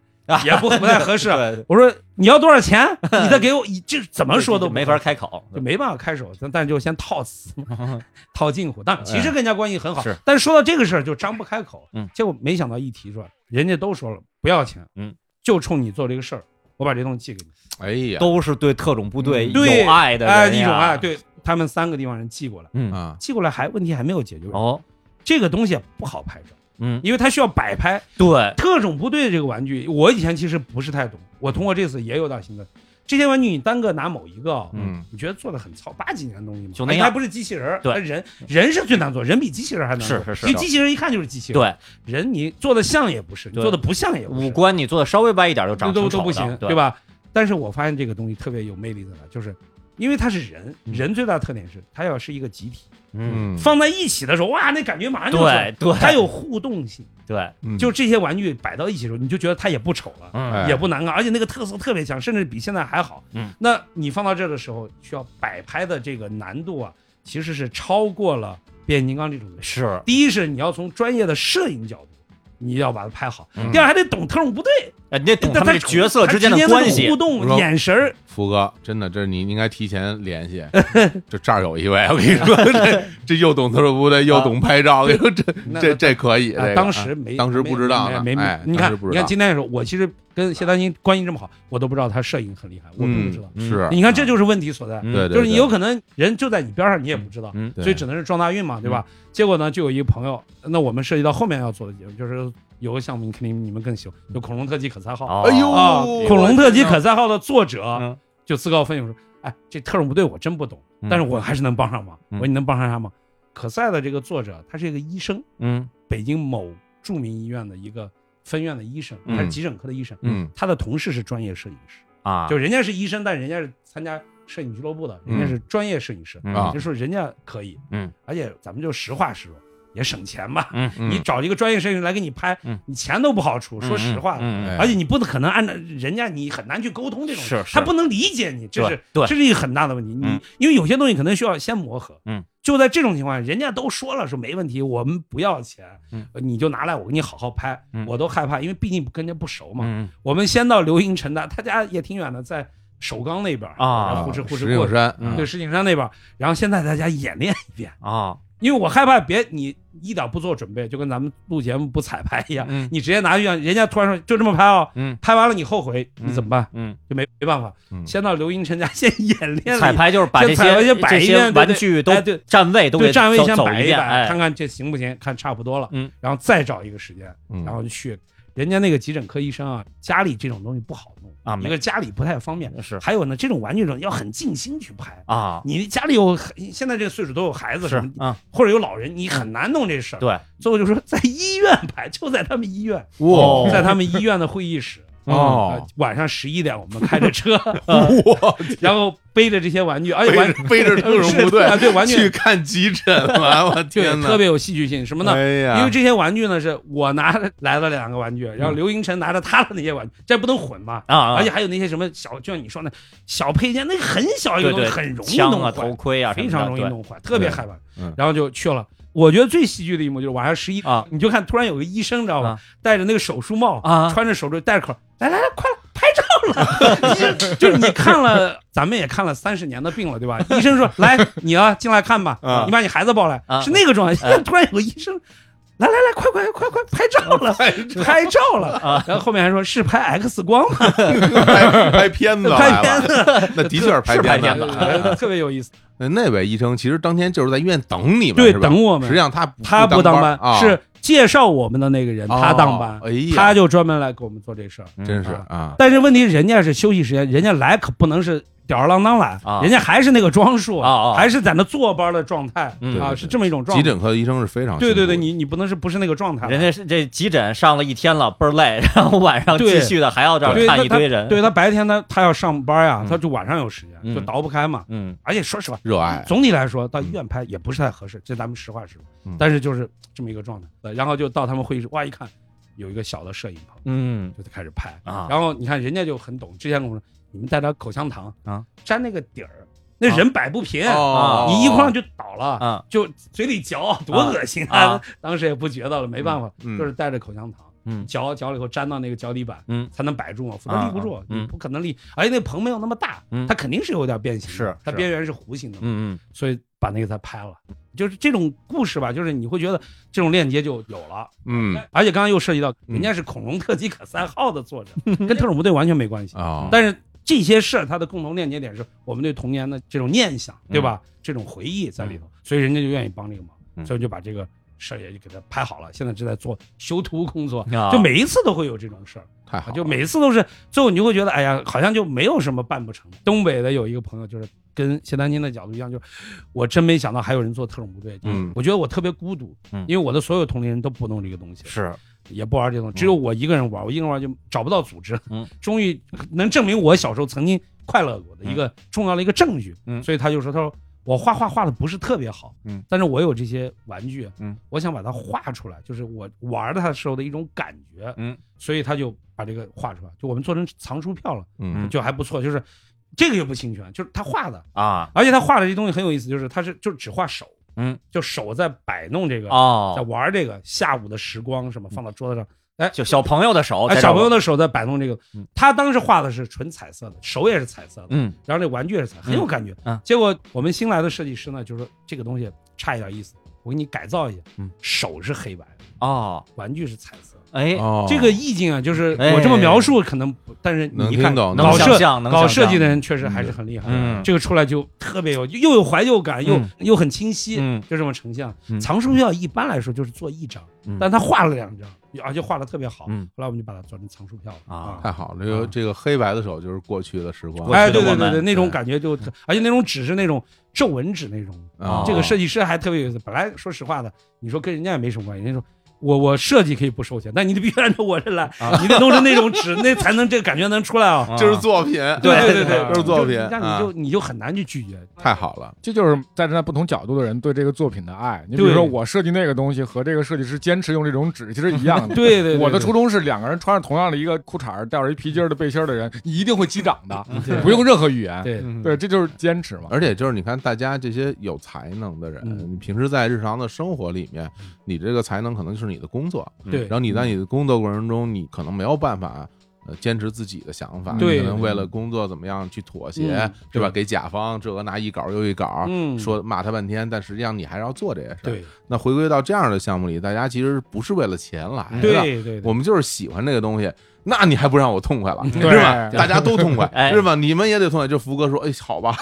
D: 也不不太合适。
B: 对
D: 我说你要多少钱？你再给我，你这啊怎么说都
B: 没
D: 不合
B: 法
D: 适
B: 开口，
D: 就没办法开手，但但就先套死，套近乎。但其实跟人家关系很好，
B: 是
D: 但说到这个事儿就张不开口。
B: 嗯，
D: 结果没想到一提出来，人家都说了不要钱，
B: 嗯，
D: 就冲你做这个事儿，我把这东西寄给你，
A: 哎呀，
B: 都是对特种部队
D: 嗯对
B: 有爱的
D: 哎，
B: 人呀
D: 一种爱，，对他们三个地方人寄过来，
B: 嗯，
A: 啊，
D: 寄过来还问题还没有解决，
B: 哦，
D: 这个东西不好拍照，
B: 嗯，
D: 因为它需要摆拍，
B: 对，
D: 特种部队的这个玩具，我以前其实不是太懂，我通过这次也有点心得。这些玩具你单个拿某一个啊，
A: 嗯
D: 你觉得做的很糙，八几年的东西嘛，
B: 就那
D: 而
B: 样
D: 且还不是机器人儿，
B: 对
D: 它人人是最难做，人比机器人还难做，
B: 是是是
D: 因为机器人一看就是机器人，
B: 对，
D: 人你做的像也不是，你
B: 对
D: 做的不像也不是，
B: 五官你做的稍微歪一点就长
D: 都都
B: 挺丑
D: 都不
B: 的
D: 行，
B: 对
D: 对？吧？但是我发现这个东西特别有魅力在哪，就是因为它是人，
B: 嗯
D: 人最大的特点是它要是一个集体，
B: 嗯，
A: 嗯，
D: 放在一起的时候，哇，那感觉马上就出来
B: 对
D: 了
B: 对，
D: 它有互动性，
B: 对，
A: 嗯
D: 就这些玩具摆到一起的时候，你就觉得它也不丑了。
B: 嗯
A: 哎
D: 也不难看，而且那个特色特别强，甚至比现在还好。
B: 嗯，
D: 那你放到这儿的时候，需要摆拍的这个难度啊，其实是超过了变形金刚这种东西。
B: 是，
D: 第一是你要从专业的摄影角度，你要把它拍好；
B: 嗯
D: 第二还得懂特种部队，
B: 哎你得懂
D: 那
B: 他们
D: 它
B: 这角色
D: 它
B: 之
D: 之
B: 间的关系嗯
D: 互，
A: 我
D: 动、
A: 说
D: 眼神儿
A: 福哥，真的，这你应该提前 联系。这这儿有一位，我跟你说，这这又懂特种部队，又懂拍照，我跟你说这
D: 啊
B: 嗯
D: 那
A: 这这可以。这
D: 啊
A: 个
D: 当时没，
A: 当时
D: 没
A: 不知道
D: 没没
A: 呢
D: 没
A: 哎
D: 你
A: 当
D: 看
A: 时不知道，
D: 你看今天的时候，我其实跟谢丹青关系这么好，我都不知道他摄影很厉害，我都不
A: 嗯
D: 知道。
A: 是，
D: 你看，这就是问题所在，
B: 嗯
A: 对对，
D: 就是你有
A: 对
D: 可能人就在你边上，你也不知道。
B: 嗯，
A: 对嗯
D: 所以只能是撞大运嘛，对吧？结果呢，就有一个朋友，那我们涉及到后面要做的节目，就是有个项目，你肯定你们更喜欢，就恐龙特技可赛号
B: 哦
A: 哎呦
D: 啊，
A: 我
D: 恐龙特技可赛号的作者
B: 嗯
D: 就自告奋勇说，哎，这特种部队我真不懂
B: 嗯，
D: 但是我还是能帮上忙。我
B: 嗯
D: 说你能帮上啥忙？可赛的这个作者，他是一个医生，
B: 嗯
D: 北京某著名医院的一个分院的医生，
A: 嗯
D: 他是急诊科的医生。
A: 嗯
D: 嗯他的同事是专业摄影师，
B: 啊，
D: 就人家是医生，但人家是参加摄影俱乐部的，人家是专业摄影师，
B: 嗯
A: 啊
D: 就说人家可以，
B: 嗯，
D: 而且咱们就实话实说，也省钱吧。
B: 嗯
A: 嗯
D: 你找一个专业摄影师来给你拍
B: 嗯，
D: 你钱都不好出，说实话，
B: 嗯
A: 哎
D: 而且你不可能按照人家，你很难去沟通这种，
B: 是是
D: 他不能理解你，这是
B: 对对
D: 这是一个很大的问题。你、
B: 嗯
D: 因为有些东西可能需要先磨合，
B: 嗯，
D: 就在这种情况下，人家都说了说没问题，我们不要钱，
B: 嗯
D: 呃你就拿来我给你好好拍，
B: 嗯
D: 我都害怕，因为毕竟跟人家不熟嘛。
B: 嗯
D: 我们先到刘英辰的，他家也挺远的，在首钢那边
B: 啊
D: 然后呼哧呼
A: 哎石
D: 哧过
A: 景
D: 去，
A: 山，啊
B: 嗯
D: 对石景山那边，然后现在大家演练一遍，
B: 啊，
D: 因为我害怕别你一点不做准备，就跟咱们录节目不彩排一样，
B: 嗯
D: 你直接拿去，人家突然说就这么拍哦，
B: 嗯
D: 拍完了你后悔，你怎么办？
B: 嗯，
D: 就没没办法，
A: 嗯
D: 先到刘英辰家先演练了
B: 彩
D: 一
B: 排就是把
D: 就
B: 这
D: 彩排
B: 些
D: 就摆
B: 这
D: 一
B: 些
D: 遍对
B: 玩
D: 对
B: 具都
D: 哎对
B: 站位都给
D: 对站位
B: 走
D: 先
B: 走
D: 摆
B: 一遍，
D: 摆，看
B: 哎，
D: 看这行不行，看差不多了，
B: 嗯，
D: 然后再找一个时间，
A: 嗯
D: 然后就去人家那个急诊科医生啊，家里这种东西不好弄
B: 啊没
D: 一个家里不太方便，
B: 是
D: 还有呢，这种玩具这种要很尽心去拍。
B: 啊，
D: 你家里有现在这个岁数都有孩子
B: 是
D: 什么，
B: 啊，
D: 或者有老人，你很难弄这事儿。
B: 对，
D: 最后就说在医院拍，就在他们医 院，
B: 哦
D: 在他们医院的会议室。呃
A: 哦，
D: 晚上十一点，我们开着 车，
A: 哇，
D: 然后背着这些玩具，而且
A: 背
D: 玩
A: 着 背着特种部队
D: 啊，对玩
A: 去
D: 具
A: 看急诊了，我
D: 对
A: 天哪，
D: 特别有戏剧性，什么呢？
A: 哎
B: 啊
A: 呀，
D: 因为这些玩具呢，是我拿来了两个玩具，然后刘英辰拿着他的那些玩具，这不能混嘛。
B: 嗯啊啊，
D: 而且还有那些什么小，就像你说那小配件，那个很小一个
B: 对
D: 东西，
B: 对，
D: 很容易
B: 枪
D: 弄
B: 啊、
D: 坏，
B: 头盔啊什么
D: 非
B: 的，
D: 常容易
B: 对
D: 弄坏，特别害怕
A: 嗯。
D: 然后就去了。我觉得最戏剧的一幕就是晚上十一
B: 啊，
D: 你就看突然有个医生，知道吧
B: 啊？
D: 戴着那个手术帽
B: 啊
D: 穿着手术戴着口，来来来，快了，拍照了。医 生就是你看了，咱们也看了三十年的病了，对吧？医生说来，你啊进来看吧
A: 啊，
D: 你把你孩子抱来
B: 啊，
D: 是那个状态。现
B: 啊
D: 在突然有个医生，来来来，快快快快拍照了，拍照
B: 啊
D: 了。然后后面还说是拍 X 光吗？
A: 拍拍片子来
D: 拍
A: 了
D: 片子。
A: 那的确是拍
B: 是拍
A: 片
B: 片
A: 子
B: 子
A: 啊。
D: 呃特别有意思。
A: 那那位医生其实当天就是在医院等你们，
D: 对
A: 是吧
D: 等我们
A: 实际上他
D: 他
A: 不
D: 不当班，
A: 啊，
D: 是介绍我们的那个人，
A: 哦
D: 他当班，
A: 哎呀，
D: 他就专门来给我们做这事儿。
A: 真
B: 嗯
A: 是啊，
D: 但是问题，人家是休息时间，人家来可不能是吊儿郎当来
B: 啊，
D: 人家还是那个装束，
B: 啊啊
D: 还是在那坐班的状态
B: 嗯
D: 啊，
A: 对
D: 是这么一种状
A: 急
D: 态。
A: 诊啊科的医生是非常
D: 对对对，
A: 辛苦
D: 你你不能是不是那个状态，
B: 人家是这急诊上了一天了，倍儿累， 然后晚上继
D: 对
B: 续的还要这儿
D: 对他
B: 看一堆人，
D: 对他白天他他要上班呀
B: 嗯，
D: 他就晚上有时间，
B: 嗯
D: 就倒不开嘛。
B: 嗯
D: 而且说实话，
A: 热爱，
D: 总体来说到医院拍也不是太合适，这咱们实话实
A: 嗯
D: 说。但是就是这么一个状态，呃然后就到他们会议室，哇一看有一个小的摄影棚，
B: 嗯
D: 就开始拍。
B: 啊，
D: 然后你看人家就很懂，之前跟我说，你们带点口香糖
B: 啊，
D: 沾那个底儿，那人摆不
B: 嗯
D: 平，
A: 哦
D: 啊你一晃就倒了，
B: 啊
D: 就嘴里嚼，多恶心
B: 啊！
D: 当时也不觉得了，没办法，
A: 嗯
D: 就是带着口香糖，
B: 嗯
D: 嚼嚼了以后粘到那个脚底板，
B: 嗯
D: 才能摆住嘛，否则立不住
B: 啊，
D: 你
B: 嗯
D: 不可能立。而且那个棚没有那么大
B: 嗯，
D: 它肯定是有点变形的，
B: 是
D: 它
B: 是
D: 边缘是弧形的嘛，
B: 嗯嗯
D: 所以把那个才拍了。就是这种故事吧，就是你会觉得这种链接就有了，
A: 嗯
D: 而且刚刚又涉及到，
A: 嗯
D: 人家是《恐龙特技可赛号》的作 者，跟特种部队完全没关系。
A: 啊，
D: 但是这些事儿，它的共同链接点是我们对童年的这种念想，对吧？
A: 嗯
D: 这种回忆在里头，所以人家就愿意帮这个忙，
B: 嗯
D: 所以就把这个事儿也就给他拍好了。现在正在做修图工作，
B: 啊
D: 就每一次都会有这种事儿，
A: 太好了，
D: 就每一次都是最后你就会觉得，哎呀，好像就没有什么办不成。东北的有一个朋友就是。跟谢丹青的角度一样，就是我真没想到还有人做特种部队，
A: 嗯
D: 我觉得我特别孤独，
B: 嗯
D: 因为我的所有同龄人都不弄这个东西，
B: 是
D: 也不玩这种，只有我一个人玩，我一个人玩就找不到组织。
B: 嗯，
D: 终于能证明我小时候曾经快乐过的
B: 嗯
D: 一个重要的一个证据。
B: 嗯
D: 所以他就说：“他说我画画画的不是特别好，
B: 嗯，
D: 但是我有这些玩具，啊
B: 嗯，
D: 我想把它画出来，就是我玩它的时候的一种感觉。
B: 嗯，
D: 所以他就把这个画出来，就我们做成藏书票了，
A: 嗯
D: 就还不错。就是这个就不侵权，就是他画的，
B: 啊
D: 而且他画的这东西很有意思，就是他是就只画手，
B: 嗯，
D: 就手在摆弄这个，在
B: 哦，
D: 玩这个下午的时光什么放到桌子上。”
B: 就小朋友的手，
D: 哎，
B: 哦在
D: 小
B: 这
D: 朋
B: 儿
D: 友的手在摆弄这个
B: 嗯，
D: 他当时画的是纯彩色的，手也是彩色的，
B: 嗯
D: 然后那玩具也是彩，很有感觉。
B: 嗯
D: 结果我们新来的设计师呢，就说这个东西差一点意思，我给你改造一下。
B: 嗯
D: 手是黑白的，
B: 哦，
D: 玩具是彩色的。
B: 哎，
A: 哦
D: 嗯这个意境啊，就是
B: 哎
D: 我这么描述可能不，但是
A: 能
D: 你看
A: 听懂
B: 能
D: 搞
B: 想
D: 设
B: 象，能
D: 搞
B: 想
D: 设计
B: 象
D: 的人确实还是很厉害的。
B: 嗯
D: 这个出来就特别有，又有怀旧感，又
B: 嗯
D: 又很清晰，
B: 嗯
D: 就这么成像
B: 嗯。
D: 藏书票一般来说就是做一张
B: 嗯，
D: 但他画了两张，而且画的特别好。
B: 嗯
D: 后来我们就把它做成藏书票了
B: 啊
A: 太好了，这个这个黑白的手就是过去的时光，
B: 过
D: 嗯
B: 去
D: 哎，
B: 的
D: 对
B: 我
D: 对
B: 们
D: 对对，那种
A: 对
D: 感觉就，而且那种纸是那种皱纹纸那种，
A: 啊
D: 哦这个设计师还特别有意思。本来说实话的，你说跟人家也没什么关系，人家说我我设计可以不收钱，但你得必须按照我这来，你得弄成那种纸，那才能这个感觉能出来啊。
A: 就是作品，
D: 对
C: 对对
A: 就是作品
D: 那
A: 啊
D: 你就你就很难去拒绝。
A: 太好了，
C: 这就是站在不同角度的人对这个作品的爱。你比如
D: 对
C: 说，我设计那个东西和这个设计师坚持用这种纸，其实一样的。
D: 对对，对
C: 我的
D: 对
C: 初衷是两个人穿着同样的一个裤衩儿，带着一皮筋儿的背心儿的人，你一定会击掌的，不用任何语言。
D: 对
B: 嗯
C: 对，这就是坚持嘛。
A: 而且就是你看，大家这些有才能的人，
D: 嗯
A: 你平时在日常的生活里面，你这个才能可能就是你的工作，
D: 嗯对
A: 然后你在你的工作过程中，你可能没有办法。呃，坚持自己的想法，
D: 嗯对
A: 你可能为了工作怎么样去妥协，
D: 嗯
A: 对
D: 对
A: 吧？给甲方这个拿一稿又一稿，
D: 嗯
A: 说骂他半天，但实际上你还是要做这些事儿。
D: 对，
A: 那回归到这样的项目里，大家其实不是为了钱来的，
D: 嗯对对对
A: 我们就是喜欢这个东西，那你还不让我痛快了，
D: 嗯
C: 对
A: 是吧？
C: 对
A: 大 家都 痛快，
B: 哎
A: 是吧？你们也得痛快。就福哥说，哎，好吧，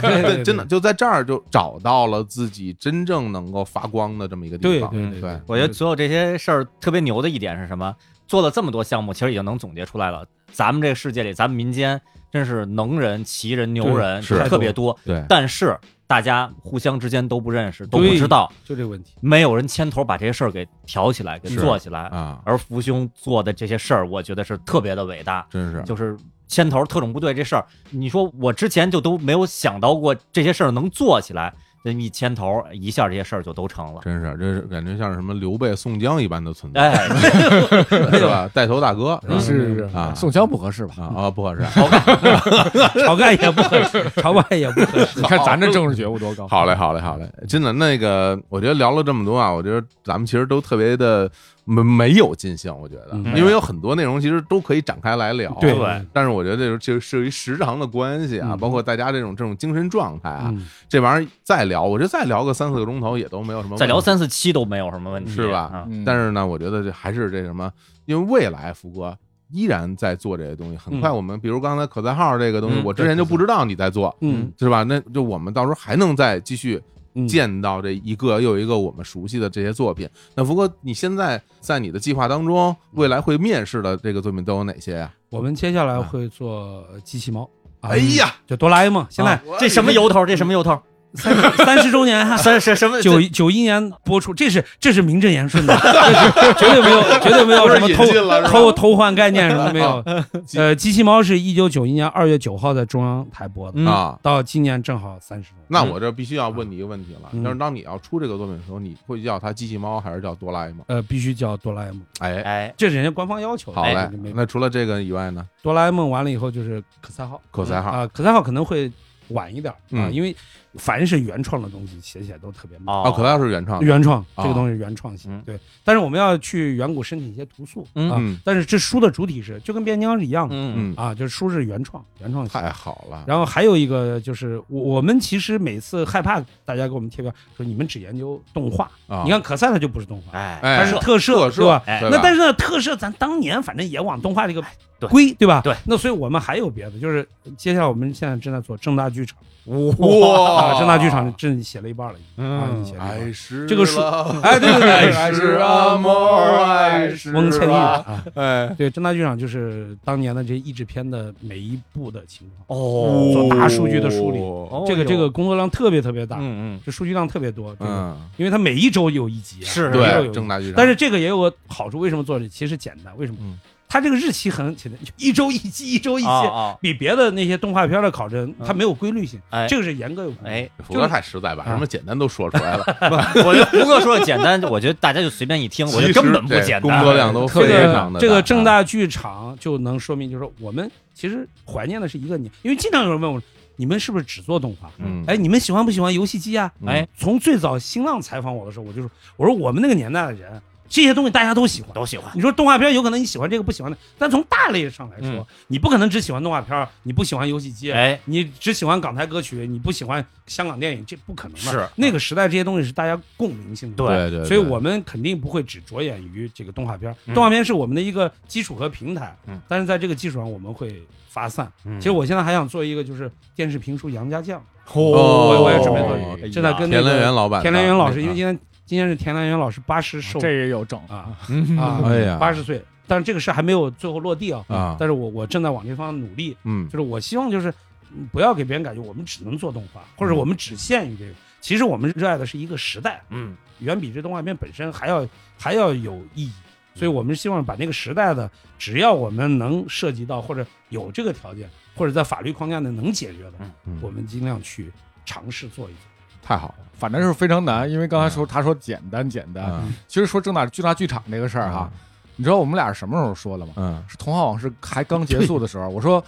D: 对对，
A: 真的就在这儿就找到了自己真正能够发光的这么一个地
D: 对
A: 方。
D: 对
B: 嗯
A: 对
D: 对，
B: 我觉得所有这些事儿特别牛的一点是什么？做了这么多项目，其实已经能总结出来了。咱们这个世界里，咱们民间真是能人、奇人、牛
A: 对
B: 人
A: 是
B: 特别多，
A: 对
B: 但是大家互相之间都不认识，都不
D: 对
B: 知道，
D: 就这个 问题。
B: 没有人牵头把这些事儿给挑起来、给
A: 是
B: 做起来。
A: 啊，
B: 而福兄做的这些事儿，我觉得是特别的伟大。
A: 真是
B: 就是牵头特种部队这事儿，你说我之前就都没有想到过这些事儿能做起来，那一牵头一下这些事儿就都成了。
A: 真是，这是感觉像什么刘备、宋江一般的存在，
B: 哎，
A: 是吧？带头大哥是吧？
C: 是是
A: 啊
C: 宋江不合适吧？
A: 啊啊，不合适。
D: 晁盖也不合适，晁盖也不合适。
C: 你看咱这政治觉悟多高。
A: 好嘞，好嘞，好嘞，真的，那个，我觉得聊了这么多啊，我觉得咱们其实都特别的没没有尽兴，我觉得，
D: 嗯
A: 因为有很多内容其实都可以展开来聊，
D: 对
B: 对
A: 但是我觉得这是这是一时长的关系啊，
D: 嗯
A: 包括大家这种这种精神状态啊，
D: 嗯
A: 这玩意儿再聊，我觉得再聊个三四个钟头也都没有什么问题，
B: 再聊三四期都没有什么问题，
A: 是吧
B: 啊
C: 嗯
A: 但是呢，我觉得这还是这什么，因为未来福哥依然在做这些东西，很快我们、比如刚才可赛号这个东西，
B: 嗯
A: 我之前就不知道你在做，
D: 嗯
A: 是吧？那就我们到时候还能再继续
D: 嗯
A: 见到这一个又一个我们熟悉的这些作品。那福哥，你现在在你的计划当中，未来会面试的这个作品都有哪些呀、
D: 我们接下来会做机器猫。啊
A: 哎，呀，
D: 就哆啦 A 梦，现在
B: 啊这什么由头？这什么由头？
D: 三十三十周年啊，
B: 三是什么？
D: 九九一年播出，这是这是名正言顺的，这是绝对没有 绝对没有什么
A: 不是引进了是吧啊
D: 偷偷偷换概念什么没有。 呃，机器猫是一九九一年二月九号在中央台播的，
B: 嗯
A: 啊。
D: 到今年正好三十周年。
A: 那我这必须要问你一个问题了，
D: 嗯
A: 就是当你要出这个作品的时候，你会叫它机器猫还是叫哆啦 A 梦？
D: 呃，必须叫哆啦 A 梦，
A: 哎，
B: 哎，
D: 这是人家官方要求的。
A: 好嘞
D: 这哎没，
A: 那除了这个以外呢？
D: 哆啦 A 梦完了以后就是可赛号，
A: 口才
D: 啊、
A: 号
D: 可赛号可能会晚一点啊，
A: 嗯
D: 因为凡是原创的东西写起来都特别慢。
A: 啊，
B: 哦，
A: 口才号是原创的，
D: 原创
A: 哦
D: 这个东西是原创性
B: 嗯，
D: 对。但是我们要去远古申请一些图素
B: 嗯
D: 啊
A: 嗯，
D: 但是这书的主体是就跟变形金刚是一样的
B: 嗯
A: 嗯，
D: 啊，就是书是原创原创性。
A: 太好了，
D: 然后还有一个就是我我们其实每次害怕大家给我们贴标说你们只研究动画，
A: 啊
D: 你看可赛它就不是动画，
B: 哎
A: 哎
D: 它是特
A: 特
D: 摄
A: 摄
D: 对吧？
B: 哎
A: 对吧
D: 那但是呢，特摄咱当年反正也往动画这个
B: 对
D: 归，对吧？
B: 对。
D: 那所以我们还有别的，就是接下来我们现在正在做正大剧场，
A: 哇
D: 啊，正大剧场正写了一半了，已经啊，已经写了一半了。
A: 爱是
D: 这个书
A: 了
D: 哎，对对对，
A: 爱是 amor，爱是
D: 翁倩玉
A: 啊
D: 啊，
A: 哎，
D: 对，正大剧场就是当年的这译制片的每一部的情况，
B: 哦，
D: 做大数据的梳理
A: 哦
D: 这个这个工作量特别特别大，
B: 嗯嗯，
D: 这数据量特别多，这个
A: 嗯，
D: 因为它每一周有一集啊，
B: 是
D: 每一周有
A: 对，
D: 一集
A: 正大剧场，
D: 但是这个也有个好处，为什么做这其实简单？为什么
A: 嗯？
D: 它这个日期很简单，就一周一集，一周一集，
B: 啊啊，
D: 比别的那些动画片的考证它没有规律性，
B: 哎
D: 这个是严格有规律性。
B: 哎，
A: 福哥太实在吧，
D: 就是啊
A: 什么简单都说出 来了，
B: 我觉得胡哥说的简单，我觉得大家就随便一听，我觉得根本不
A: 其实这
B: 简单，
A: 工作量都
D: 这
A: 非常
D: 个
A: 的啊
D: 这个正大剧场就能说明，就是说我们其实怀念的是一个年，因为经常有人问我，你们是不是只做动画？
A: 嗯
D: 哎，你们喜欢不喜欢游戏机啊？
A: 嗯
B: 哎
D: 从最早新浪采访我的时候，我就说，我说我们那个年代的人，这些东西大家都喜欢。
B: 都喜欢，
D: 你说动画片有可能你喜欢这个不喜欢那，但从大类上来说，
B: 嗯
D: 你不可能只喜欢动画片，你不喜欢游戏机，
B: 哎，
D: 你只喜欢港台歌曲，你不喜欢香港电影，这不可能的。
B: 是
D: 那个时代这些东西是大家共鸣性的。
B: 对
A: 对对，对
D: 所以我们肯定不会只着眼于这个动画片儿，
B: 嗯
D: 动画片是我们的一个基础和平台，
B: 嗯
D: 但是在这个基础上我们会发散。
B: 嗯
D: 其实我现在还想做一个就是电视评书杨家将，
A: 哦
D: 我我也准备做这个，
A: 哎呀
D: 正在跟那
A: 田
D: 个
A: 连元老板的，
D: 田连元老师，因为
A: 啊
D: 今天今天是田连元老师八十寿
C: 这也有整
D: 啊啊
A: 哎呀
D: 八十岁，但是这个事还没有最后落地啊，
A: 啊
D: 但是我我正在往这方面努力，
A: 嗯
D: 就是我希望就是嗯不要给别人感觉我们只能做动画，或者我们只限于这个。其实我们热爱的是一个时代，
B: 嗯，
D: 远比这动画片本身还要还要有意义。所以我们希望把那个时代的，只要我们能涉及到或者有这个条件，或者在法律框架内能解决的，
A: 嗯
D: 我们尽量去尝试做一做。
C: 太好了，反正是非常难，因为刚才说他说简单简单，
A: 嗯
C: 其实说正大巨大剧场这个事儿哈，你知道我们俩是什么时候说的吗？
A: 嗯，
C: 是《童话往事》还刚结束的时候，我说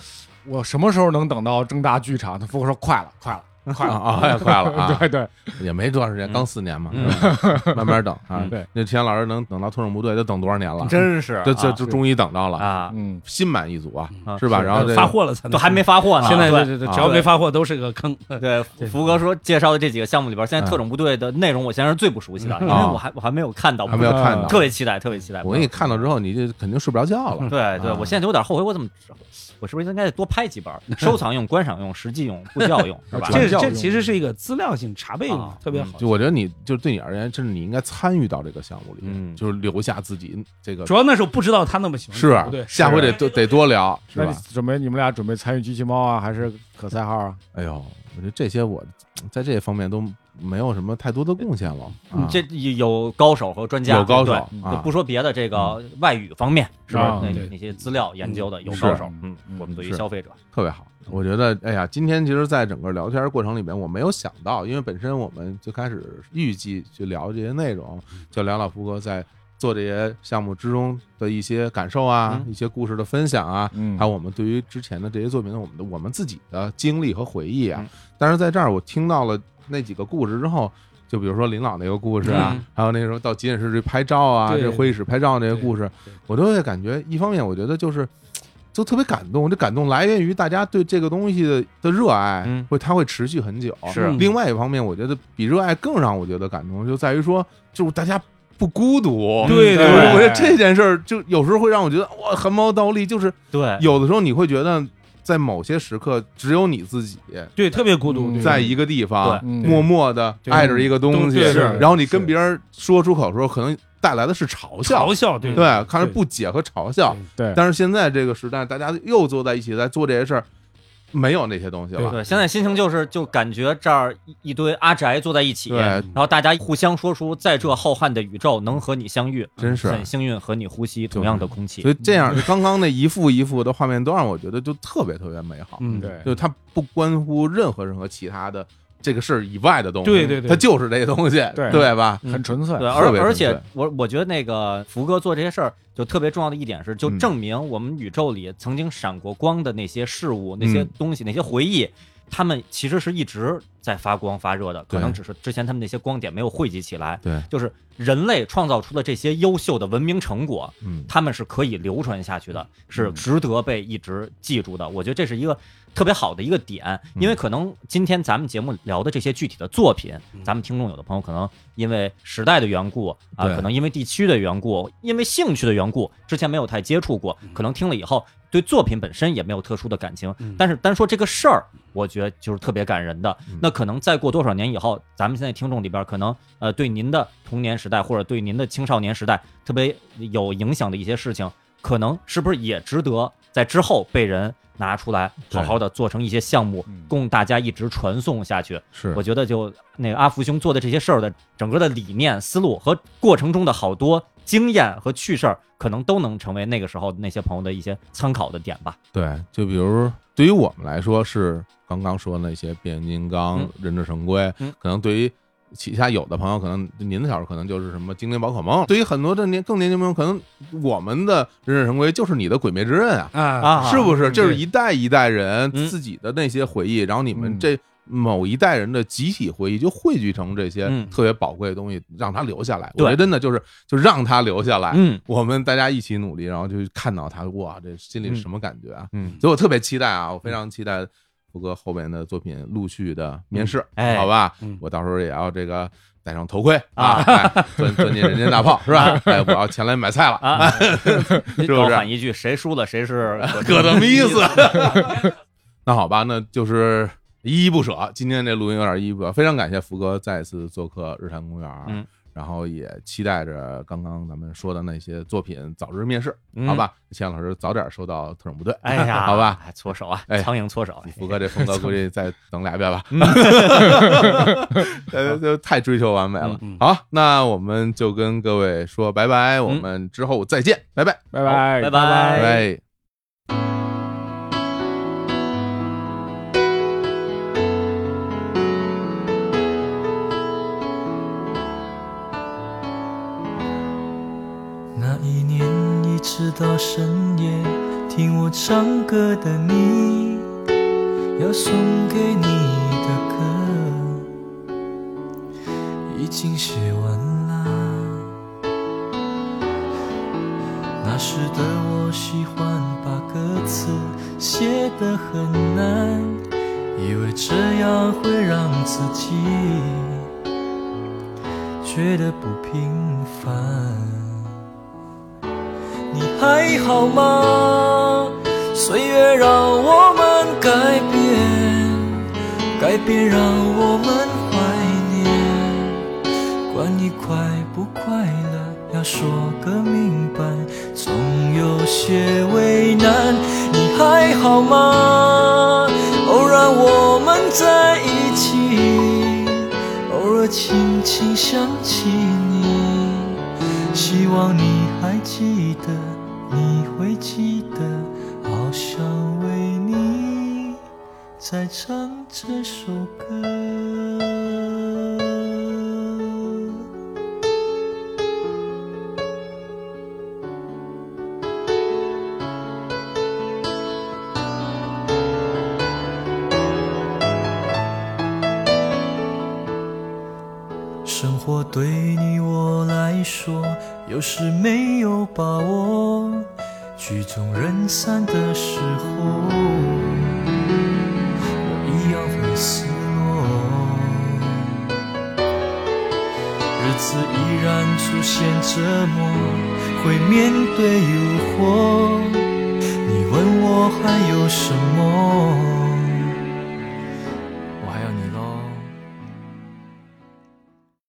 C: 我什么时候能等到正大剧场？他跟我说快了，快了，快了，
A: 啊，哎快了啊，
C: 对对，
A: 也没多长时间，
B: 嗯
A: 刚四年嘛，
B: 嗯
A: 慢慢等啊
B: 嗯。
C: 对，
A: 那田老师能等到特种部队，都等多少年了？
B: 真是
A: 这这
B: 啊
A: 这终于等到了，
B: 啊，
C: 嗯，
A: 心满意足啊，
B: 啊
A: 是吧？然后这
D: 发货了才能
B: 都还没发货呢。
D: 现在
B: 对
D: 对对，
A: 啊
D: 只要没发货都是个坑。
B: 对，
D: 对
B: 福哥说介绍的这几个项目里边，
A: 嗯
B: 现在特种部队的内容我现在是最不熟悉的，因为
A: 啊
B: 我还我还没有看到，
A: 还没有看到。
B: 特嗯别期待，特别期待。
A: 我给你看到啊之后，你就肯定睡不着觉了。
B: 对对，我现在就有点后悔，我怎么我是不是应该多拍几本儿，收藏用、观赏用、实际用、布教用， 是吧？
D: 这
C: 传教
D: 这
C: 用
D: 其实是一个资料性查备
B: 啊
D: 特别
B: 嗯
D: 好。
A: 就我觉得你就是对你而言，甚至你应该参与到这个项目里，
B: 嗯
A: 就是留下自己这个
D: 主要那时候不知道他那么喜欢
A: 是啊
D: 不对，啊
A: 下回得多得多聊，是
C: 那
A: 吧
C: 你？准备你们俩准备参与机器猫啊，还是可赛号啊？
A: 哎呦，我觉得这些我在这方面都没有什么太多的贡献了。啊
B: 你这有高手和专家，
A: 有高手
B: 对
A: 啊嗯
B: 就不说别的，这个外语方面是吧
C: 啊？
B: 那
D: 对
B: 那些资料研究的有
A: 是
B: 高手，
C: 嗯嗯
B: 我们作为
A: 是
B: 消费者，
A: 特别好。我觉得，哎呀，今天其实，在整个聊天过程里面，我没有想到，因为本身我们最开始预计去聊这些内容，就聊聊福哥在做这些项目之中的一些感受啊，
B: 嗯
A: 一些故事的分享啊，
C: 嗯
A: 还有我们对于之前的这些作品的我们的我们自己的经历和回忆啊。
B: 嗯
A: 但是在这儿，我听到了那几个故事之后。就比如说林老那个故事啊，
B: 嗯
A: 还有那时候到急诊室去拍照啊，
D: 对
A: 这会议室拍照那个
D: 对
A: 故事
D: 对，
A: 我都会感觉，一方面我觉得就是就特别感动，这感动来源于大家对这个东西的的热爱，
B: 嗯
A: 会它会持续很久。
B: 是
A: 另外一方面，我觉得比热爱更让我觉得感动，就在于说，就是大家不孤独。
D: 对
A: 就是
D: 对
A: 我觉得这件事儿，就有时候会让我觉得哇，汗毛倒立。就是
B: 对，
A: 有的时候你会觉得，在某些时刻，只有你自己
D: 对，特别孤独
C: 嗯。
A: 在一个地方，
C: 嗯
A: 默默的爱着一个东西
D: 对，是
A: 然后你跟
C: 是
A: 别人说出口的时候，可能带来的是嘲笑
D: 嘲。笑，对
A: 对，看着
D: 对
A: 不解和嘲笑，
C: 对，
A: 但是现在这个时代，大家又坐在一起在做这些事儿，没有那些东西了。
B: 对，现在心情就是就感觉这儿一一堆阿宅坐在一起，
A: 对
B: 然后大家互相说出在这浩瀚的宇宙能和你相遇，
A: 真是
B: 很幸运和你呼吸同样的空气。
A: 所以这样，刚刚那一幅一幅的画面都让我觉得就特别特别美好，
D: 嗯，
C: 对
A: 就是它不关乎任何任何其他的这个事儿以外的东西，
D: 对对对
A: 它就是这些东西，
C: 对
A: 对吧？
C: 很纯粹，
B: 对，
A: 特
B: 而
A: 别
B: 而
A: 纯粹
B: 且我我觉得那个福哥做这些事儿，就特别重要的一点是，就
A: 嗯
B: 证明我们宇宙里曾经闪过光的那些事物、那些
A: 嗯
B: 东西、那些回忆，他们其实是一直在发光发热的，可能
A: 对
B: 只是之前他们那些光点没有汇集起来。
A: 对，
B: 就是人类创造出的这些优秀的文明成果，
A: 嗯，
B: 他们是可以流传下去的，是
A: 嗯
B: 值得被一直记住的。我觉得这是一个特别好的一个点，
A: 嗯
B: 因为可能今天咱们节目聊的这些具体的作品，
D: 嗯
B: 咱们听众有的朋友可能因为时代的缘故啊，
A: 对
B: 可能因为地区的缘故，因为兴趣的缘故，之前没有太接触过，
A: 嗯
B: 可能听了以后对作品本身也没有特殊的感情。
D: 嗯
B: 但是单说这个事儿，我觉得就是特别感人的
A: 嗯。
B: 那可能再过多少年以后，咱们现在听众里边可能呃对您的童年时代或者对您的青少年时代特别有影响的一些事情，可能是不是也值得在之后被人拿出来
A: 对
B: 好好的做成一些项目
C: 嗯，
B: 供大家一直传颂下去？
A: 是
B: 我觉得就那个阿福兄做的这些事儿的整个的理念、思路和过程中的好多经验和趣事儿，可能都能成为那个时候那些朋友的一些参考的点吧。
A: 对，就比如对于我们来说是刚刚说那些变形金刚
B: 嗯、
A: 忍者神龟
B: 嗯，
A: 可能对于旗下有的朋友，可能您的小时候可能就是什么精灵宝可梦，对于很多的年更年轻朋友，可能我们的忍者神龟就是你的鬼灭之刃啊，
D: 啊，
B: 啊，
A: 是不是？这是
D: 对
A: 一代一代人
B: 嗯
A: 自己的那些回忆，然后你们
C: 嗯
A: 这某一代人的集体回忆就汇聚成这些
B: 嗯
A: 特别宝贵的东西，让它留下来。我
B: 对
A: 觉得真的就是就让它留下来。
B: 嗯，
A: 我们大家一起努力，然后就看到它，哇，这心里是什么感觉啊？
B: 嗯，
A: 所以我特别期待啊，我非常期待福哥后边的作品陆续的面试，
B: 哎
A: 好吧
D: 嗯？
A: 我到时候也要这个戴上头盔啊，哎钻钻进人家大炮是吧？哎，我要前来买菜了，
B: 啊，
A: 是不
B: 高
A: 是？
B: 喊一句，谁输了谁 是
A: 葛德米斯。 那好吧，那就是依依不舍。今天这录音有点依依不舍，非常感谢福哥再次做客日坛公园。啊
B: 嗯，
A: 然后也期待着刚刚咱们说的那些作品早日面世，好吧？钱老师早点收到特种部队，
B: 嗯哎呀，
A: 好吧，
B: 哎，搓手啊
A: 哎，
B: 苍蝇搓手，
A: 你
B: 哎
A: 福哥这风格估计再等俩月吧，
D: 嗯
A: 呃，就太追求完美了。
D: 嗯嗯
A: 好，那我们就跟各位说拜拜，
D: 嗯
A: 我们之后再见，拜拜，
C: 拜拜，
B: 拜拜
A: 拜拜。
E: 那一年一直到深夜，听我唱歌的你，要送给你的歌，已经写完啦。那时的我喜欢把歌词写得很难，以为这样会让自己觉得不平凡。你还好吗？岁月让我们改变，改变让我们怀念。管你快不快乐，要说个明白，总有些为难。你还好吗？偶然我们在一起，偶尔轻轻想起你。希望你还记得，你会记得，好想为你再唱这首歌。生活对你我来说，有时没有把握，曲终人散的时候，我一样会失落。日子依然出现折磨，会面对诱惑，你问我还有什么？